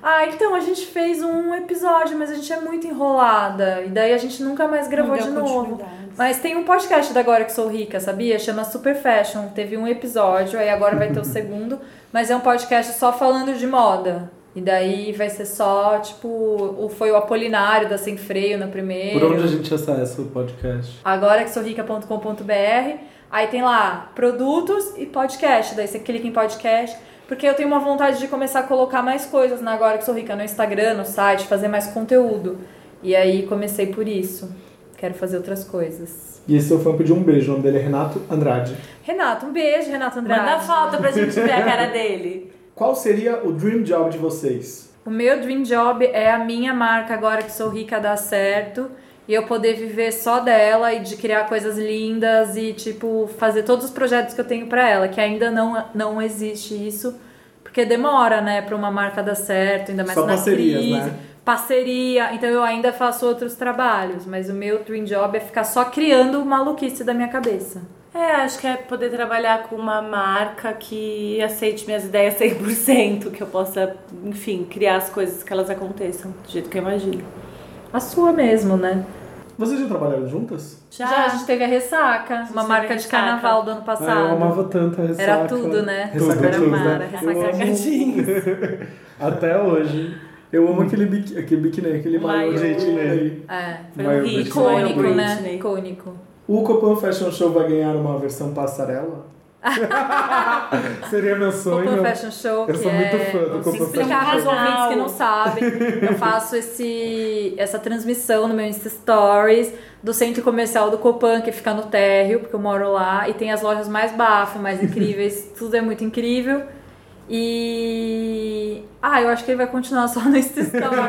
S3: Ah, então a gente fez um episódio, mas a gente é muito enrolada. E daí a gente nunca mais gravou
S6: deu
S3: de novo.
S6: continuidade.
S3: Mas tem um podcast da Agora Que Sou Rica, sabia? Chama Super Fashion. Teve um episódio, aí agora vai ter o segundo. Mas é um podcast só falando de moda. E daí vai ser só, tipo, o- foi o Apolinário da Sem Freio na primeira.
S2: Por onde a gente acessa o podcast?
S3: Agora que sou rica.com.br. Aí tem lá produtos e podcast. Daí você clica em podcast. Porque eu tenho uma vontade de começar a colocar mais coisas na Agora que sou rica no Instagram, no site, fazer mais conteúdo. E aí comecei por isso. Quero fazer outras coisas.
S1: E esse seu fã pediu um beijo, o nome dele é Renato Andrade.
S3: Renato, um beijo, Renato Andrade.
S5: Manda foto pra gente ver a cara dele.
S1: Qual seria o dream job de vocês?
S3: O meu dream job é a minha marca agora que sou rica dar certo e eu poder viver só dela e de criar coisas lindas e tipo fazer todos os projetos que eu tenho pra ela, que ainda não não existe isso, porque demora, né, pra uma marca dar certo, ainda mais
S1: Só
S3: na
S1: parcerias,
S3: crise.
S1: né?
S3: Parceria, então eu ainda faço outros trabalhos, mas o meu dream job é ficar só criando maluquice da minha cabeça.
S5: É, acho que é poder trabalhar com uma marca que aceite minhas ideias 100%, que eu possa, enfim, criar as coisas que elas aconteçam do jeito que eu imagino.
S3: A sua mesmo, né?
S1: Vocês já trabalharam juntas?
S3: Já, a gente teve a ressaca, uma
S5: teve
S3: marca de
S5: Ressaca.
S3: carnaval do ano passado.
S2: Ah, eu amava tanto a ressaca.
S3: Era tudo, né?
S2: Tudo,
S1: Ressaca
S3: era
S1: jeans,
S2: tudo.
S1: né?
S3: Mara,
S2: Eu
S3: ressaca jeans.
S2: amo... Até hoje.
S1: Eu
S2: Hum.
S1: amo aquele biquíni, aquele, biquíni, aquele maior,
S5: Maiô.
S1: gente.
S3: É.
S5: Foi
S2: Maior
S5: um hit,
S2: Britney.
S5: foi um
S3: Icônico, né?
S5: Britney.
S3: Icônico.
S1: O Copan Fashion Show vai ganhar uma versão passarela?
S2: Seria meu
S3: O
S2: sonho.
S3: Copan Fashion Show,
S2: Eu
S3: que
S2: sou muito
S3: é...
S2: fã do Copan
S3: Explicar para
S5: Fashion
S3: os
S5: Show.
S3: ouvintes que não sabem, eu faço esse, essa transmissão no meu Insta Stories do centro comercial do Copan, que fica no térreo, porque eu moro lá, e tem as lojas mais bafo, mais incríveis, tudo é muito incrível. E. Ah, eu acho que ele vai continuar só no Insta Stories.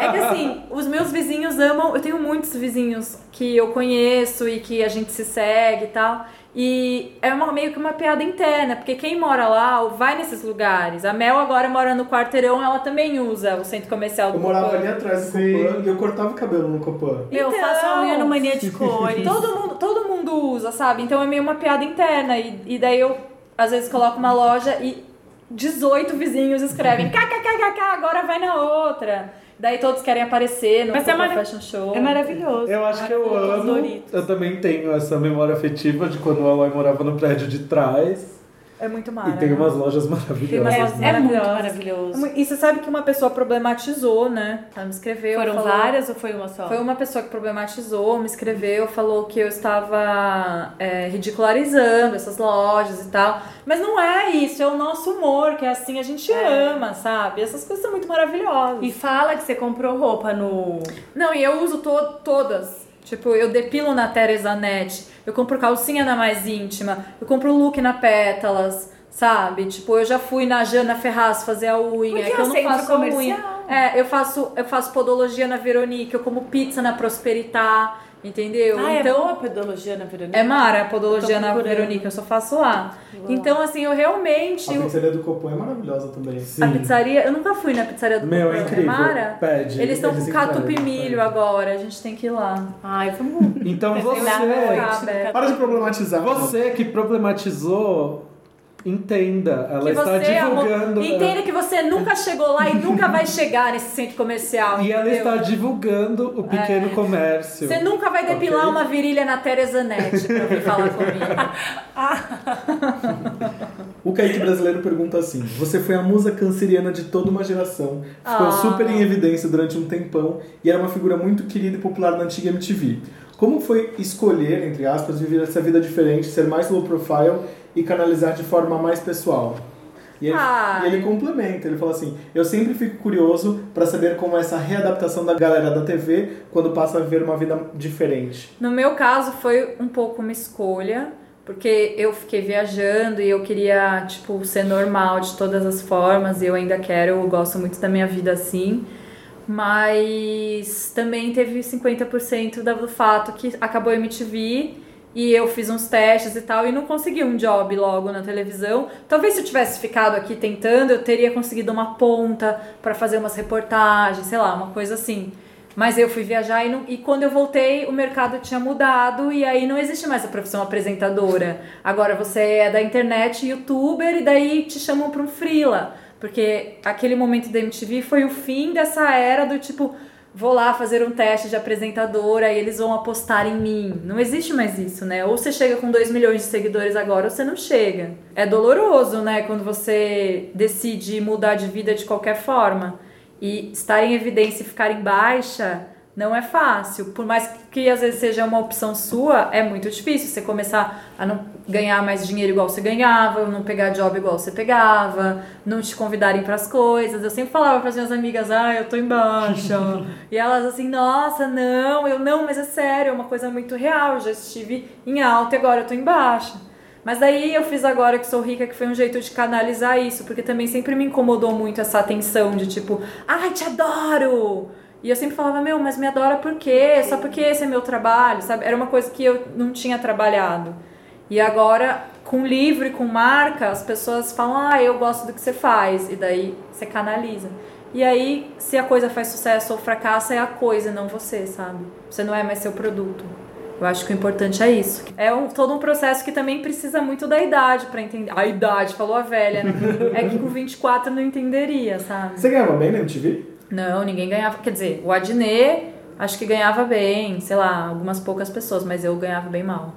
S3: É que assim, os meus vizinhos amam. Eu tenho muitos vizinhos que eu conheço e que a gente se segue e tal. E é uma, meio que uma piada interna, porque quem mora lá ou vai nesses lugares. A Mel agora mora no quarteirão, ela também usa o centro comercial do
S1: Eu morava
S3: Copan.
S1: ali atrás do
S2: Sim.
S1: Copan e eu cortava o cabelo no Copan.
S5: Meu,
S3: Então-
S5: faço a unha no mania de cores.
S3: Todo mundo, todo mundo usa, sabe? Então é meio uma piada interna. E, e daí eu, às vezes, coloco uma loja e 18 vizinhos escrevem kkkk, agora vai na outra. Daí todos querem aparecer no
S5: Mas é
S3: Copa
S5: mara-
S3: Fashion Show.
S5: É maravilhoso.
S2: Eu acho que eu
S5: Maravilhoso,
S2: amo.
S5: Doritos.
S2: Eu também tenho essa memória afetiva de quando o Aloy morava no prédio de trás.
S3: É
S2: E
S3: muito maravilhoso.
S2: tem umas lojas
S3: Tem umas
S2: maravilhosas.
S3: lojas
S2: né?
S5: É muito
S3: maravilhosas.
S5: maravilhoso.
S3: E você sabe que uma pessoa problematizou, né? Ela me escreveu.
S5: Foram
S3: falou-
S5: várias ou foi uma só?
S3: Foi uma pessoa que problematizou, me escreveu, falou que eu estava é, ridicularizando essas lojas e tal. Mas não é isso, é o nosso humor, que é assim, a gente ama, sabe? Essas coisas são muito maravilhosas.
S5: E fala que você comprou roupa no.
S3: Não, e eu uso to- todas. Tipo, eu depilo na Teresanet, eu compro calcinha na mais íntima, eu compro look na Pétalas, sabe? Tipo, eu já fui na Jana Ferraz fazer a unha,
S5: Porque
S3: é que
S5: é
S3: eu
S5: um
S3: não
S5: centro
S3: faço
S5: comercial.
S3: unha. É, eu faço, eu faço podologia na Verônica, eu como pizza na Prosperitá, entendeu?
S5: Ah, é
S3: então,
S5: boa a pedologia na Verônica?
S3: é mara a podologia
S5: Eu tô
S3: na
S5: procurando.
S3: Verônica, eu só faço lá. Então, assim, eu realmente
S1: A pizzaria do Copan é maravilhosa também.
S3: a
S2: Sim.
S3: pizzaria, eu nunca fui na pizzaria do
S2: Meu, é
S3: Copan,
S2: incrível.
S3: Mara.
S2: Pede.
S3: Eles estão com
S2: entregam,
S3: catupi
S2: pede.
S3: milho agora, a gente tem que ir lá.
S5: Ai, vamos.
S3: é.
S2: Então você,
S3: lá,
S1: Para de problematizar.
S2: você que problematizou, entenda. Ela
S3: Que
S2: está
S3: você, amor,
S2: divulgando. né?
S3: Entenda que você nunca chegou lá e nunca vai chegar nesse centro comercial.
S2: E ela
S3: entendeu?
S2: está divulgando o pequeno comércio.
S3: É. Você nunca vai depilar
S2: Ok?
S3: uma virilha na Teresanete pra vir falar comigo.
S1: O Kaique Brasileiro pergunta assim: Você foi a musa canceriana de toda uma geração, ficou super em evidência durante um tempão e era uma figura muito querida e popular na antiga MTV. Como foi escolher, entre aspas, viver essa vida diferente, ser mais low profile e canalizar de forma mais pessoal? E ele,
S3: Ah.
S1: e ele complementa, ele fala assim: Eu sempre fico curioso pra saber como é essa readaptação da galera da TV quando passa a viver uma vida diferente.
S3: No meu caso, foi um pouco uma escolha, porque eu fiquei viajando e eu queria, tipo, ser normal de todas as formas, e eu ainda quero, eu gosto muito da minha vida assim. Mas também teve 50% do fato que acabou a MTV e eu fiz uns testes e tal e não consegui um job logo na televisão. Talvez se eu tivesse ficado aqui tentando, eu teria conseguido uma ponta pra fazer umas reportagens, sei lá, uma coisa assim. Mas eu fui viajar e, não- e quando eu voltei, o mercado tinha mudado e aí não existe mais a profissão apresentadora. Agora você é da internet, youtuber, e daí te chamam pra um freela. Porque aquele momento da MTV foi o fim dessa era do tipo, vou lá fazer um teste de apresentadora e eles vão apostar em mim. Não existe mais isso, né? Ou você chega com 2 milhões de seguidores agora ou você não chega. É doloroso, né, quando você decide mudar de vida de qualquer forma. E estar em evidência e ficar em baixa não é fácil. Por mais que às vezes seja uma opção sua, é muito difícil você começar a não ganhar mais dinheiro igual você ganhava, não pegar job igual você pegava, não te convidarem para as coisas. Eu sempre falava para as minhas amigas, ah, eu tô em baixa. e elas assim, nossa, não, eu não, mas é sério, é uma coisa muito real. Eu já estive em alta e agora eu tô em baixa. Mas daí eu fiz agora que sou rica, que foi um jeito de canalizar isso, porque também sempre me incomodou muito essa atenção de tipo, ai, te adoro! E eu sempre falava, meu, mas me adora por quê? Só porque esse é meu trabalho, sabe? Era uma coisa que eu não tinha trabalhado. E agora, com livro e com marca, as pessoas falam, ah, eu gosto do que você faz. E daí você canaliza. E aí, se a coisa faz sucesso ou fracassa, é a coisa, não você, sabe? Você não é mais seu produto. Eu acho que o importante é isso. É um- todo um processo que também precisa muito da idade pra entender. A idade, falou a velha. né? É que com 24 não entenderia, sabe?
S1: Você ganhava bem na MTV?
S3: Não, ninguém ganhava. Quer dizer, o Adnet acho que ganhava bem, sei lá, algumas poucas pessoas, mas eu ganhava bem mal.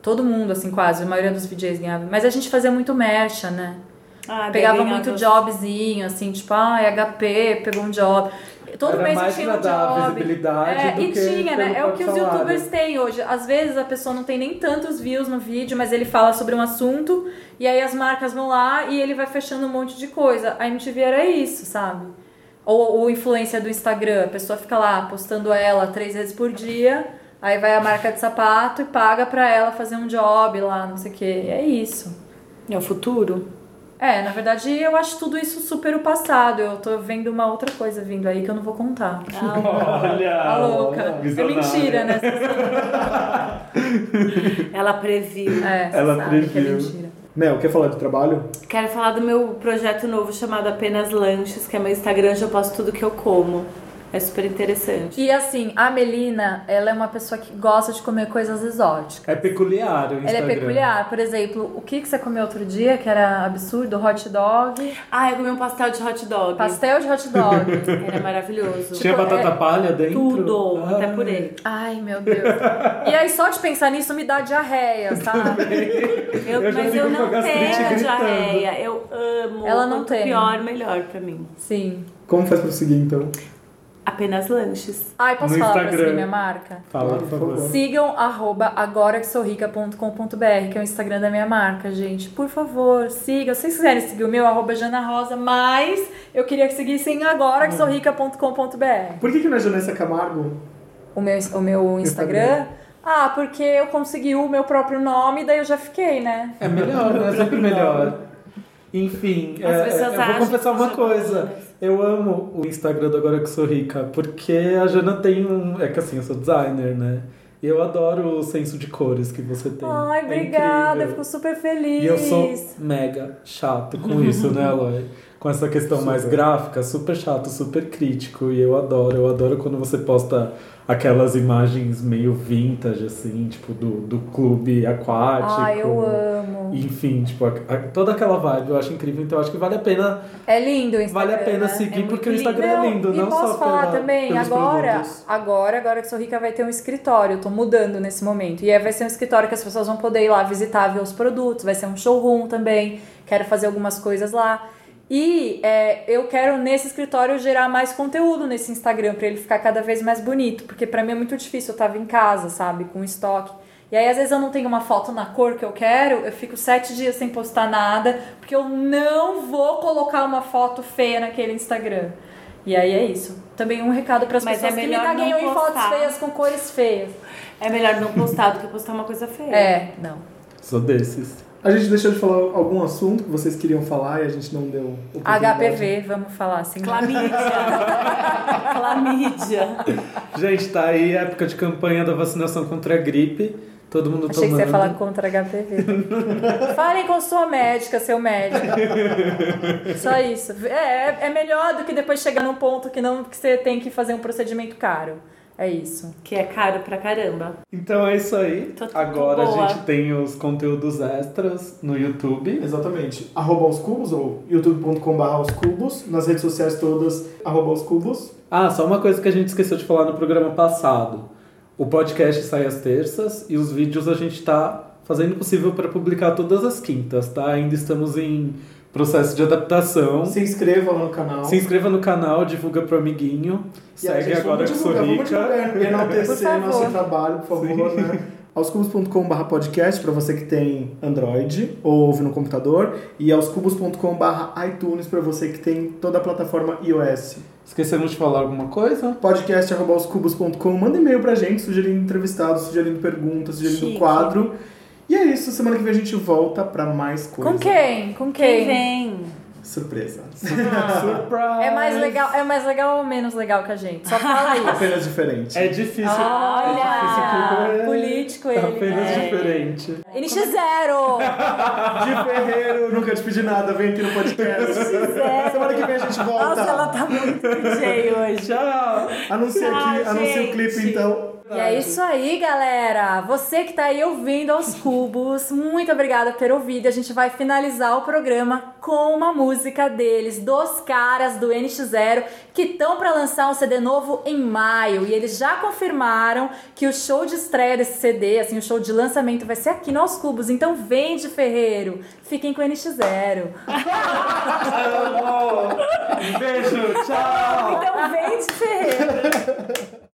S3: Todo mundo, assim, quase. A maioria dos DJs ganhava. Mas a gente fazia muito mercha, né?
S5: Ah,
S3: Pegava
S5: daí
S3: muito
S5: ganhava-
S3: jobzinho, assim, tipo, ah, é HP, pegou um job. Todo
S2: Era
S3: mês
S2: mais
S3: eu
S2: pra
S3: tinha um
S2: dar
S3: job.
S2: visibilidade
S3: é,
S2: do que
S3: e tinha, né?
S2: pelo
S3: É o
S2: próprio
S3: que os
S2: salário.
S3: youtubers têm hoje. Às vezes a pessoa não tem nem tantos views no vídeo, mas ele fala sobre um assunto, e aí as marcas vão lá e ele vai fechando um monte de coisa. A MTV era isso, sabe? Ou o influencer do Instagram, a pessoa fica lá postando ela três vezes por dia, aí vai a marca de sapato e paga pra ela fazer um job lá, não sei o quê. É isso.
S5: É o futuro?
S3: É, na verdade eu acho tudo isso super o passado. Eu tô vendo uma outra coisa vindo aí que eu não vou contar.
S5: Ah,
S2: Olha!
S3: Tá louca. É
S2: visionária.
S3: mentira, né?
S5: Ela previu.
S3: É,
S2: Ela
S3: você sabe que é
S2: previu.
S3: mentira.
S1: Mel, quer falar de trabalho?
S5: Quero falar do meu projeto novo chamado Apenas Lanches, que é meu Instagram, onde eu posto tudo que eu como. É super interessante.
S3: E assim, a Melina, ela é uma pessoa que gosta de comer coisas exóticas.
S2: É peculiar o Instagram.
S3: Ela é peculiar, por exemplo, o que, que você comeu outro dia que era absurdo? Hot dog,
S5: Ah, eu comi um pastel de hot dog.
S3: pastel de hot dog.
S6: é
S5: Era maravilhoso.
S2: Tinha
S3: Tipo,
S2: batata palha dentro?
S5: Tudo,
S2: Ah,
S5: até purê.
S3: Ai, meu Deus. E aí, só de pensar nisso me dá diarreia, sabe?
S5: Eu,
S2: Eu já
S5: mas
S2: fico
S5: eu
S2: com a
S5: não
S2: gastrite
S5: tenho
S2: gritando.
S5: diarreia. Eu amo.
S3: Ela não
S5: Quanto
S3: tem. né?
S5: Pior, melhor pra mim.
S3: Sim.
S1: Como faz pra seguir então?
S5: Apenas lanches.
S3: Ai, posso
S2: No
S3: falar pra
S2: Instagram.
S3: você minha marca?
S2: Fala, por favor.
S3: Sigam arroba agoraquesourica.com.br, que é o Instagram da minha marca, gente. Por favor, sigam. Se vocês quiserem seguir o meu, arroba Jana Rosa, mas eu queria que seguissem
S2: Uhum.
S3: agoraquesourica.com.br.
S1: Por que, que não é Janessa Camargo?
S3: O meu, o meu Instagram? Ah, porque eu consegui o meu próprio nome, daí eu já fiquei, né?
S2: É melhor, né? É sempre melhor. Enfim, é, é,
S5: pessoas
S2: eu vou
S5: acham
S2: confessar
S5: que
S2: uma
S5: são
S2: coisa. Eu amo o Instagram do Agora Que Sou Rica, porque a Jana tem um. É que assim, eu sou designer, né? E eu adoro o senso de cores que você tem.
S3: Ai,
S2: É
S3: obrigada,
S2: incrível.
S3: eu fico super feliz.
S2: E eu sou mega chato com isso, né, Eloy? Com essa questão mais gráfica, super chato, super crítico. E eu adoro, eu adoro quando você posta aquelas imagens meio vintage, assim, tipo, do, do clube aquático.
S3: Ai, eu amo.
S2: Enfim, tipo, a- a- toda aquela vibe eu acho incrível, então eu acho que vale a pena,
S3: É lindo o Instagram.
S2: vale a pena
S3: né?
S2: seguir,
S5: É
S2: porque
S5: muito lindo.
S2: o Instagram é lindo, não
S3: e posso
S2: só
S3: falar
S2: pela-
S3: também,
S2: pelos
S3: agora,
S2: produtos.
S3: agora, agora que sou rica, vai ter um escritório. Eu tô mudando nesse momento. E aí vai ser um escritório que as pessoas vão poder ir lá visitar, ver os produtos. Vai ser um showroom também. Quero fazer algumas coisas lá. E é, eu quero nesse escritório gerar mais conteúdo nesse Instagram pra ele ficar cada vez mais bonito, porque pra mim é muito difícil. Eu tava em casa, sabe, com estoque. E aí, às vezes, eu não tenho uma foto na cor que eu quero, eu fico sete dias sem postar nada, porque eu não vou colocar uma foto feia naquele Instagram. E aí é isso. Também um recado para as
S6: Mas
S3: pessoas
S6: é
S3: que me
S6: melhor
S3: tagueiam
S6: não
S3: em fotos
S6: postar.
S3: feias com cores feias.
S6: É melhor não postar do que postar uma coisa feia.
S3: É, não.
S2: Sou desses.
S1: A gente deixou de falar algum assunto que vocês queriam falar e a gente não deu oportunidade.
S3: HPV, vamos falar assim.
S6: Clamídia. Clamídia.
S2: Gente, tá aí a época de campanha da vacinação contra a gripe. Todo mundo
S3: Achei que
S2: tomando.
S3: você ia falar contra HPV. Falem com sua médica, seu médico. Só isso. É, é melhor do que depois chegar num ponto que não que você tem que fazer um procedimento caro. É isso.
S6: Que é caro pra caramba.
S2: Então é isso aí.
S6: Tô- tô
S2: Agora a
S6: boa.
S2: gente tem os conteúdos extras no YouTube.
S1: Exatamente. Arroba aos cubos ou youtube.com.br aos cubos. Nas redes sociais todas, arroba aos cubos.
S2: Ah, só uma coisa que a gente esqueceu de falar no programa passado. O podcast sai às terças e os vídeos a gente tá fazendo o possível para publicar todas as quintas, tá? Ainda estamos em processo de adaptação.
S1: Se inscreva lá no canal.
S2: Se inscreva no canal, divulga pro amiguinho.
S1: E a
S2: segue
S1: gente,
S2: agora que
S1: vamos
S2: sou
S1: divulgar, vamos
S2: rica.
S1: divulgar, Enaltecer
S3: Por
S1: nosso
S3: favor.
S1: trabalho, por favor, né? aoscubos.com.br podcast para você que tem Android ou ouve no computador e aoscubos.com.br iTunes para você que tem toda a plataforma iOS.
S2: Esquecemos de falar alguma coisa?
S1: podcast arroba podcast@oscubos.com, manda e-mail pra gente sugerindo entrevistados, sugerindo perguntas, sugerindo
S6: Chique.
S1: quadro. E é isso, semana que vem a gente volta pra mais coisa.
S3: Com quem? É Com quem?
S6: Quem vem?
S1: Surpresa.
S2: Surprise!
S3: É mais legal, é mais legal ou menos legal que a gente? Só fala isso.
S1: Apenas diferente.
S2: É difícil.
S3: Olha,
S2: É
S3: político
S2: É
S3: ele.
S2: apenas
S3: né?
S2: diferente.
S3: NX0.
S1: De Ferreiro, nunca te pedi nada, vem aqui no podcast. semana que vem a gente volta.
S3: É. Nossa, ela tá muito DJ hoje.
S2: Tchau!
S1: Anuncia aqui,
S3: Ah,
S6: Tchau,
S1: anuncia o
S6: gente.
S1: clipe então.
S3: E é isso aí, galera. Você que tá aí ouvindo aos cubos, muito obrigada por ter ouvido. A gente vai finalizar o programa com uma música deles, dos caras do NX0, que estão para lançar um CD novo em maio. E eles já confirmaram que o show de estreia desse CD, assim, o show de lançamento vai ser aqui no Aos Cubos. Então vem de Ferreiro. Fiquem com o NX0.
S2: Um Beijo, tchau!
S3: Então vem de Ferreiro.